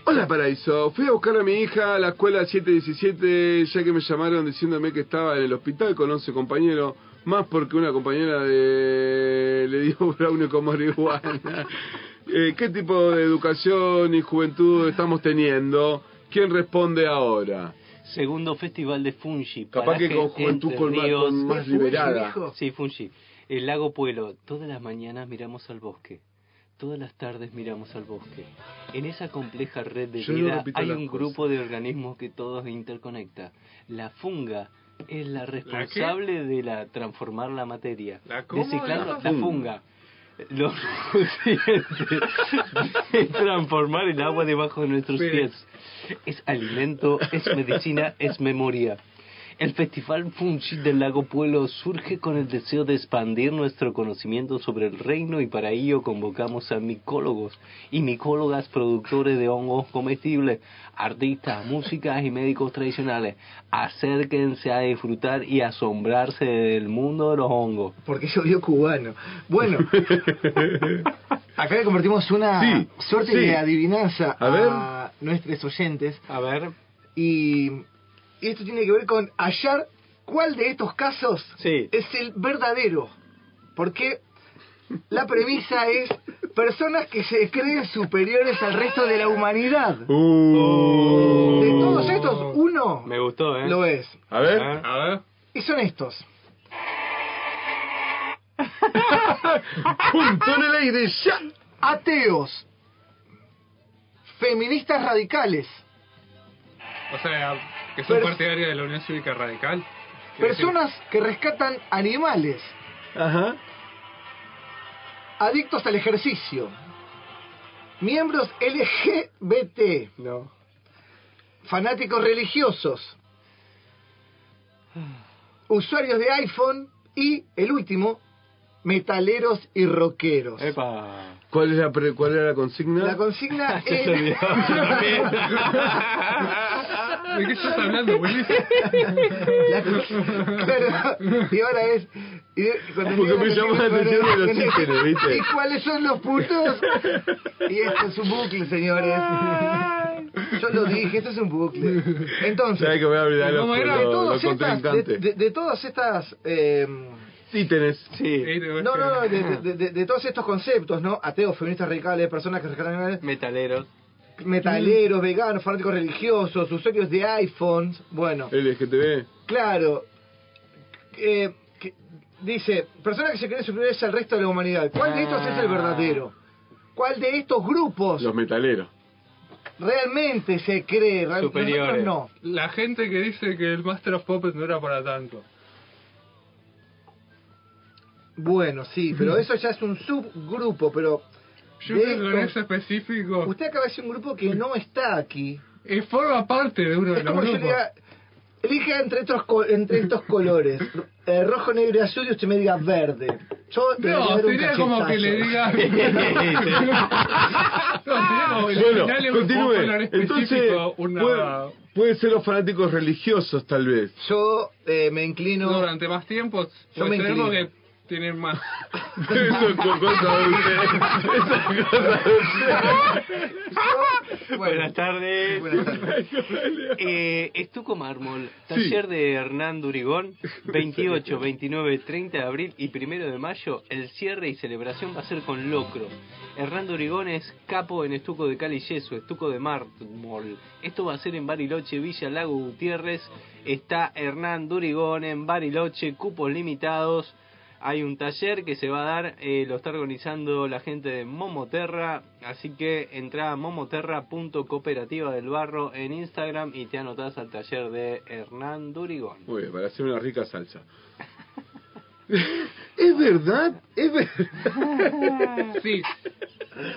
Speaker 2: Hola Paraíso, fui a buscar a mi hija a la escuela 717 ya que me llamaron diciéndome que estaba en el hospital con 11 compañeros, más porque una compañera de... le dio brownie con marihuana. Eh, ¿Qué tipo de educación y juventud estamos teniendo? ¿Quién responde ahora?
Speaker 10: Segundo festival de Fungi.
Speaker 2: Capaz
Speaker 10: paraje
Speaker 2: que con juventud
Speaker 10: Entre
Speaker 2: con más-
Speaker 10: Ríos.
Speaker 2: con más ¿Fungi, liberada. hijo?
Speaker 10: Sí, Fungi. El lago Pueblo. Todas las mañanas miramos al bosque. Todas las tardes miramos al bosque. En esa compleja red de
Speaker 16: Yo no
Speaker 10: vida
Speaker 16: repito
Speaker 10: hay
Speaker 16: las
Speaker 10: un
Speaker 16: cosas.
Speaker 10: grupo de organismos que todos interconecta. La funga es la responsable de la transformar la materia.
Speaker 16: ¿La cómo?
Speaker 10: Desciclar
Speaker 16: ¿La
Speaker 10: la,
Speaker 16: funga?
Speaker 10: funga. Los nutrientes de transformar el agua debajo de nuestros pies. Es alimento, es medicina, es memoria. El Festival Funchi del Lago Pueblo surge con el deseo de expandir nuestro conocimiento sobre el reino y para ello convocamos a micólogos y micólogas productores de hongos comestibles, artistas, músicas y médicos tradicionales. Acérquense a disfrutar y asombrarse del mundo de los hongos.
Speaker 5: Porque yo vio cubano. Bueno, acá le convertimos una
Speaker 10: Sí,
Speaker 5: suerte
Speaker 10: sí.
Speaker 5: de adivinanza
Speaker 10: A ver.
Speaker 5: nuestros oyentes.
Speaker 10: A ver.
Speaker 5: Y, y esto tiene que ver con hallar cuál de estos casos es el verdadero. Porque la premisa es personas que se creen superiores al resto de la humanidad.
Speaker 10: Oh.
Speaker 5: De
Speaker 4: Uh.
Speaker 5: todos estos, uh. uno
Speaker 10: Me gustó, ¿eh?
Speaker 5: lo es.
Speaker 2: A ver,
Speaker 10: a ver.
Speaker 5: Y son estos.
Speaker 2: Punto en el aire, ya.
Speaker 5: Ateos. Feministas radicales.
Speaker 4: O sea, que son
Speaker 5: Pero-
Speaker 4: partidarios de la Unión Cívica Radical. Que
Speaker 5: Personas que rescatan animales.
Speaker 2: Ajá.
Speaker 5: Adictos al ejercicio. Miembros LGBT. No. Fanáticos religiosos. Usuarios de iPhone. Y el último, metaleros y rockeros.
Speaker 2: ¿Cuál, es la pre- ¿Cuál era la consigna?
Speaker 5: La consigna
Speaker 16: Se
Speaker 5: es...
Speaker 16: olvidó.
Speaker 4: ¿De qué estás hablando, Willy?
Speaker 5: La- Claro, y ahora es. y- y cuando
Speaker 2: Porque
Speaker 5: llegan
Speaker 2: me
Speaker 5: los
Speaker 2: llama la
Speaker 5: chicos,
Speaker 2: atención
Speaker 5: ahora-
Speaker 2: de los chistes, ¿viste?
Speaker 5: ¿Y cuáles son los putos? Y esto es un bucle, señores. Yo lo dije, esto es un bucle. Entonces,
Speaker 2: Sabes que voy a olvidar los,
Speaker 5: ¿cómo era?
Speaker 2: los,
Speaker 5: de todas
Speaker 2: los
Speaker 5: estas, de,
Speaker 2: contrincantes.
Speaker 5: de- de todas estas, eh,
Speaker 2: Títenes.
Speaker 5: Sí. no, no, no, de, de- de- de todos estos conceptos, ¿no? Ateos, feministas radicales, personas que rescatan animales,
Speaker 10: Metaleros.
Speaker 5: metaleros, veganos, fanáticos religiosos, usuarios de iPhones, bueno.
Speaker 2: LGTB.
Speaker 5: Claro. Eh, que- dice, personas que se quieren superiores al resto de la humanidad. ¿Cuál de estos es el verdadero? ¿Cuál de estos grupos
Speaker 2: Los metaleros.
Speaker 5: realmente se cree? Real- Nosotros no.
Speaker 4: La gente que dice que el Master of Puppets no era para tanto.
Speaker 5: Bueno, sí, pero eso ya es un subgrupo, pero...
Speaker 4: Yo
Speaker 5: de
Speaker 4: creo que en
Speaker 5: estos-
Speaker 4: ese específico.
Speaker 5: Usted acaba de decir un grupo que no está aquí.
Speaker 4: Y forma parte de uno de
Speaker 5: Es
Speaker 4: los
Speaker 5: como si yo
Speaker 4: grupos.
Speaker 5: le diga, elija entre estos, co- entre estos colores, eh, rojo, negro y azul, y usted me diga verde. Yo le voy a
Speaker 4: No,
Speaker 5: dar un
Speaker 4: sería como que le diga.
Speaker 5: cachetazo.
Speaker 4: no, sería como que le
Speaker 2: Bueno,
Speaker 4: señale un
Speaker 2: continúe.
Speaker 4: color específico,
Speaker 2: Entonces,
Speaker 4: una-
Speaker 2: puede- pueden ser los fanáticos religiosos, tal vez.
Speaker 5: Yo eh, me inclino.
Speaker 4: Durante más tiempo,
Speaker 2: Yo
Speaker 4: puede
Speaker 2: me
Speaker 4: ser
Speaker 2: inclino.
Speaker 4: porque tienen más.
Speaker 2: Eso es co- cosa de ustedes. Eso es cosa de ustedes.
Speaker 10: Buenas tardes. Eh, Estuco Mármol, taller de Hernán Durigón, 28, 29, 30 de abril y 1 de mayo. El cierre y celebración va a ser con locro. Hernán Durigón es capo en estuco de cal y yeso, estuco de mármol. Esto va a ser en Bariloche, Villa Lago Gutiérrez. Está Hernán Durigón en Bariloche, cupos limitados. Hay un taller que se va a dar, eh, lo está organizando la gente de Momoterra, así que entra a momoterra.cooperativa del barro en Instagram y te anotás al taller de Hernán Durigón.
Speaker 2: Muy bien, para hacer una rica salsa. es verdad, es verdad.
Speaker 4: Sí.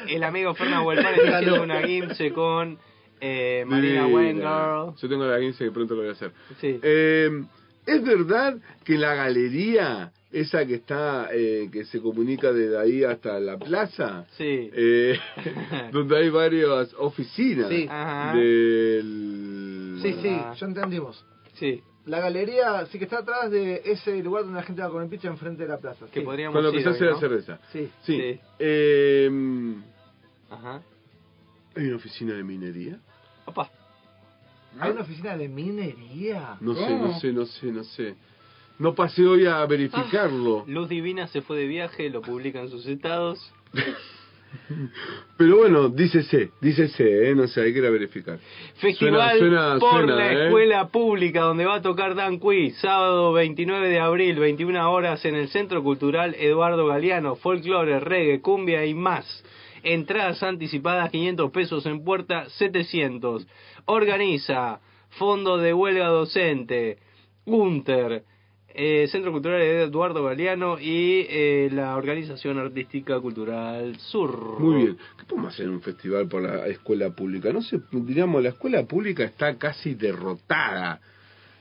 Speaker 10: El amigo Fernando Huelpar está haciendo una guimse con eh, Marina
Speaker 2: Divina.
Speaker 10: Wenger.
Speaker 2: Yo tengo la 15 que pronto lo voy a hacer.
Speaker 10: Sí.
Speaker 2: Eh, ¿Es verdad que la galería, esa que está, eh, que se comunica desde ahí hasta la plaza,
Speaker 10: Sí.
Speaker 2: eh, donde hay varias oficinas
Speaker 5: Sí. Ajá.
Speaker 2: del...
Speaker 5: Sí, sí, ya entendimos.
Speaker 10: Sí.
Speaker 5: La galería, sí que está atrás de ese lugar donde la gente va con el pizza enfrente de la plaza.
Speaker 10: Que
Speaker 5: sí.
Speaker 10: podríamos
Speaker 2: Con lo que
Speaker 10: ir
Speaker 2: se
Speaker 10: hoy,
Speaker 2: hace
Speaker 10: ¿no?
Speaker 2: la cerveza.
Speaker 5: Sí.
Speaker 2: Sí.
Speaker 10: Sí.
Speaker 2: Eh,
Speaker 10: Ajá.
Speaker 2: ¿Hay una oficina de minería?
Speaker 10: Opa.
Speaker 5: ¿Hay una oficina de minería?
Speaker 2: No sé,
Speaker 10: ¿Cómo?
Speaker 2: no sé, no sé, no sé. No pasé hoy a verificarlo.
Speaker 5: Ah.
Speaker 10: Luz Divina se fue de viaje, lo publica en sus estados.
Speaker 2: Pero bueno, dícese, dícese, ¿eh? no sé, hay que ir a verificar.
Speaker 10: Festival
Speaker 2: Suena- suena-
Speaker 10: por
Speaker 2: suena,
Speaker 10: la
Speaker 2: ¿eh?
Speaker 10: escuela pública donde va a tocar Dan Cui, sábado 29 de abril, 21 horas en el Centro Cultural Eduardo Galeano, folclore, reggae, cumbia y más. Entradas anticipadas 500 pesos en puerta 700. Organiza Fondo de Huelga Docente, Gunter, eh, Centro Cultural Eduardo Galeano y eh, la Organización Artística Cultural Sur.
Speaker 2: Muy bien. ¿Qué podemos hacer en un festival por la escuela pública? No sé, diríamos, la escuela pública está casi derrotada.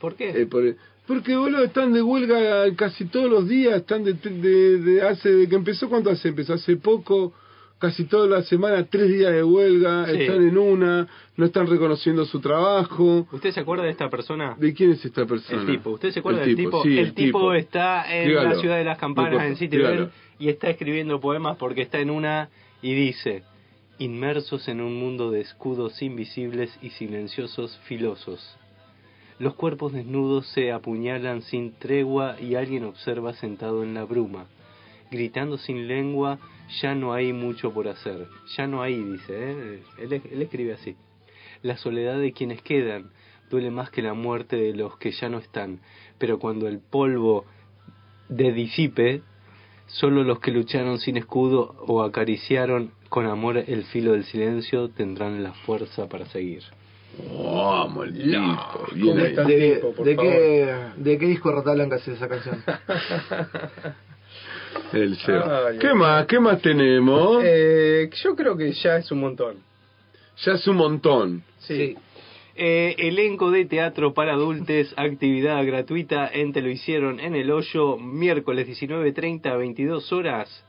Speaker 10: ¿Por qué?
Speaker 2: Eh, por- porque, boludo, están de huelga casi todos los días, están de, de- de- hace, de que empezó, ¿cuánto hace? Empezó hace poco, casi toda la semana, tres días de huelga,
Speaker 10: Sí.
Speaker 2: están en una, no están reconociendo su trabajo.
Speaker 10: ¿Usted se acuerda de esta persona?
Speaker 2: ¿De quién es esta persona?
Speaker 10: El tipo, ¿usted se acuerda
Speaker 2: El
Speaker 10: del tipo?
Speaker 2: sí,
Speaker 10: el tipo está en
Speaker 2: Dígalo.
Speaker 10: la ciudad de las
Speaker 2: No
Speaker 10: campanas,
Speaker 2: importa,
Speaker 10: en Citibel,
Speaker 2: dígalo.
Speaker 10: y está escribiendo poemas porque está en una y dice: Inmersos en un mundo de escudos invisibles y silenciosos filosos. Los cuerpos desnudos se apuñalan sin tregua y alguien observa sentado en la bruma. Gritando sin lengua, ya no hay mucho por hacer. Ya no hay, dice, ¿eh? él, él escribe así. La soledad de quienes quedan duele más que la muerte de los que ya no están, pero cuando el polvo de disipe, solo los que lucharon sin escudo o acariciaron con amor el filo del silencio tendrán la fuerza para seguir.
Speaker 2: Vamos, el tipo, bien
Speaker 5: ¿De,
Speaker 2: ahí.
Speaker 5: de- de qué, ¿De qué disco rotalan casi esa canción?
Speaker 2: El Seba.
Speaker 3: Ay,
Speaker 2: ¿Qué más? ¿Qué más tenemos?
Speaker 3: Ah, Eh, yo creo que ya es un montón.
Speaker 2: Ya es un montón.
Speaker 3: Sí.
Speaker 10: Eh, elenco de teatro para adultos, actividad gratuita en Te lo hicieron en el hoyo, miércoles 19.30 a 22 horas.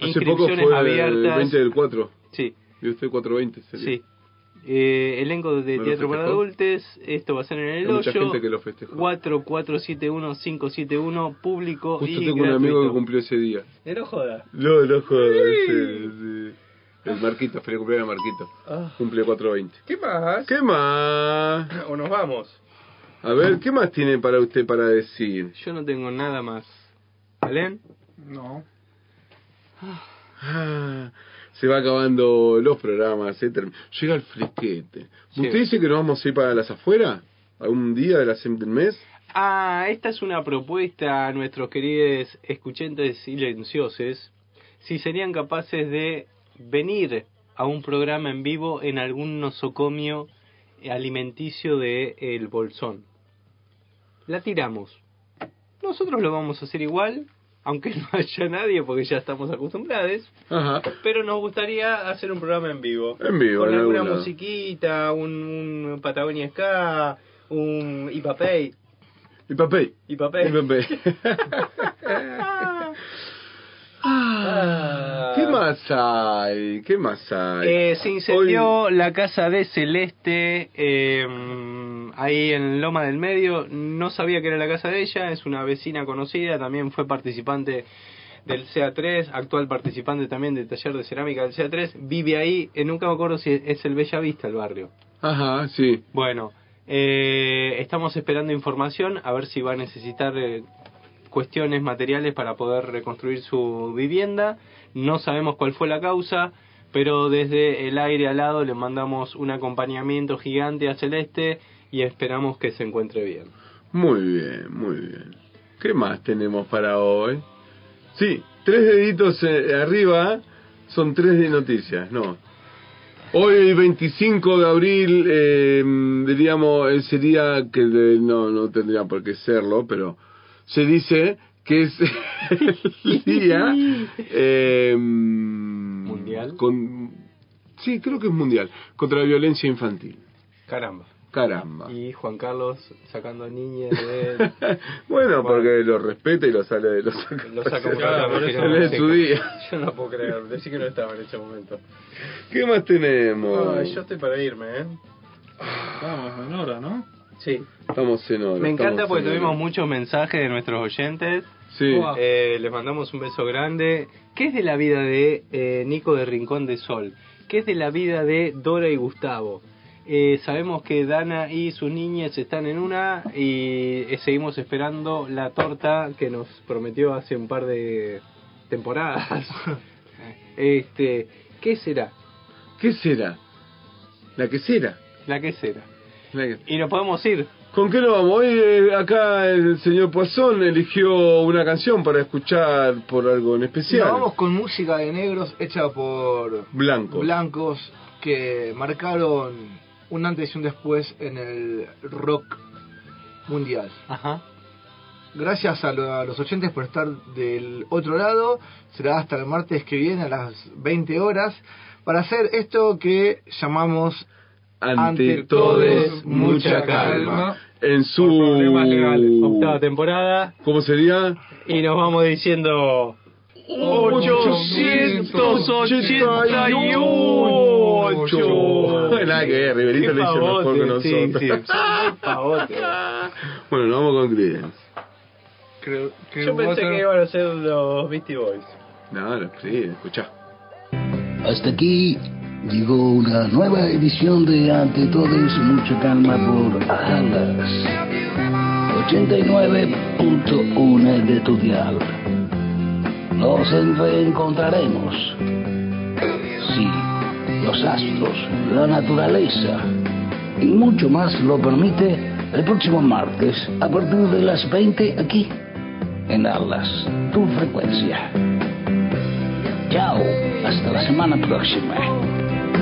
Speaker 2: Hace poco
Speaker 10: Inscripciones
Speaker 2: fue el
Speaker 10: abiertas.
Speaker 2: 20 del 4.
Speaker 10: Sí.
Speaker 2: Y usted 420 sería.
Speaker 10: Sí. Eh, elenco de
Speaker 3: ¿No lo
Speaker 10: teatro para
Speaker 3: festejó?
Speaker 10: adultos, esto va a ser en el
Speaker 2: Hay mucha
Speaker 10: 8.
Speaker 2: gente que lo festejó.
Speaker 10: 4471-571, público
Speaker 2: Justo
Speaker 10: y
Speaker 2: tengo un
Speaker 10: gratuito.
Speaker 2: amigo que cumplió ese día.
Speaker 10: Eh, no joda.
Speaker 2: No, no jodas.
Speaker 10: Sí.
Speaker 2: sí, sí. El Marquito, feliz cumpleaños Marquito.
Speaker 10: Ah.
Speaker 2: Cumple 420.
Speaker 10: ¿Qué más?
Speaker 2: ¿Qué más?
Speaker 10: O nos vamos.
Speaker 2: A ver, ¿qué más tiene para usted para decir?
Speaker 10: Yo no tengo nada más. ¿Alen?
Speaker 4: No.
Speaker 2: Ah, se va acabando los programas, se term- llega el fresquete.
Speaker 10: Sí.
Speaker 2: ¿Usted dice que nos vamos a ir para las afueras? ¿Algún día de la sem- del mes?
Speaker 10: Ah, esta es una propuesta a nuestros queridos escuchantes silenciosos. Si serían capaces de venir a un programa en vivo en algún nosocomio alimenticio de El Bolsón. La tiramos. Nosotros lo vamos a hacer igual, aunque no haya nadie porque ya estamos acostumbrados.
Speaker 2: Ajá.
Speaker 10: Pero nos gustaría hacer un programa en vivo.
Speaker 2: En vivo,
Speaker 10: Con
Speaker 2: en algún
Speaker 10: alguna
Speaker 2: lado.
Speaker 10: musiquita, un, un Patagonia Ska, un Ipapey.
Speaker 2: Y papel.
Speaker 10: Y papel.
Speaker 2: Y papel. Ah, ¿Qué más hay? ¿Qué más hay?
Speaker 10: Ah. Eh, se incendió la casa de Celeste eh, ahí en Loma del Medio. No sabía que era la casa de ella, es una vecina conocida, también fue participante del CA3, actual participante también del taller de cerámica del CA3, vive ahí, eh, nunca me acuerdo si es el Bella Vista el barrio.
Speaker 2: Ajá, sí.
Speaker 10: Bueno, eh, estamos esperando información a ver si va a necesitar eh, cuestiones materiales para poder reconstruir su vivienda. No sabemos cuál fue la causa, pero desde el aire al lado le mandamos un acompañamiento gigante a Celeste y esperamos que se encuentre bien.
Speaker 2: Muy bien, muy bien. ¿Qué más tenemos para hoy? Sí, tres deditos eh, arriba son tres de noticias, no. Hoy, 25 de abril, eh, diríamos, eh, sería que de- no, no tendría por qué serlo, pero se dice que es el día mundial. sí, creo que es mundial, contra la violencia infantil.
Speaker 10: Caramba.
Speaker 2: Caramba.
Speaker 10: Ah. Y Juan Carlos sacando niñas de...
Speaker 2: Bueno, porque lo respeta y lo sale lo saca,
Speaker 10: Lo saca por
Speaker 2: Claro,
Speaker 10: la
Speaker 2: por
Speaker 10: página
Speaker 2: eso lee
Speaker 10: seca.
Speaker 2: su día.
Speaker 10: Yo no puedo creer, decí que no estaba en ese momento.
Speaker 2: ¿Qué más tenemos?
Speaker 10: Ay, yo estoy para irme, ¿eh?
Speaker 4: Vamos, en hora, ¿no?
Speaker 10: Sí.
Speaker 2: Estamos en hora.
Speaker 10: Me encanta
Speaker 2: estamos
Speaker 10: porque
Speaker 2: en hora.
Speaker 10: tuvimos muchos mensajes de nuestros oyentes.
Speaker 2: Sí.
Speaker 10: Eh, les mandamos un beso grande. ¿Qué es de la vida de eh, Nico de Rincón de Sol? ¿Qué es de la vida de Dora y Gustavo? Eh, sabemos que Dana y sus niñas están en una y eh, seguimos esperando la torta que nos prometió hace un par de temporadas. este, ¿qué será?
Speaker 2: ¿Qué será? La que será.
Speaker 10: La que será.
Speaker 2: La que-
Speaker 10: Y nos podemos ir.
Speaker 2: ¿Con qué nos vamos? Hoy eh, acá el señor Poisson eligió una canción para escuchar por algo en especial.
Speaker 5: Nos vamos con música de negros hecha por
Speaker 2: Blanco.
Speaker 5: blancos que marcaron un antes y un después en el rock mundial.
Speaker 10: Ajá.
Speaker 5: Gracias a, lo- a los oyentes por estar del otro lado. Será hasta el martes que viene a las 20 horas para hacer esto que llamamos
Speaker 2: Ante todos, mucha calma. En su...
Speaker 10: Octava temporada.
Speaker 2: ¿Cómo sería?
Speaker 10: Y nos vamos diciendo...
Speaker 2: 888. Nada que ver, Riverito
Speaker 10: Qué
Speaker 2: lo hizo mejor que
Speaker 10: pavote, sí,
Speaker 2: nosotros.
Speaker 10: sí. Pavote.
Speaker 2: Bueno, nos vamos con Creedence.
Speaker 10: Yo pensé que iban a ser los Beastie Boys.
Speaker 2: No, los Creedence, escuchá.
Speaker 1: Hasta aquí llegó una nueva edición de Ante Todos Mucha Calma por Alas 89.1 de tu dial. Nos reencontraremos. Sí, los astros, la naturaleza y mucho más lo permite el próximo martes a partir de las 20 aquí en Alas, tu frecuencia. Chao, hasta la semana próxima.